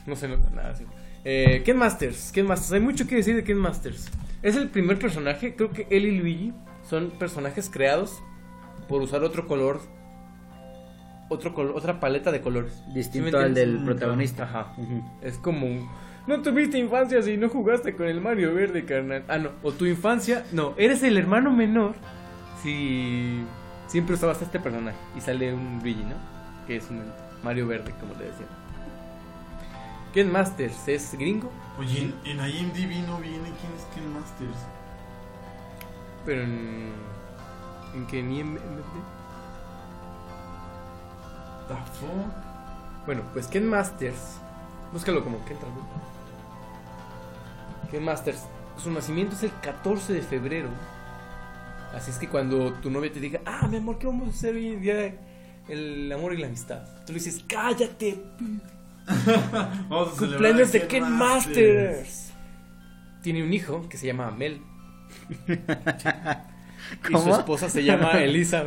E: No sé no- nada, sí. Eh, Ken Masters, Ken Masters. Hay mucho que decir de Ken Masters. Es el primer personaje, creo que él y Luigi son personajes creados por usar otro color, otro col- otra paleta de colores. ¿Sí me
F: Distinto al
E: entiendes?
F: del protagonista.
E: Ajá.
F: Ujú.
E: Es como un, No tuviste infancia si no jugaste con el Mario Verde, carnal. Ah, no. O tu infancia. No, eres el hermano menor si siempre usabas a este personaje. Y sale un Luigi, ¿no? Que es un Mario Verde, como le decía. Ken Masters es gringo,
G: Oye, en, en IMDb no viene quién es Ken Masters.
E: pero en. En que ni en.
G: Tafo.
E: Bueno, pues Ken Masters. Búscalo como Ken tal vez. Ken Masters. Su nacimiento es el 14 de febrero. Así es que cuando tu novia te diga, ah, mi amor, ¿qué vamos a hacer hoy en día? de El amor y la amistad. Tú le dices, cállate,
G: Vamos a celebrar
E: cumpleaños
G: a
E: de Ken Masters. Tiene un hijo que se llama Mel. Y su
F: ¿Cómo?
E: esposa se llama Elisa.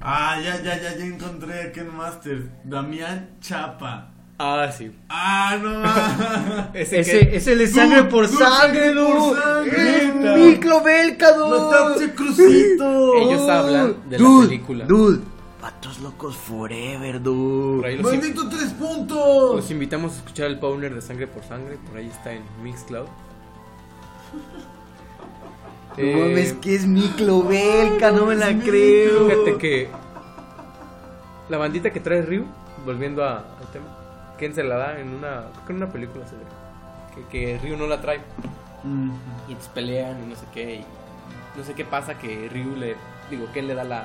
G: Ah, ya, ya, ya, ya encontré a Ken Masters. Damián Chapa.
E: ah, sí.
G: Ah, no. ah.
E: Ese, Ken-
F: Ese, ese le sangre por
G: dulce
F: sangre,
G: por
F: dude.
G: sangre.
F: Es micro belca,
G: ¡No te
F: dude.
G: hace crucito!
E: Ellos hablan de
F: Dude,
E: la película.
F: Dude, patos locos forever,
E: Por ahí
F: dude.
E: los-
G: ¡Maldito tres puntos!
E: Los invitamos a escuchar el Powner de Sangre por Sangre, por ahí está en Mixcloud. Eh,
F: No mames, que es micro belca, no me la creo.
E: Fíjate que la bandita que trae Ryu, volviendo a- al tema, Ken se la da en una, creo que en una película se ve, que, que Ryu no la trae. Y entonces pelean y no sé qué, y no sé qué pasa que Ryu le, digo, Ken le da la...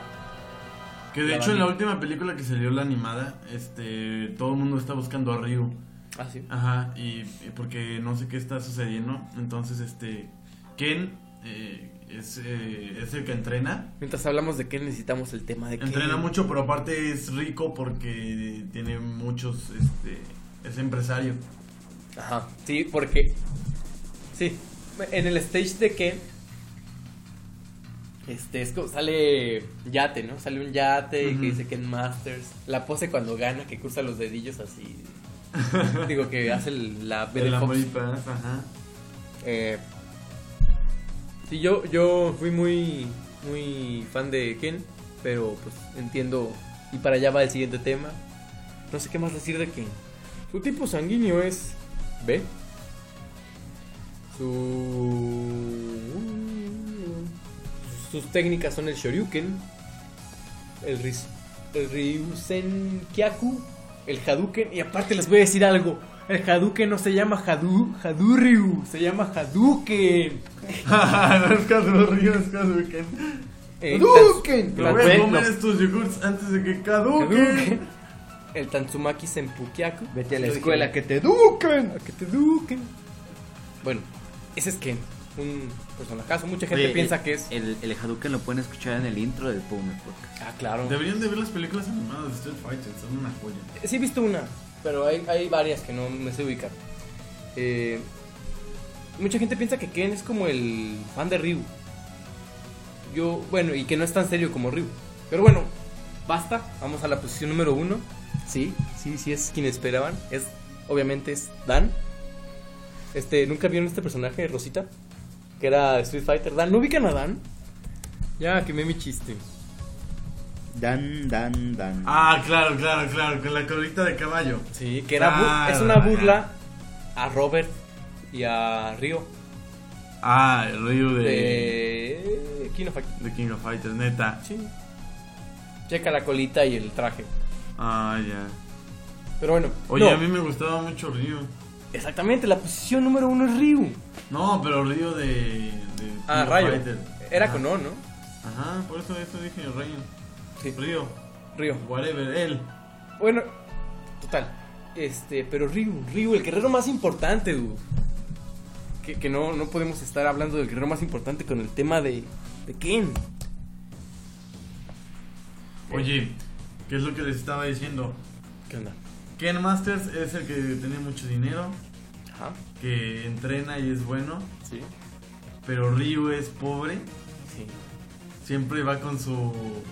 G: Que de
E: La
G: hecho en la
E: bandera.
G: última película que salió la animada, este, todo el mundo está buscando a Ryu.
E: Ah, sí.
G: Ajá, y, y porque no sé qué está sucediendo. Entonces, este, Ken eh, es, eh, es el que entrena.
E: Mientras hablamos de Ken necesitamos el tema de Ken.
G: Entrena mucho, pero aparte es rico porque tiene muchos, este, es empresario.
E: Ajá, sí, porque. Sí, en el stage de Ken. Este, es como, sale yate, ¿no? Sale un yate y
G: Ujú.
E: que dice Ken Masters. La pose cuando gana, que cruza los dedillos así. Digo, que hace el- la B
G: El
E: de
G: amor
E: Fox.
G: y paz, ajá.
E: Eh, sí, yo, yo fui muy, muy fan de Ken, pero pues entiendo. Y para allá va el siguiente tema. No sé qué más decir de Ken. Su tipo sanguíneo es B. Su... Sus técnicas son el Shoryuken, el, Ris- el Ryusenkyaku, el Hadouken. Y aparte les voy a decir algo. El Hadouken no se llama Hadu, Haduryu, se llama Hadouken.
G: no es Kazuo Ryu, es Kazuo Ken.
E: Eh,
I: ¡Hadouken!
E: Tan-
G: Pero voy a
E: Tan-
G: comer estos yogurts antes de que
E: Hadouken.
G: caduquen.
E: El Tantsumaki Senpukyaku.
F: Vete a la
E: Yo dije,
F: escuela que te
E: eduquen, a que te eduquen. Bueno, ese es Ken, un personajazo. Mucha gente
F: Oye,
E: piensa
F: el-
E: que es.
F: El, el Hadouken lo pueden escuchar en el intro del Powner Podcast.
E: eh, Ah, claro.
G: Deberían de ver las películas animadas de Street Fighter, son una joya.
E: Sí he visto una, pero hay, hay varias que no me sé ubicar. Eh, mucha gente piensa que Ken es como el fan de Ryu. Yo, bueno, y que no es tan serio como Ryu. Pero bueno, basta. Vamos a la posición número uno. Sí, sí, sí es quien esperaban. Es, obviamente es Dan. Este, ¿nunca vieron este personaje, Rosita? Que era Street Fighter. Dan, ¿no ubican a Dan? Ya, quemé mi chiste.
F: Dan, dan, dan.
G: Ah, claro, claro, claro, con la colita de caballo.
E: Sí, que era bu-
G: Ah,
E: es una
G: la-
E: burla a Robert y a Ryo
G: Ah, el Ryu de,
E: de King of Fighters.
G: de King of Fighters, neta.
E: Sí. Checa la colita y el traje.
G: Ah, ya.
E: Pero bueno,
G: Oye,
E: no,
G: a mí me gustaba mucho Ryu.
E: exactamente, la posición número uno es Ryu.
G: No, pero Ryu de, de
E: Ah,
G: King of
E: rayo.
G: Fighter.
E: Era
G: Ajá.
E: con O, ¿no?
G: Ajá, por eso, eso dije Ryu.
E: Sí.
G: Ryu,
E: Ryu.
G: whatever, él.
E: Bueno, Total. Este, pero Ryu, Ryu, el guerrero más importante, dude. Que, que no, no podemos estar hablando del guerrero más importante con el tema de, de Ken.
G: Oye, ¿qué es lo que les estaba diciendo?
E: ¿Qué onda?
G: Ken Masters es el que tiene mucho dinero,
E: Ajá,
G: que entrena y es bueno,
E: sí,
G: pero Ryu es pobre,
E: sí.
G: siempre va con su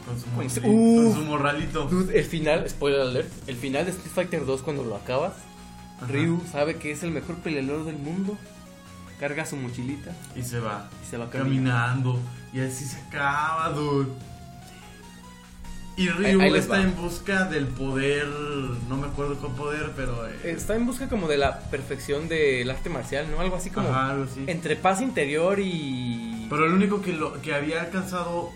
G: con su,
E: Con su-
G: morralito, con su
E: Uf.
G: morralito.
E: Dude, el final, spoiler alert, el final de Street Fighter 2 cuando lo acabas,
G: Ajá.
E: Ryu sabe que es el mejor peleador del mundo, carga su mochilita
G: y se va
E: y se va a caminar.
G: caminando y así se acaba, dude. Y Ryu
E: Ahí- ahí les
G: está
E: va.
G: en busca del poder, no me acuerdo cuál poder, pero eh,
E: Está en busca como de la perfección del arte marcial, ¿no? Algo así como
G: ajá, algo así.
E: entre paz interior y...
G: Pero el único que lo que había alcanzado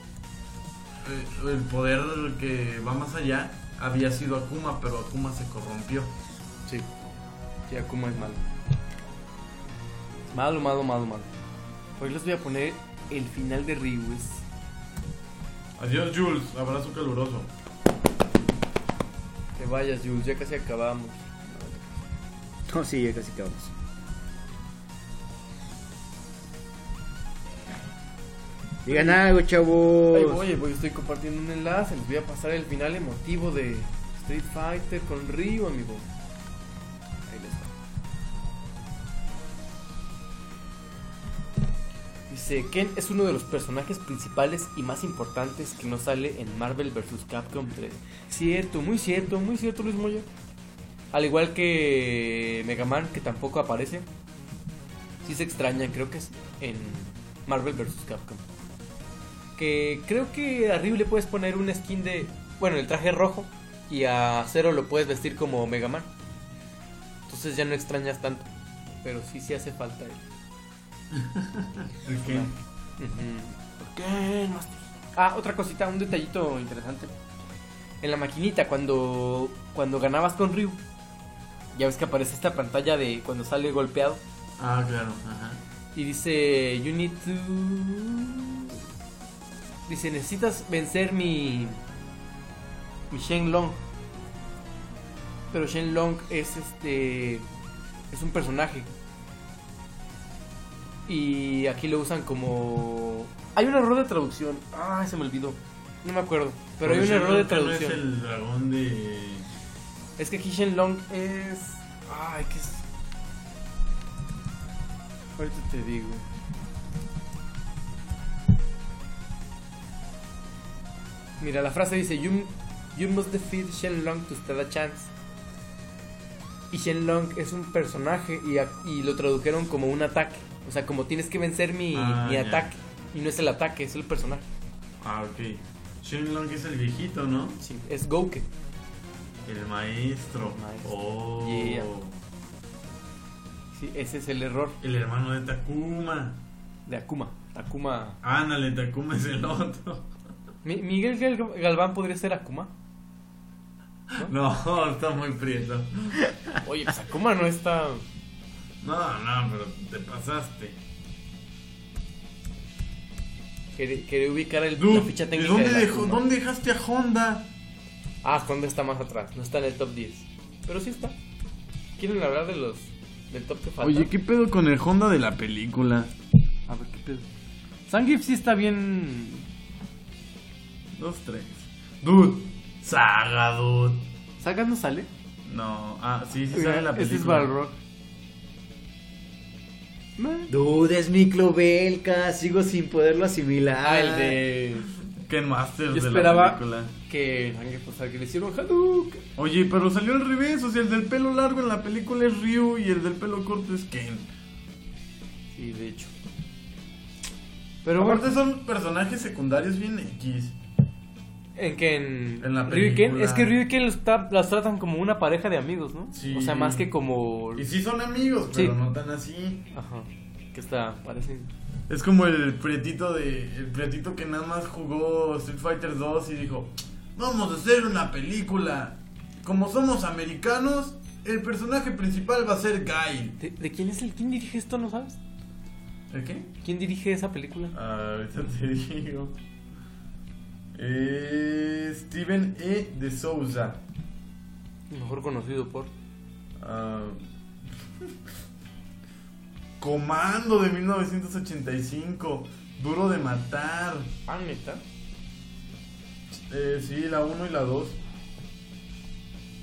G: eh, el poder que va más allá había sido Akuma, pero Akuma se corrompió.
E: Sí. Sí, Akuma es malo. Malo, malo, malo, malo. Hoy les voy a poner el final de Ryu. es-
G: Adiós Jules, abrazo caluroso.
E: Te vayas, Jules, ya casi acabamos.
F: No, sí, ya casi acabamos. Digan algo,
E: Ahí
F: chavos.
E: voy, ahí voy, estoy compartiendo un enlace. Les voy a pasar el final emotivo de Street Fighter con Ryu, amigo. Ahí les va. Dice, Ken es uno de los personajes principales y más importantes que no sale en Marvel vs. Capcom 3. Cierto, muy cierto, muy cierto Luis Moya. Al igual que Mega Man, que tampoco aparece. Sí se extraña, creo que es en Marvel vs. Capcom. Que creo que a Ryu le puedes poner un skin de... Bueno, el traje rojo. Y a Zero lo puedes vestir como Mega Man. Entonces ya no extrañas tanto. Pero sí, sí hace falta él.
G: El Ken.
E: Ah, otra cosita, un detallito interesante. En la maquinita, cuando, cuando ganabas con Ryu, ya ves que aparece esta pantalla de cuando sale golpeado
G: Ah, claro, ajá.
E: y dice: You need to. Dice: Necesitas vencer mi. Mi Shenlong. Pero Shenlong es este. Es un personaje. Y aquí lo usan como. Hay un error de traducción. Ah, se me olvidó. No me acuerdo. Pero hay un error de
G: Shenlong
E: traducción.
G: No es el dragón de
E: Es que aquí Shenlong es. Ay, que es. Ahorita te digo. Mira, la frase dice: You, you must defeat Shenlong to stand a chance. Y Shenlong es un personaje y, a- y lo tradujeron como un ataque. O sea, como tienes que vencer mi,
G: Ah,
E: mi
G: ya.
E: ataque. Y no es el ataque, es el personaje.
G: Ah, ok. Shenlong es el viejito, ¿no?
E: Sí, es Gouke.
G: El maestro.
E: Maestro.
G: Oh.
E: Yeah. Sí, ese es el error
G: El hermano de Takuma.
E: de Akuma. Akuma.
G: Ándale, Takuma es el otro.
E: Mi- Miguel Gal- Galván podría ser Akuma.
G: No, está muy prieto.
E: Oye, pues Akuma no está.
G: No, no, pero te pasaste.
E: Quería, quería ubicar el, la
G: Dude,
E: ficha
G: ¿de
E: técnica.
G: dónde,
E: del
G: dejó-
E: Akuma.
G: dónde dejaste a Honda?
E: Ah, Honda está más atrás. No está en el top 10. Pero sí está. ¿Quieren hablar de los del top que falta?
G: Oye, ¿qué pedo con el Honda de la película?
E: A ver, ¿qué pedo? Sangif sí está bien.
G: Dos, tres. Dude, saga, dude.
E: ¿Saga no sale?
G: No, ah, sí, sí sale la película.
E: Este es Balrog.
F: Dudes, Miclobelca. Sigo sin poderlo asimilar.
E: Ah, el de.
G: Ken Masters
E: Yo
G: de
E: esperaba-
G: la película.
E: Que Sangif, o sea, que le hicieron Hadouken.
G: Oye, pero salió al revés. O sea, el del pelo largo en la película es Ryu y el del pelo corto es Ken.
E: Sí, de hecho.
G: Pero Aparte son personajes secundarios bien X.
E: En Eh, que en,
G: En la
E: Ryu y Ken-
G: película.
E: es que Ryu y Ken los, tra- las tratan como una pareja de amigos, ¿no?
G: Sí.
E: O sea, más que como...
G: Y sí son amigos,
E: Sí.
G: pero no tan así.
E: Ajá. Que está, parecen...
G: Es como el prietito de. El prietito que nada más jugó Street Fighter 2 y dijo: Vamos a hacer una película. Como somos americanos, el personaje principal va a ser Guy.
E: ¿De, de quién es el? ¿Quién dirige esto, no sabes?
G: ¿El qué?
E: ¿Quién dirige esa película?
G: Ah, ahorita te digo. Eh, Steven E. de Souza.
E: Mejor conocido por.
G: Ah, Comando de 1985. Duro de matar.
E: Ah, neta.
G: Eh, sí, la 1 y la 2.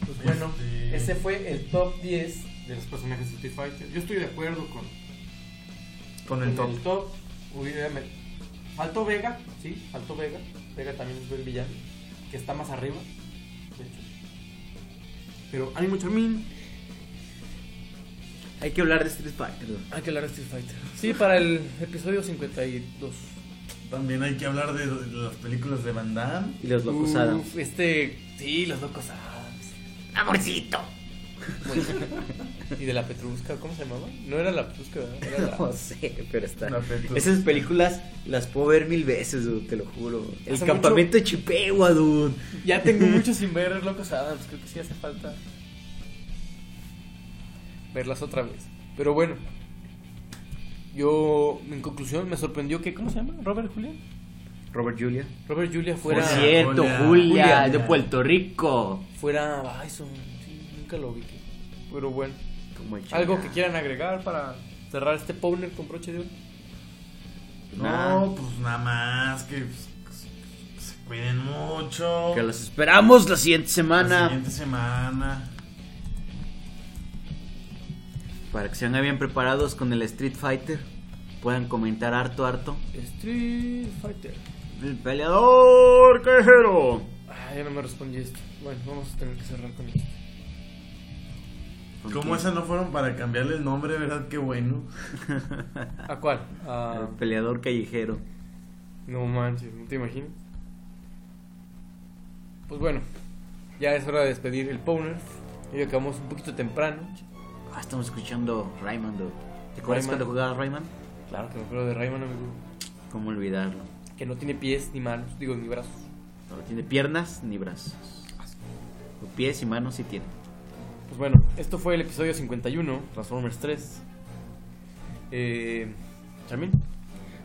E: Pues bueno,
G: Este-
E: ese fue el top 10 de los personajes de Street Fighter. Yo estoy de acuerdo con,
G: Con el top.
E: con el top. Hubiera me- Faltó Vega, sí, faltó Vega. Vega también es buen villano, que está más arriba, de hecho. Pero Animo Charmin.
F: Hay que hablar de Street Fighter. güey.
E: Hay Ah, que hablar de Street Fighter. Sí, para el episodio 52.
G: También hay que hablar de, de las películas de Van Damme.
F: Y los locos Adam.
E: Uf, este. Sí, los locos Adams. ¡Amorcito! y de la Petrusca, ¿cómo se llamaba? No era la Petrusca, ¿verdad? era la.
F: No sé, pero está.
G: La Petrus.
F: Esas películas las puedo ver mil veces, dude, te lo juro. El
E: Hace
F: campamento de Chipegua, dude.
E: Ya tengo mucho sin ver Los Locos Adams, creo que sí hace falta verlas otra vez. Pero bueno, yo en conclusión me sorprendió que, ¿cómo se llama? Robert Julia.
F: Robert Julia.
E: Robert Julia fuera...
F: Por cierto,
G: Julia.
F: Julia,
E: Julia.
F: de Puerto Rico.
E: Fuera Bison, sí, nunca lo vi. Pero bueno,
F: Como el
E: algo que
F: chinga.
E: quieran agregar para cerrar este powner con broche de oro.
F: Nah.
G: No, pues nada más. Que, pues, que se cuiden mucho.
F: Que los esperamos la siguiente
G: La
F: semana.
G: siguiente semana.
F: Para que se vengan bien preparados con el Street Fighter. Puedan comentar harto, harto.
E: Street Fighter.
F: El peleador cajero.
E: Ah, ya no me respondí esto. Bueno, vamos a tener que cerrar con esto.
G: Como esas no fueron para cambiarle el nombre, ¿verdad? Qué bueno.
E: ¿A cuál? A-
F: El peleador callejero.
E: No manches, no te imaginas. Pues bueno, ya es hora de despedir el Powner. Y acabamos un poquito temprano.
F: Ah, estamos escuchando Rayman, dude. ¿Te acuerdas
E: Rayman.
F: cuando jugabas Rayman?
E: Claro que me acuerdo de Rayman, amigo.
F: ¿Cómo olvidarlo?
E: Que no tiene pies ni manos, digo, ni brazos.
F: No tiene piernas ni brazos. O pies y manos sí tiene.
E: Pues bueno, esto fue el episodio 51, Transformers 3. Eh, Charmin,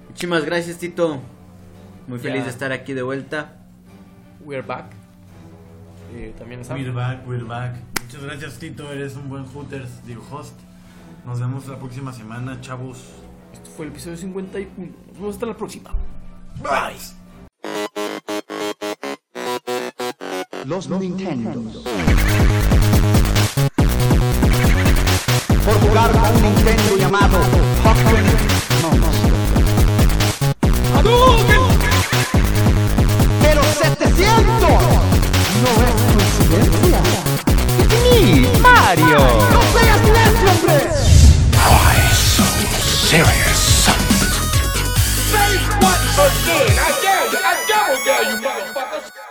F: Muchísimas gracias, Tito. Muy
E: Ya.
F: feliz de estar aquí de vuelta.
E: we are back. Eh, también Sam.
G: We're back, we're back. Muchas gracias, Tito. Eres un buen Hooters, digo, host. Nos vemos la próxima semana, chavos.
E: Esto fue el episodio 51. Nos vemos hasta la próxima.
A: Los Nintendo. Por jugar con un Nintendo llamado Pokémon Pero 700 no es coincidencia. It's me, Mario. No seas necio, hombre.
C: Why so serious?
D: Say once again, I dare you, I double dare you, motherfuckers.